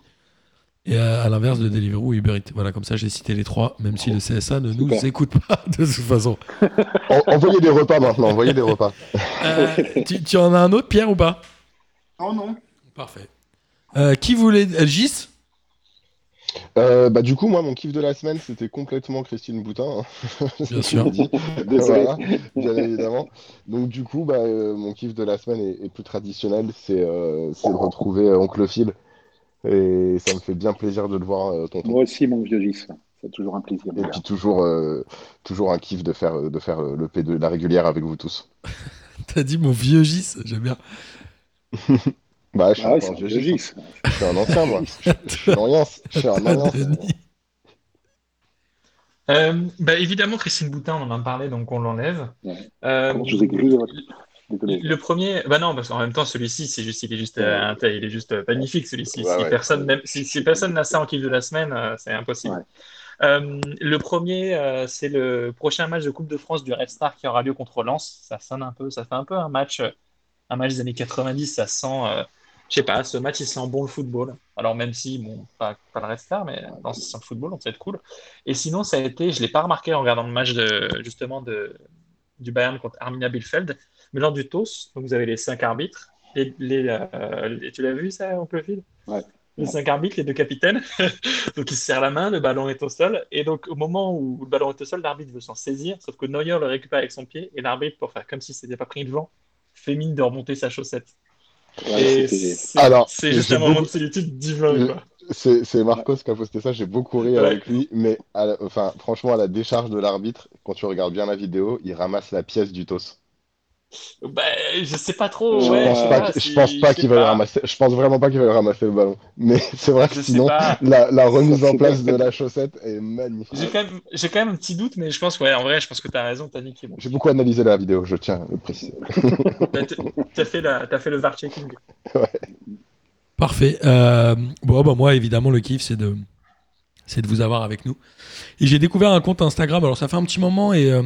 A: et à, à l'inverse de Deliveroo et Uber Eats. Voilà, comme ça j'ai cité les trois même si le CSA ne nous
D: Super.
A: écoute pas [LAUGHS] de toute façon.
B: En- envoyez des repas maintenant, envoyez des repas.
D: [LAUGHS]
A: Euh, tu, tu en as un autre Pierre ou pas
E: non, oh non.
A: Parfait. Euh, qui voulait euh, Gis
B: Euh, bah, du coup, moi, mon kiff de la semaine, c'était complètement Christine Boutin. hein. [LAUGHS]
A: Bien sûr.
D: Désolé.
B: Voilà, bien évidemment. Donc, du coup, bah, euh, mon kiff de la semaine est, est plus traditionnel. C'est euh, c'est de retrouver euh, Oncle Phil. Et ça me fait bien plaisir de le voir, euh, tonton.
D: Moi aussi, mon vieux Gis. C'est toujours un plaisir.
B: Et puis, toujours, euh, toujours un kiff de faire, euh, de faire euh, le P2, la régulière avec vous tous.
A: T'as dit mon vieux Gis, j'aime bien.
B: Bah, je suis
D: Ah ouais,
B: encore
D: c'est
B: un
D: un
B: vieux
D: vieux
B: Gis. hein.
D: Gis.
B: Je suis un ancien, moi. Je
A: [LAUGHS]
B: suis un ancien. Je suis un ancien.
A: Denis.
C: Euh, bah, évidemment, Christine Boutin, on en a parlé, donc on l'enlève.
D: Ouais.
C: Euh,
D: Comment je vous ai grillé votre- Désolé.
C: Le premier, bah non, parce qu'en même temps, celui-ci, c'est juste, il est juste, euh, un- il est juste euh, magnifique, celui-ci.
B: Ouais,
C: si,
B: ouais.
C: Personne, n'aime- si, si personne n'a ça en kiff de la semaine, euh, c'est impossible.
D: Ouais.
C: Euh, le premier, euh, c'est le prochain match de Coupe de France du Red Star qui aura lieu contre Lens. Ça sonne un peu, ça fait un peu un match, euh, un match des années 90. Ça sent, euh, je sais pas, ce match, il sent bon le football. Alors même si, bon, pas, pas le Red Star, mais dans ça sent le football, donc ça va être cool. Et sinon, ça a été, je l'ai pas remarqué en regardant le match de, justement de, du Bayern contre Arminia Bielefeld. Mais lors du TOS, donc vous avez les cinq arbitres. Les, les, euh, les- tu l'as vu ça, oncle Phil
D: Ouais.
C: les cinq arbitres, les deux capitaines. [LAUGHS] donc ils se serrent la main, le ballon est au sol. Et donc au moment où le ballon est au sol, l'arbitre veut s'en saisir, sauf que Neuer le récupère avec son pied et l'arbitre, pour faire comme si c'était pas pris le vent, fait mine de remonter sa chaussette.
D: Voilà,
C: et
D: c'était-
C: c'est
B: Alors,
C: c'est juste
B: j'ai
C: un moment
B: beaucoup-
C: de solitude divin. quoi.
B: C'est c'est Marcos qui a posté ça, j'ai beaucoup ri
C: Ouais.
B: avec lui, mais à la- enfin, franchement, à la décharge de l'arbitre, quand tu regardes bien la vidéo, il ramasse la pièce du TOS.
C: Bah, je sais pas trop.
B: Je
C: ouais,
B: pense
C: sais
B: pas,
C: pas
B: qu'- je
C: si-
B: pense pas
C: sais
B: qu'il va le ramasser, je pense vraiment pas qu'il va le ramasser le ballon. Mais [LAUGHS] c'est vrai que
C: Je sais
B: sinon,
C: pas.
B: la, la remise en
D: c'est
B: place
D: pas-
B: de la chaussette est magnifique.
C: J'ai quand, même, j'ai quand même un petit doute, mais je pense, ouais, en vrai, je pense que t'as raison, t'as dit qu'il est bon.
B: J'ai beaucoup analysé la vidéo, je tiens à le préciser.
C: T'as, t'as fait, la- t'as fait le VAR checking.
A: Parfait. Euh, bon, bah, moi, évidemment, le kiff, c'est de, c'est de vous avoir avec nous. Et j'ai découvert un compte Instagram. Alors, ça fait un petit moment et euh,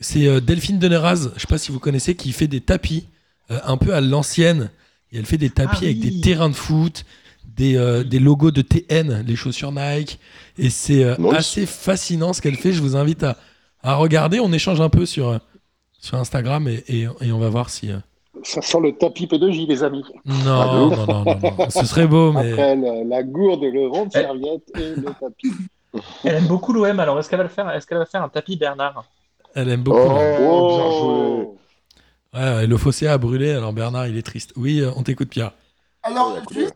A: c'est euh, Delphine Deneraz, je sais pas si vous connaissez, qui fait des tapis euh, un peu à l'ancienne. Et elle fait des tapis
C: Ah
A: avec
C: oui.
A: des terrains de foot, des, euh, des logos de TN, les chaussures Nike. Et c'est euh,
B: Nice.
A: assez fascinant ce qu'elle fait. Je vous invite à, à regarder. On échange un peu sur, euh, sur Instagram et, et- et on va voir si. euh,
D: Ça sent le tapis P2J, les amis.
B: Ah,
A: Non, non, non, non, non. Ce serait beau, mais.
D: Après le- la gourde, le rond de
C: Eh.
D: serviette et
A: [LAUGHS]
D: le tapis.
C: Elle aime beaucoup l'OM, alors est-ce qu'elle va le faire Est-ce qu'elle va faire un tapis Bernard
A: Elle aime beaucoup.
B: Oh.
A: ouais.
D: Oh,
A: Ouais, et le fossé a brûlé, alors Bernard, il est triste. Oui, euh, on t'écoute, Pierre.
E: Alors, juste,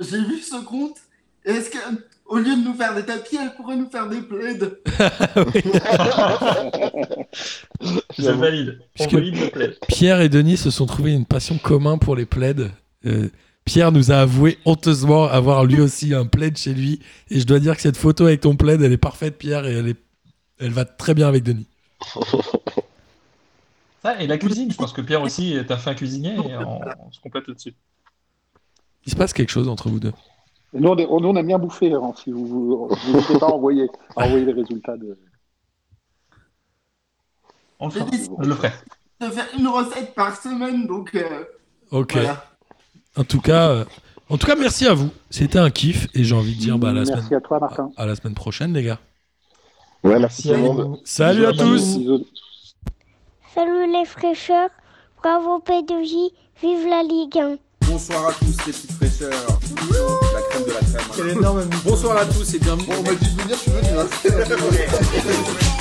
E: j'ai vu ce compte. Est-ce que, au lieu de nous faire des tapis, elle pourrait nous faire des plaids
C: Je valide. On
A: Puisque-
C: valide le play.
A: Pierre et Denis se sont trouvés une passion commune pour les plaides. Euh, Pierre nous a avoué honteusement avoir lui aussi un plaid chez lui. Et je dois dire que cette photo avec ton plaid, elle est parfaite, Pierre, et elle, est... elle va très bien avec Denis.
C: Ça, et la cuisine, je pense que Pierre aussi euh, est un fin cuisinier et on, on se complète là-dessus.
A: Il se passe quelque chose entre vous deux.
D: Nous, on, est- nous, on aime bien bouffer, hein, si vous vous- n'hésitez pas à envoyer, à envoyer les résultats de.
C: On le fera.
E: J'ai décidé
C: Je le ferai.
E: de faire une recette par semaine, donc euh,
A: Ok.
E: voilà.
A: En tout cas, euh, en tout cas, merci à vous. C'était un kiff, et j'ai envie de dire bah, à, la
D: Merci
A: semaine...
D: à toi, Martin.
A: à la semaine prochaine, les gars.
B: Ouais, merci tout le monde.
C: vous.
A: Salut à
C: Bisous
A: tous.
D: Bisous.
F: Salut les fraîcheurs, bravo P2J, vive la Ligue 1.
G: Bonsoir à tous les petites fraîcheurs. La crème de la crème. Bonsoir à tous et bienvenue.
B: On m'a dit de venir, tu veux, tu vas.